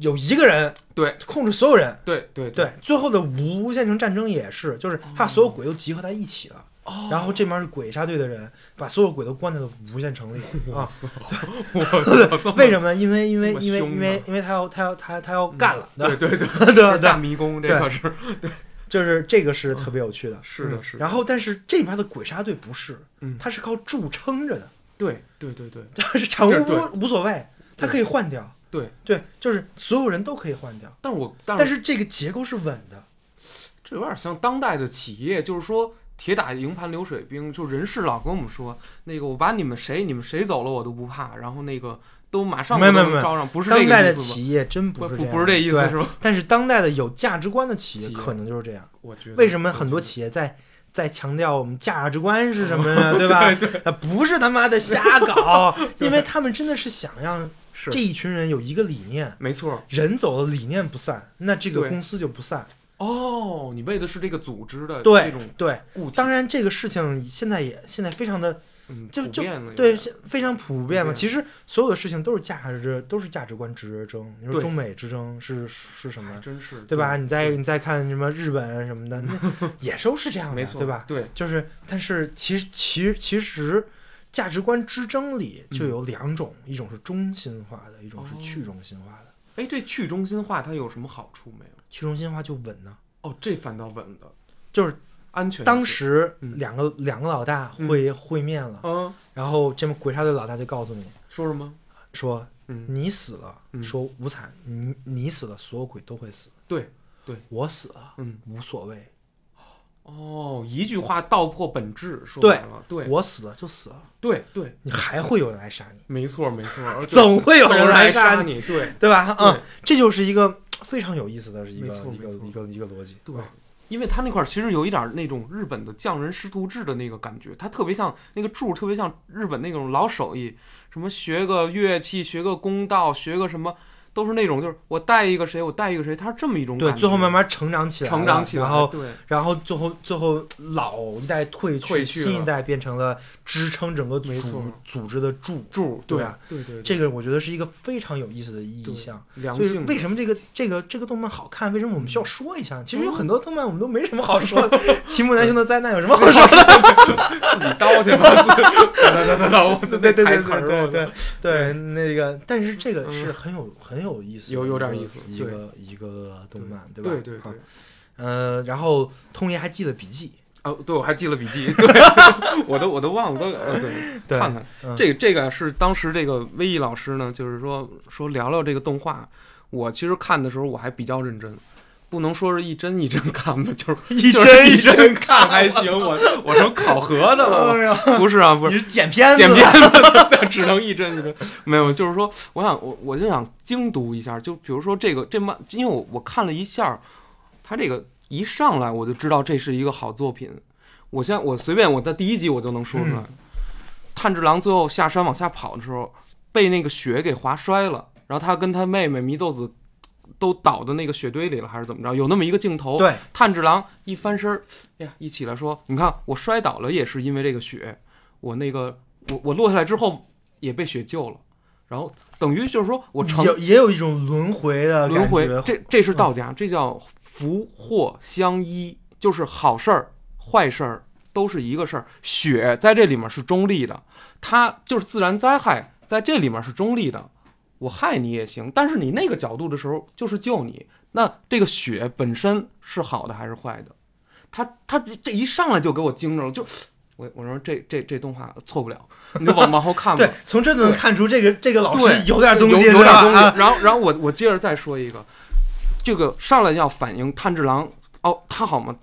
Speaker 2: 有一个人
Speaker 1: 对
Speaker 2: 控制所有人。
Speaker 1: 对对
Speaker 2: 对，最后的无限城战争也是，就是他所有鬼都集合在一起了，
Speaker 1: 哦
Speaker 2: 然后这边是鬼杀队的人把所有鬼都关在了无限城里
Speaker 1: 哦
Speaker 2: 啊。
Speaker 1: 我操
Speaker 2: 为什么呢？因为因为
Speaker 1: 啊这么
Speaker 2: 因为
Speaker 1: 凶呢啊
Speaker 2: 因为因为他要他要他他要干了，
Speaker 1: 嗯对对对，
Speaker 2: 对对
Speaker 1: 大
Speaker 2: 吧？
Speaker 1: 迷宫，这
Speaker 2: 对
Speaker 1: 可是
Speaker 2: 就是这个是特别有趣
Speaker 1: 嗯
Speaker 2: 的。嗯
Speaker 1: 是的，是的，
Speaker 2: 然后，但是这里面的鬼杀队不是
Speaker 1: 嗯，
Speaker 2: 它是靠柱撑着的，
Speaker 1: 对对对对
Speaker 2: 是产
Speaker 1: 这
Speaker 2: 物
Speaker 1: 对
Speaker 2: 不无所谓，它可以换掉。
Speaker 1: 对。
Speaker 2: 对，就是所有人都可以换掉，
Speaker 1: 但是我但
Speaker 2: 但是这个结构是稳的。
Speaker 1: 这有点像当代的企业，就是说铁打营盘流水兵，就人事老跟我们说，那个我把你们谁你们谁走了我都不怕，然后那个都马上
Speaker 2: 没有
Speaker 1: 给我
Speaker 2: 没有没
Speaker 1: 们
Speaker 2: 有
Speaker 1: 招上，不是这
Speaker 2: 当代
Speaker 1: 个意
Speaker 2: 的
Speaker 1: 思吗？
Speaker 2: 企业真不
Speaker 1: 不
Speaker 2: 是
Speaker 1: 不
Speaker 2: 样
Speaker 1: 不是这意思
Speaker 2: 对
Speaker 1: 是吧？
Speaker 2: 但是当代的有价值观的企业
Speaker 1: 企业
Speaker 2: 可能就是这样。
Speaker 1: 我觉得
Speaker 2: 为什么很多
Speaker 1: 我觉
Speaker 2: 企业在在强调我们价值观是什么呀？对吧？啊不是他妈的瞎 搞，因为他们真的是想让
Speaker 1: 得是
Speaker 2: 这一群人有一个理念，
Speaker 1: 没错
Speaker 2: 人走了，理念不散，那这个
Speaker 1: 对
Speaker 2: 公司就不散。
Speaker 1: 哦，你为的是这个组织的这
Speaker 2: 对
Speaker 1: 种
Speaker 2: 对，
Speaker 1: 固体，
Speaker 2: 当然这个事情现在也现在非常的
Speaker 1: 嗯
Speaker 2: 就
Speaker 1: 普
Speaker 2: 就
Speaker 1: 遍了有
Speaker 2: 对
Speaker 1: 点，
Speaker 2: 非常普遍嘛。
Speaker 1: 普遍
Speaker 2: 其实所有的事情都是价值，都是价值观之争。你说
Speaker 1: 对
Speaker 2: 中美之争是是什么
Speaker 1: 还？哎真是
Speaker 2: 对吧？？你再你再看什么日本啊什么的， 那也都是这样的，
Speaker 1: 没错，
Speaker 2: 对吧？？
Speaker 1: 对，
Speaker 2: 就是，但是其实其实其实价值观之争里
Speaker 1: 嗯
Speaker 2: 就有两种，一种是中心化的，一种
Speaker 1: 哦
Speaker 2: 是去中心化的。
Speaker 1: 哎，这去中心化它有什么好处没有？
Speaker 2: 去中心化就稳呢，
Speaker 1: 哦，这反倒稳的
Speaker 2: 就是
Speaker 1: 安全一些。
Speaker 2: 当时
Speaker 1: 嗯
Speaker 2: 两个、两个老大会、会面了，
Speaker 1: 嗯，
Speaker 2: 然后这么鬼杀队老大就告诉你
Speaker 1: 说什么？
Speaker 2: 说
Speaker 1: 嗯，
Speaker 2: 你死了，
Speaker 1: 嗯
Speaker 2: 说无惨，你你死了，所有鬼都会死。
Speaker 1: 对对，
Speaker 2: 我死了
Speaker 1: 嗯，
Speaker 2: 无所谓，
Speaker 1: 哦，一句话道破本质，说白了，对，
Speaker 2: 我死了就死了，
Speaker 1: 对对，
Speaker 2: 你还会有人来杀你，
Speaker 1: 没错没错，而且
Speaker 2: 总会有
Speaker 1: 有
Speaker 2: 人
Speaker 1: 人
Speaker 2: 来杀
Speaker 1: 杀，你，对
Speaker 2: 对吧？
Speaker 1: 对
Speaker 2: 嗯，这就是一个非常有意思的一个
Speaker 1: 没错
Speaker 2: 一个
Speaker 1: 没错
Speaker 2: 一个一个逻辑。
Speaker 1: 对
Speaker 2: 嗯。
Speaker 1: 因为他那块儿其实有一点儿那种日本的匠人师徒制的那个感觉，他特别像那个柱，特别像日本那种老手艺，什么学个乐器，学个弓道，学个什么，都是那种就是我带一个谁，我带一个谁，他是这么一种
Speaker 2: 对，
Speaker 1: 感觉
Speaker 2: 最后慢慢成长起来了，
Speaker 1: 成长起来，
Speaker 2: 然后
Speaker 1: 对
Speaker 2: 然后最后最后老一代退去，
Speaker 1: 退去了
Speaker 2: 新一代变成了支撑整个
Speaker 1: 没错
Speaker 2: 组组织的柱。
Speaker 1: 柱，
Speaker 2: 对
Speaker 1: 对
Speaker 2: 啊
Speaker 1: 对对，
Speaker 2: 这个我觉得是一个非常有意思的意象。
Speaker 1: 良
Speaker 2: 所以
Speaker 1: 性的嗯
Speaker 2: 为什么这个这个这个动漫好看？为什么我们需要说一下？其实有很多动漫我们都没什么好说 的，《齐木楠雄的灾难》有什么好说的？
Speaker 1: 自己刀去吧，等等等等，我
Speaker 2: 对对对
Speaker 1: 台
Speaker 2: 对
Speaker 1: 词儿
Speaker 2: 对
Speaker 1: 我
Speaker 2: 对对，那个，但是这个是
Speaker 1: 嗯
Speaker 2: 很有很有意思的一个，
Speaker 1: 有有点意思
Speaker 2: 一
Speaker 1: 对
Speaker 2: 个一个动漫，
Speaker 1: 对
Speaker 2: 吧？
Speaker 1: 对对
Speaker 2: 啊。呃，然后通爷还记得 笔记，
Speaker 1: 哦，对，我还记了笔记，对， 我都我都忘了，都呃，对，
Speaker 2: 对
Speaker 1: 看看
Speaker 2: 嗯
Speaker 1: 这个这个是当时这个威毅老师呢，就是说说聊聊这个动画，我其实看的时候我还比较认真，不能说是一帧一帧看吧，就是
Speaker 2: 一
Speaker 1: 就
Speaker 2: 帧
Speaker 1: 是一
Speaker 2: 一帧
Speaker 1: 帧看还行，我我成考核的了，我不是啊，不是
Speaker 2: 你。是剪片子
Speaker 1: 剪
Speaker 2: 的
Speaker 1: 片 子只能一帧一帧，没有，就是说，我想我我就想精读一下，就比如说这个这漫，因为我我看了一下，他这个一上来我就知道这是一个好作品，我现在我随便我在第一集我就能说出来，炭治郎最后下山往下跑的时候被那个雪给滑摔了，然后他跟他妹妹祢豆子都倒到那个雪堆里了，还是怎么着？有那么一个镜头，
Speaker 2: 对，
Speaker 1: 炭治郎一翻身儿，哎呀，一起来说，你看我摔倒了也是因为这个雪，我那个我我落下来之后也被雪救了，然后等于就是说我成
Speaker 2: 有也有一种轮回的
Speaker 1: 轮
Speaker 2: 感
Speaker 1: 回
Speaker 2: 觉，，嗯
Speaker 1: 这这是道家，这叫福祸相依，就是好事儿、坏事儿都是一个事儿。雪在这里面是中立的，它就是自然灾害在这里面是中立的。我害你也行，但是你那个角度的时候就是救你。那这个雪本身是好的还是坏的？他他这这一上来就给我惊着了，就我我说这这这动画错不了，你就往往后看吧
Speaker 2: 对。，从这能看出这个这个老
Speaker 1: 对
Speaker 2: 师有点东西，
Speaker 1: 有有
Speaker 2: 对
Speaker 1: 点
Speaker 2: 吧
Speaker 1: 东西。
Speaker 2: 啊
Speaker 1: 然后，然后我我接着再说一个，这个上来要反映炭治郎哦，他好吗？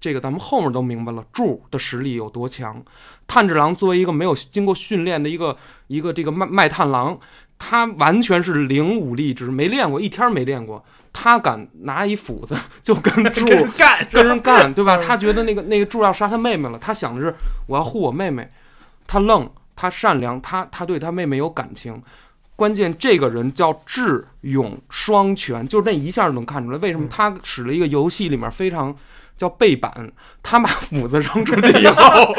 Speaker 1: 这个咱们后面都明白了，柱的实力有多强。炭治郎作为一个没有经过训练的一个一个这个卖卖炭郎，他完全是零武力值，没练过，一天儿没练过，他敢拿一斧子 就跟 柱
Speaker 2: 跟着干，
Speaker 1: 跟人干，对吧？他觉得那个那个柱要杀他妹妹了，他想的是我要护我妹妹。他愣，他善良，他他对他妹妹有感情。关键这个人叫智勇双全，就是那一下就能看出来为什么他使了一个游戏里面非常叫背板，他把斧子扔出去以后，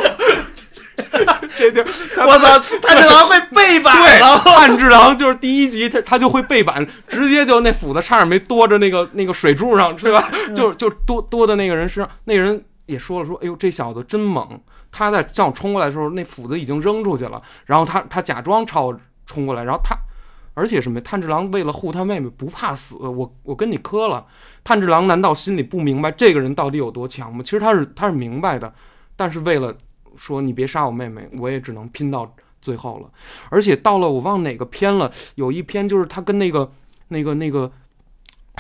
Speaker 1: 这地儿他
Speaker 2: 我操，他这狼会背板
Speaker 1: 对，
Speaker 2: 了，
Speaker 1: 炭治郎就是第一集他他就会背板，直接就那斧子差点没多着那个那个水柱上，对吧？
Speaker 2: 嗯
Speaker 1: 就就多多的那个人身上，那人也说了说，哎呦这小子真猛，他在向我冲过来的时候，那斧子已经扔出去了，然后他他假装朝我冲过来，然后他。而且什么，炭治郎为了护他妹妹不怕死，我我跟你磕了。炭治郎难道心里不明白这个人到底有多强吗？其实他是他是明白的，但是为了说你别杀我妹妹，我也只能拼到最后了。而且到了我忘哪个篇了，有一篇就是他跟那个那个那个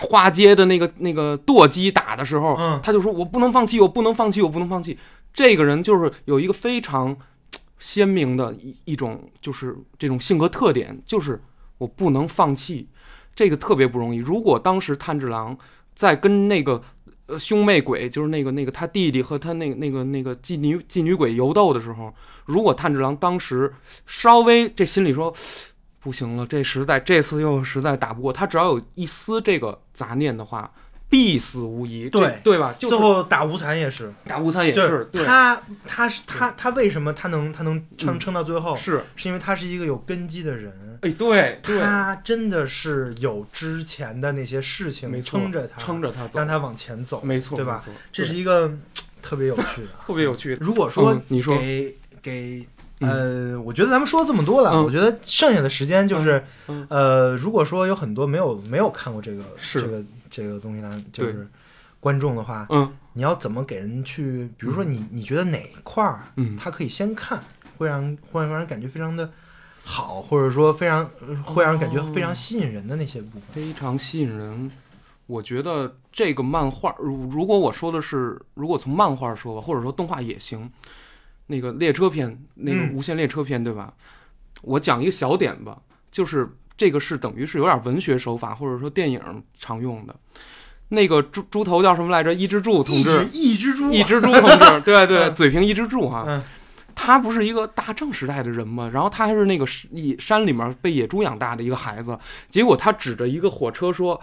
Speaker 1: 花街的那个那个舵机打的时候，
Speaker 2: 嗯
Speaker 1: 他就说我不能放弃，我不能放弃，我不能放弃。这个人就是有一个非常鲜明的一一种就是这种性格特点，就是我不能放弃，这个特别不容易。如果当时炭治郎在跟那个呃兄妹鬼，就是那个那个他弟弟和他那个那个那个妓女妓女鬼游斗的时候，如果炭治郎当时稍微这心里说。不行了，这实在这次又实在打不过他，只要有一丝这个杂念的话，必死无疑。这
Speaker 2: 对
Speaker 1: 对吧？就是
Speaker 2: 最后打无惨也是，
Speaker 1: 打午餐也
Speaker 2: 就是
Speaker 1: 对，
Speaker 2: 他他是他他为什么他能他能撑
Speaker 1: 嗯
Speaker 2: 撑到最后，
Speaker 1: 是
Speaker 2: 是因为他是一个有根基的人。
Speaker 1: 哎，对对，
Speaker 2: 他真的是有之前的那些事
Speaker 1: 没
Speaker 2: 情
Speaker 1: 错
Speaker 2: 撑着他，
Speaker 1: 撑着他走
Speaker 2: 让，他往前走，
Speaker 1: 没错，
Speaker 2: 对吧
Speaker 1: 没错？
Speaker 2: 这是
Speaker 1: 对
Speaker 2: 一个特别有趣的。
Speaker 1: 特别有趣的。
Speaker 2: 如果说
Speaker 1: 嗯你说
Speaker 2: 给给呃，我觉得咱们说了这么多了，
Speaker 1: 嗯
Speaker 2: 我觉得剩下的时间就是
Speaker 1: 嗯
Speaker 2: 呃，如果说有很多没有没有看过这个
Speaker 1: 是
Speaker 2: 这个这个东西呢，就
Speaker 1: 对
Speaker 2: 是观众的话，
Speaker 1: 嗯
Speaker 2: 你要怎么给人去，比如说你你觉得哪一块儿
Speaker 1: 嗯
Speaker 2: 他可以先看，会让会让人感觉非常的好，或者说非常呃会让人感觉非常吸引人的那些部分。
Speaker 1: 非常吸引人。我觉得这个漫画，如如果我说的是，如果从漫画说吧，或者说动画也行，那个列车篇，那个
Speaker 2: 嗯
Speaker 1: 无限列车篇，对吧？我讲一个小点吧，就是这个是等于是有点文学手法，或者说电影常用的。那个猪猪头叫什么来着？伊之助同
Speaker 2: 一
Speaker 1: 志
Speaker 2: 只，一只猪啊，
Speaker 1: 一只猪同志，对对，
Speaker 2: 嗯
Speaker 1: 嘴平一只猪哈。
Speaker 2: 嗯
Speaker 1: 他不是一个大正时代的人吗？然后他还是那个山野山里面被野猪养大的一个孩子，结果他指着一个火车说：“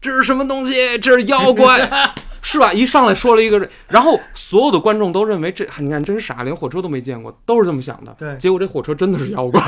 Speaker 1: 这是什么东西？这是妖怪， 是吧？”一上来说了一个，然后所有的观众都认为这你看真傻，连火车都没见过，都是这么想的。
Speaker 2: 对
Speaker 1: 结果这火车真的是妖 怪，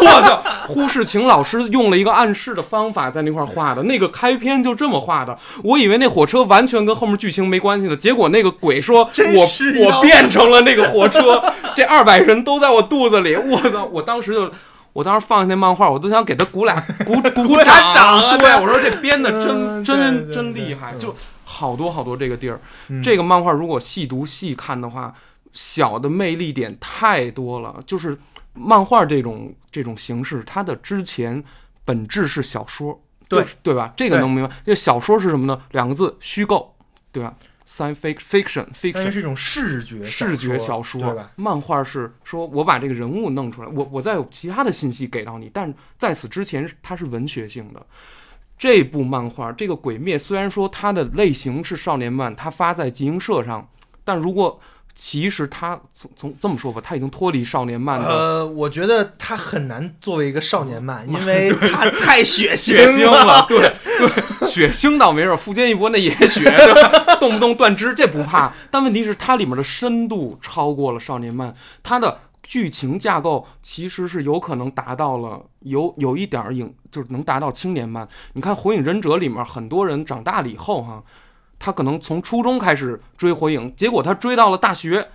Speaker 1: 我操！呼世晴老师用了一个暗示的方法在那块儿画的，那个开篇就这么画的。我以为那火车完全跟后面剧情没关系的，结果那个鬼说：“
Speaker 2: 真是
Speaker 1: 我
Speaker 2: 妖
Speaker 1: 我变成了那个火车，这二百人都在我肚子里。”我操！我当时就。我当时放下那漫画，我都想给他鼓俩鼓鼓鼓
Speaker 2: 掌啊
Speaker 1: 对，我说这编的真
Speaker 2: 嗯对
Speaker 1: 真
Speaker 2: 对
Speaker 1: 真
Speaker 2: 对
Speaker 1: 厉害，
Speaker 2: 嗯
Speaker 1: 就好多好多这个地儿。
Speaker 2: 嗯
Speaker 1: 这个漫画如果细读细看的话，小的魅力点太多了。就是漫画这种这种形式，它的之前本质是小说，
Speaker 2: 对
Speaker 1: 就是对吧？这个
Speaker 2: 对
Speaker 1: 能明白？这小说是什么呢？两个字：虚构，对吧？science fic- fiction
Speaker 2: 但是
Speaker 1: fiction
Speaker 2: 是一种视觉小
Speaker 1: 视觉小
Speaker 2: 说，
Speaker 1: 说，
Speaker 2: 对吧？
Speaker 1: 漫画是说我把这个人物弄出来，我我再有其他的信息给到你，但在此之前它是文学性的。这部漫画，这个《鬼灭》虽然说它的类型是少年漫，它发在集英社上，但如果其实它从从这么说吧，它已经脱离少年漫的
Speaker 2: 呃，我觉得他很难作为一个少年漫，因 为他太血腥
Speaker 1: 嗯血腥
Speaker 2: 了。
Speaker 1: 了，对对，血腥倒没事儿，富坚义博那也血，对吧 动不动断肢这不怕，但问题是它里面的深度超过了少年漫，它的剧情架构其实是有可能达到了有有一点儿影，就是能达到青年漫。你看《火影忍者》里面很多人长大了以后哈、他可能从初中开始追火影，结果他追到了大学。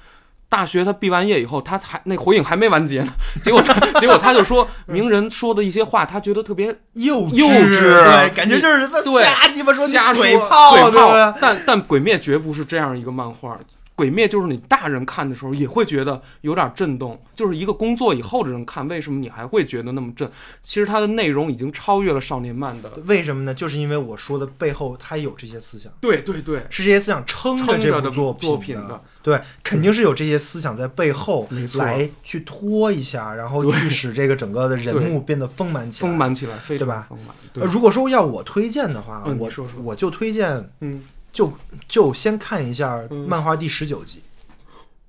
Speaker 1: 大学他毕完业以后，他才那火影还没完结呢，结果他结果他就说鸣人说的一些话，他觉得特别
Speaker 2: 幼
Speaker 1: 幼
Speaker 2: 稚，
Speaker 1: 稚
Speaker 2: 对，感觉就是他妈
Speaker 1: 对
Speaker 2: 瞎鸡巴说你
Speaker 1: 瞎说
Speaker 2: 嘴炮，
Speaker 1: 嘴
Speaker 2: 对
Speaker 1: 炮
Speaker 2: 吧？
Speaker 1: 但但《鬼灭》绝不是这样一个漫画，《鬼灭》就是你大人看的时候也会觉得有点震动，就是一个工作以后的人看，为什么你还会觉得那么震？其实它的内容已经超越了少年漫的。
Speaker 2: 为什么呢？就是因为我说的背后他有这些思想。
Speaker 1: 对对对，
Speaker 2: 是这些思想撑
Speaker 1: 撑着
Speaker 2: 这
Speaker 1: 的
Speaker 2: 部作
Speaker 1: 作
Speaker 2: 品
Speaker 1: 品的嗯
Speaker 2: 对，肯定是有这些思想在背后
Speaker 1: 没错
Speaker 2: 来去拖一下，然后去使这个整个的人物变得丰满起来。
Speaker 1: 丰。满起来，非常
Speaker 2: 对吧
Speaker 1: 丰满，对
Speaker 2: 呃，，如果说要我推荐的话，
Speaker 1: 嗯你
Speaker 2: 我
Speaker 1: 说说
Speaker 2: 我就推荐
Speaker 1: 嗯，
Speaker 2: 就就先看一下
Speaker 1: 嗯
Speaker 2: 漫画第十九集，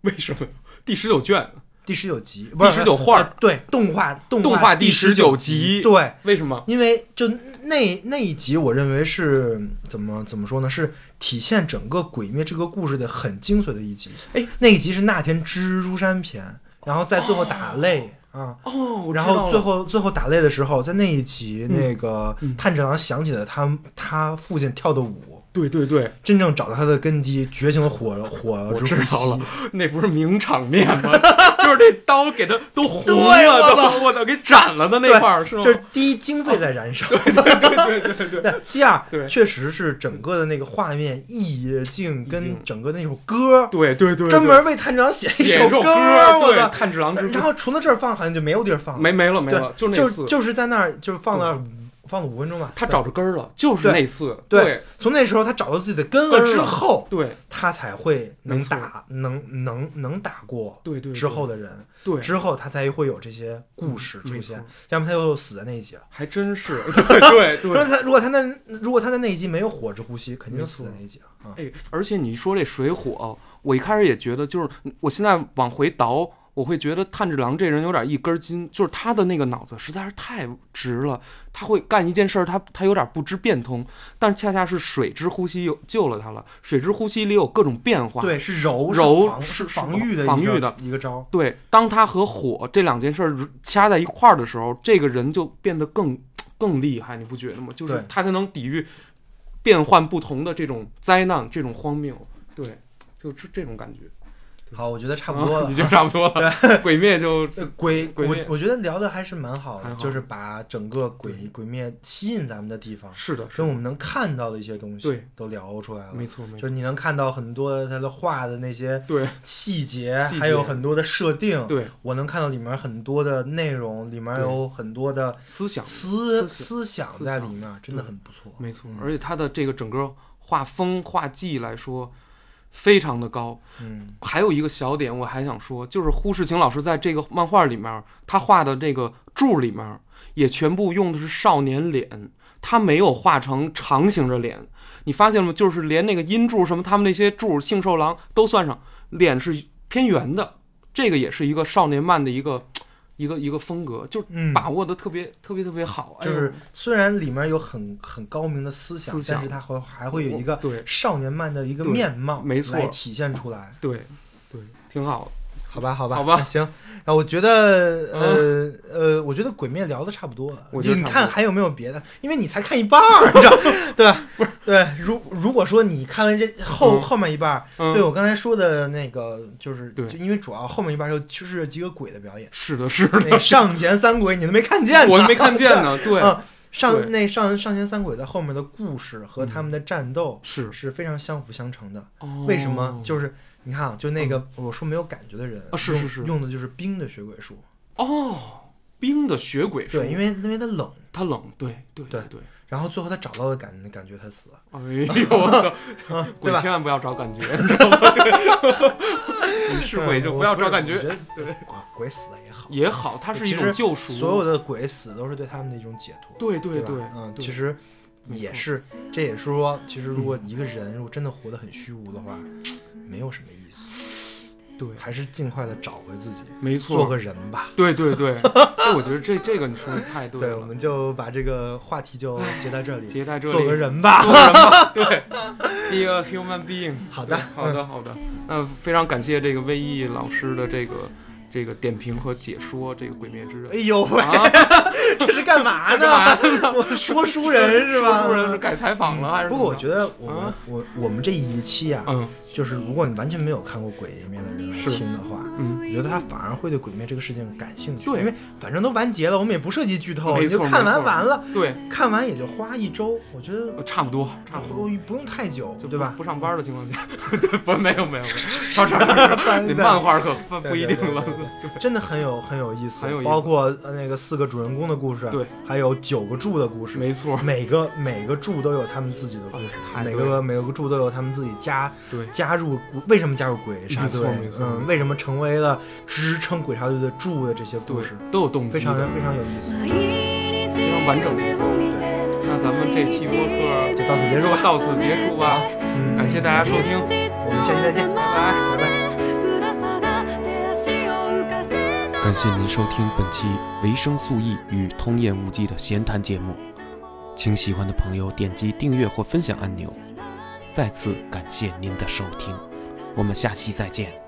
Speaker 1: 为什么第十九卷？
Speaker 2: 第十九集不是
Speaker 1: 第19画
Speaker 2: 呃对动画动
Speaker 1: 动画
Speaker 2: 画
Speaker 1: 第
Speaker 2: 十
Speaker 1: 19集
Speaker 2: 集对。
Speaker 1: 为什么？
Speaker 2: 因为就那那一集，我认为是怎么怎么说呢？是体现整个《鬼灭》这个故事的很精髓的一集。
Speaker 1: 哎，
Speaker 2: 那一集是那田蜘蛛山篇，然后在最后打擂啊。
Speaker 1: 哦
Speaker 2: 然后最后最后打擂的时候，在那一集，
Speaker 1: 嗯
Speaker 2: 那个
Speaker 1: 嗯
Speaker 2: 炭治郎想起了他他父亲跳的舞，
Speaker 1: 对对对，
Speaker 2: 真正找到他的根基，觉醒了火火
Speaker 1: 我
Speaker 2: 之
Speaker 1: 知道了
Speaker 2: 呼吸，
Speaker 1: 那不是名场面吗？ 就是那刀给他都红
Speaker 2: 对
Speaker 1: 了，
Speaker 2: 我
Speaker 1: 都
Speaker 2: 操
Speaker 1: 我操给斩了的那
Speaker 2: 对
Speaker 1: 块儿是吗？哦
Speaker 2: 就是第一经费在燃烧，
Speaker 1: 对对 对对，
Speaker 2: 对，第二
Speaker 1: 对
Speaker 2: 确实是整个的那个画面意境跟
Speaker 1: 境
Speaker 2: 整个那首歌，
Speaker 1: 对对对，
Speaker 2: 专门为探长 写一
Speaker 1: 写一首
Speaker 2: 歌，
Speaker 1: 歌，
Speaker 2: 我
Speaker 1: 对《
Speaker 2: 操！
Speaker 1: 炭治郎之歌
Speaker 2: 然》后除了这儿放，好像就没有地儿放了，
Speaker 1: 没没了没
Speaker 2: 对
Speaker 1: 了，就那
Speaker 2: 就
Speaker 1: 次
Speaker 2: 就是在那儿就是放了五放了五分钟吧。
Speaker 1: 他
Speaker 2: 对
Speaker 1: 找着根儿了，就是
Speaker 2: 对
Speaker 1: 那次，
Speaker 2: 对从那时候他找到自己的根了
Speaker 1: 根儿
Speaker 2: 之
Speaker 1: 了
Speaker 2: 后，
Speaker 1: 对
Speaker 2: 他才会能
Speaker 1: 没错
Speaker 2: 打能能能打过
Speaker 1: 对对对，
Speaker 2: 之后的人，
Speaker 1: 对嗯
Speaker 2: 之后他才会有这些故事出
Speaker 1: 没
Speaker 2: 现
Speaker 1: 错，
Speaker 2: 要么他又死在那一集了。
Speaker 1: 还真 是对对
Speaker 2: 如
Speaker 1: 对。
Speaker 2: 果他如果他那如果他的那一集没有火之呼吸，肯定就死在那一集了啊。
Speaker 1: 哎，而且你说这水火，我一开始也觉得，就是我现在往回倒，我会觉得炭治郎这人有点一根筋，就是他的那个脑子实在是太直了，他会干一件事儿，他他有点不知变通，但恰恰是水之呼吸又救了他了。水之呼吸里有各种变化，
Speaker 2: 对，是柔
Speaker 1: 柔
Speaker 2: 是防
Speaker 1: 是是
Speaker 2: 防御的一个
Speaker 1: 防御的
Speaker 2: 一个招。
Speaker 1: 对，当他和火这两件事儿掐在一块儿的时候，这个人就变得更更厉害，你不觉得吗？就是
Speaker 2: 对
Speaker 1: 他才能抵御变幻不同的这种灾难、这种荒谬。对，就这这种感觉，
Speaker 2: 好，我觉得差不多
Speaker 1: 啊
Speaker 2: 了
Speaker 1: 你。就差不多了。鬼灭就
Speaker 2: 呃，鬼
Speaker 1: 鬼
Speaker 2: 我
Speaker 1: 灭
Speaker 2: 我觉得聊的还是蛮好的，
Speaker 1: 还好
Speaker 2: 就是把整个鬼鬼灭吸引咱们的地方，
Speaker 1: 是的，是
Speaker 2: 跟
Speaker 1: 的
Speaker 2: 我们能看到的一些东西
Speaker 1: 对
Speaker 2: 都聊出来了。
Speaker 1: 没错没
Speaker 2: 就
Speaker 1: 错
Speaker 2: 是，你能看到很多他的画的那些
Speaker 1: 对
Speaker 2: 细节，
Speaker 1: 细节
Speaker 2: 还有很多的设定。
Speaker 1: 对，
Speaker 2: 我能看到里面很多的内容，里面
Speaker 1: 对
Speaker 2: 有很多的
Speaker 1: 思想
Speaker 2: 思
Speaker 1: 思
Speaker 2: 思想
Speaker 1: 思
Speaker 2: 在里
Speaker 1: 想
Speaker 2: 面，真的
Speaker 1: 对
Speaker 2: 很不错。
Speaker 1: 没错
Speaker 2: 嗯，
Speaker 1: 而且他的这个整个画风画技来说，非常的高。
Speaker 2: 嗯，
Speaker 1: 还有一个小点，我还想说，就是呼世晴老师在这个漫画里面，他画的这个柱里面，也全部用的是少年脸，他没有画成长形的脸。你发现了吗？就是连那个阴柱什么，他们那些柱，幸寿郎都算上，脸是偏圆的。这个也是一个少年漫的一个一个一个风格，就是
Speaker 2: 嗯
Speaker 1: 把握的特别、特别特别好。哎
Speaker 2: 就
Speaker 1: 呦
Speaker 2: 是虽然里面有很很高明的思想，
Speaker 1: 思想
Speaker 2: 但是它还还会有一个
Speaker 1: 对
Speaker 2: 少年漫的一个
Speaker 1: 对
Speaker 2: 面貌，
Speaker 1: 没错
Speaker 2: 体现出来。
Speaker 1: 对对，挺好的。
Speaker 2: 好吧，好吧，
Speaker 1: 好吧嗯
Speaker 2: 那行。啊，我觉得，呃、呃，我觉得《鬼灭》聊的差不多了。
Speaker 1: 我觉得
Speaker 2: 你
Speaker 1: 差不
Speaker 2: 看
Speaker 1: 多
Speaker 2: 还有没有别的？因为你才看一半儿，你知道， 对吧？不是，对。如如果说你看完这后、
Speaker 1: 嗯
Speaker 2: 后面一半儿，
Speaker 1: 嗯
Speaker 2: 对我刚才说的那个，就是
Speaker 1: 对
Speaker 2: 就因为主要后面一半儿有就是几个鬼的表演，
Speaker 1: 是的， 是
Speaker 2: 那个
Speaker 1: 的，
Speaker 2: 上弦三鬼你都没看见呢，
Speaker 1: 我都没看见呢。对，
Speaker 2: 嗯，上
Speaker 1: 对嗯
Speaker 2: 那上上弦三鬼在后面的故事和他们的战斗
Speaker 1: 是
Speaker 2: 是非常相辅相成的。
Speaker 1: 哦
Speaker 2: 嗯为什么？
Speaker 1: 是
Speaker 2: 就是你看啊，就那个我说没有感觉的人，
Speaker 1: 嗯啊是
Speaker 2: 用
Speaker 1: 是是
Speaker 2: 用的就是冰的血鬼术。
Speaker 1: 哦，冰的血鬼术
Speaker 2: 对，因为因为他冷，
Speaker 1: 它冷，对对
Speaker 2: 对
Speaker 1: 对。
Speaker 2: 然后最后他找到了感感觉他死了，
Speaker 1: 哎呦我操！
Speaker 2: 啊对
Speaker 1: 鬼
Speaker 2: 吧
Speaker 1: 千万不要找感觉，你知道吗你是鬼就
Speaker 2: 嗯
Speaker 1: 不要找
Speaker 2: 我
Speaker 1: 感
Speaker 2: 我
Speaker 1: 觉
Speaker 2: 得 鬼鬼死了也好，
Speaker 1: 也好，它是一
Speaker 2: 其
Speaker 1: 种
Speaker 2: 实
Speaker 1: 救赎。
Speaker 2: 所有的鬼死都是对他们的一种解脱。
Speaker 1: 对对
Speaker 2: 吧
Speaker 1: 对，
Speaker 2: 嗯，
Speaker 1: 对
Speaker 2: 其实
Speaker 1: 没
Speaker 2: 也
Speaker 1: 错
Speaker 2: 是，这也是说，其实如果
Speaker 1: 嗯
Speaker 2: 一个人如果真的活得很虚无的话，没有什么意思，
Speaker 1: 对，
Speaker 2: 还是尽快的找回自己，
Speaker 1: 没
Speaker 2: 做
Speaker 1: 错
Speaker 2: 个，人吧。
Speaker 1: 对对对。哎我觉得这这个你说的太对
Speaker 2: 对，我
Speaker 1: 了，
Speaker 2: 们就把这个话题 就截在这里，
Speaker 1: 截在这
Speaker 2: 做个
Speaker 1: 里。
Speaker 2: 人吧。
Speaker 1: 做人吧，对，be a human being
Speaker 2: 好
Speaker 1: 对。
Speaker 2: 的嗯
Speaker 1: 好的，好的。那非常感谢这个魏毅老师的这个这个点评和解说，这个《鬼灭之刃
Speaker 2: 哎》呦喂，
Speaker 1: 啊，
Speaker 2: 这是 干嘛呢？ 我说书人哎是吧？嗯
Speaker 1: 说书人是改采访了还是怎么着？
Speaker 2: 不过我觉得我们、
Speaker 1: 啊
Speaker 2: 我我们这一期啊，
Speaker 1: 嗯
Speaker 2: 就是如果你完全没有看过《鬼灭》的人来
Speaker 1: 是
Speaker 2: 听的话，
Speaker 1: 嗯，
Speaker 2: 我觉得他反而会对《鬼灭》这个事情感兴趣，
Speaker 1: 对
Speaker 2: 因为反正都完结了，我们也不涉及剧透，
Speaker 1: 没
Speaker 2: 哦你
Speaker 1: 错
Speaker 2: 就看
Speaker 1: 没
Speaker 2: 完
Speaker 1: 错
Speaker 2: 完了，
Speaker 1: 对，
Speaker 2: 看完也就花一周，我觉得
Speaker 1: 呃差不多，差不多，
Speaker 2: 不不用太久，
Speaker 1: 就
Speaker 2: 对吧
Speaker 1: 不？上班的情况下，对不，没有没有没 有，少少少少，
Speaker 2: 对
Speaker 1: 你
Speaker 2: 对
Speaker 1: 漫画可不不一定
Speaker 2: 对对
Speaker 1: 了
Speaker 2: 对。对对真的很有很有意思，
Speaker 1: 很有意思
Speaker 2: 包括呃那个四个主人公的故事，
Speaker 1: 对，
Speaker 2: 还有九个柱的故事，
Speaker 1: 没错，
Speaker 2: 每个每个柱都有他们自己的故事
Speaker 1: 啊，太
Speaker 2: 每
Speaker 1: 对
Speaker 2: 个每个柱都有他们自己加
Speaker 1: 对
Speaker 2: 加入为什么加入鬼杀队
Speaker 1: 没错没，错没
Speaker 2: 嗯，
Speaker 1: 错
Speaker 2: 为什么成为了支撑鬼杀队的柱的这些故
Speaker 1: 对
Speaker 2: 事，，
Speaker 1: 都有动
Speaker 2: 非
Speaker 1: 机
Speaker 2: 常
Speaker 1: 的。
Speaker 2: 非常有意思。
Speaker 1: 非常完整的一个作品。那咱们这期播客
Speaker 2: 就到此结束吧
Speaker 1: 到此结束吧。
Speaker 2: 嗯
Speaker 1: 感谢大家收听，
Speaker 2: 我们下期再见，拜拜。
Speaker 1: 感谢您收听本期《维生素 E 与通验无忌》的闲谈节目，请喜欢的朋友点击订阅或分享按钮。再次感谢您的收听，我们下期再见。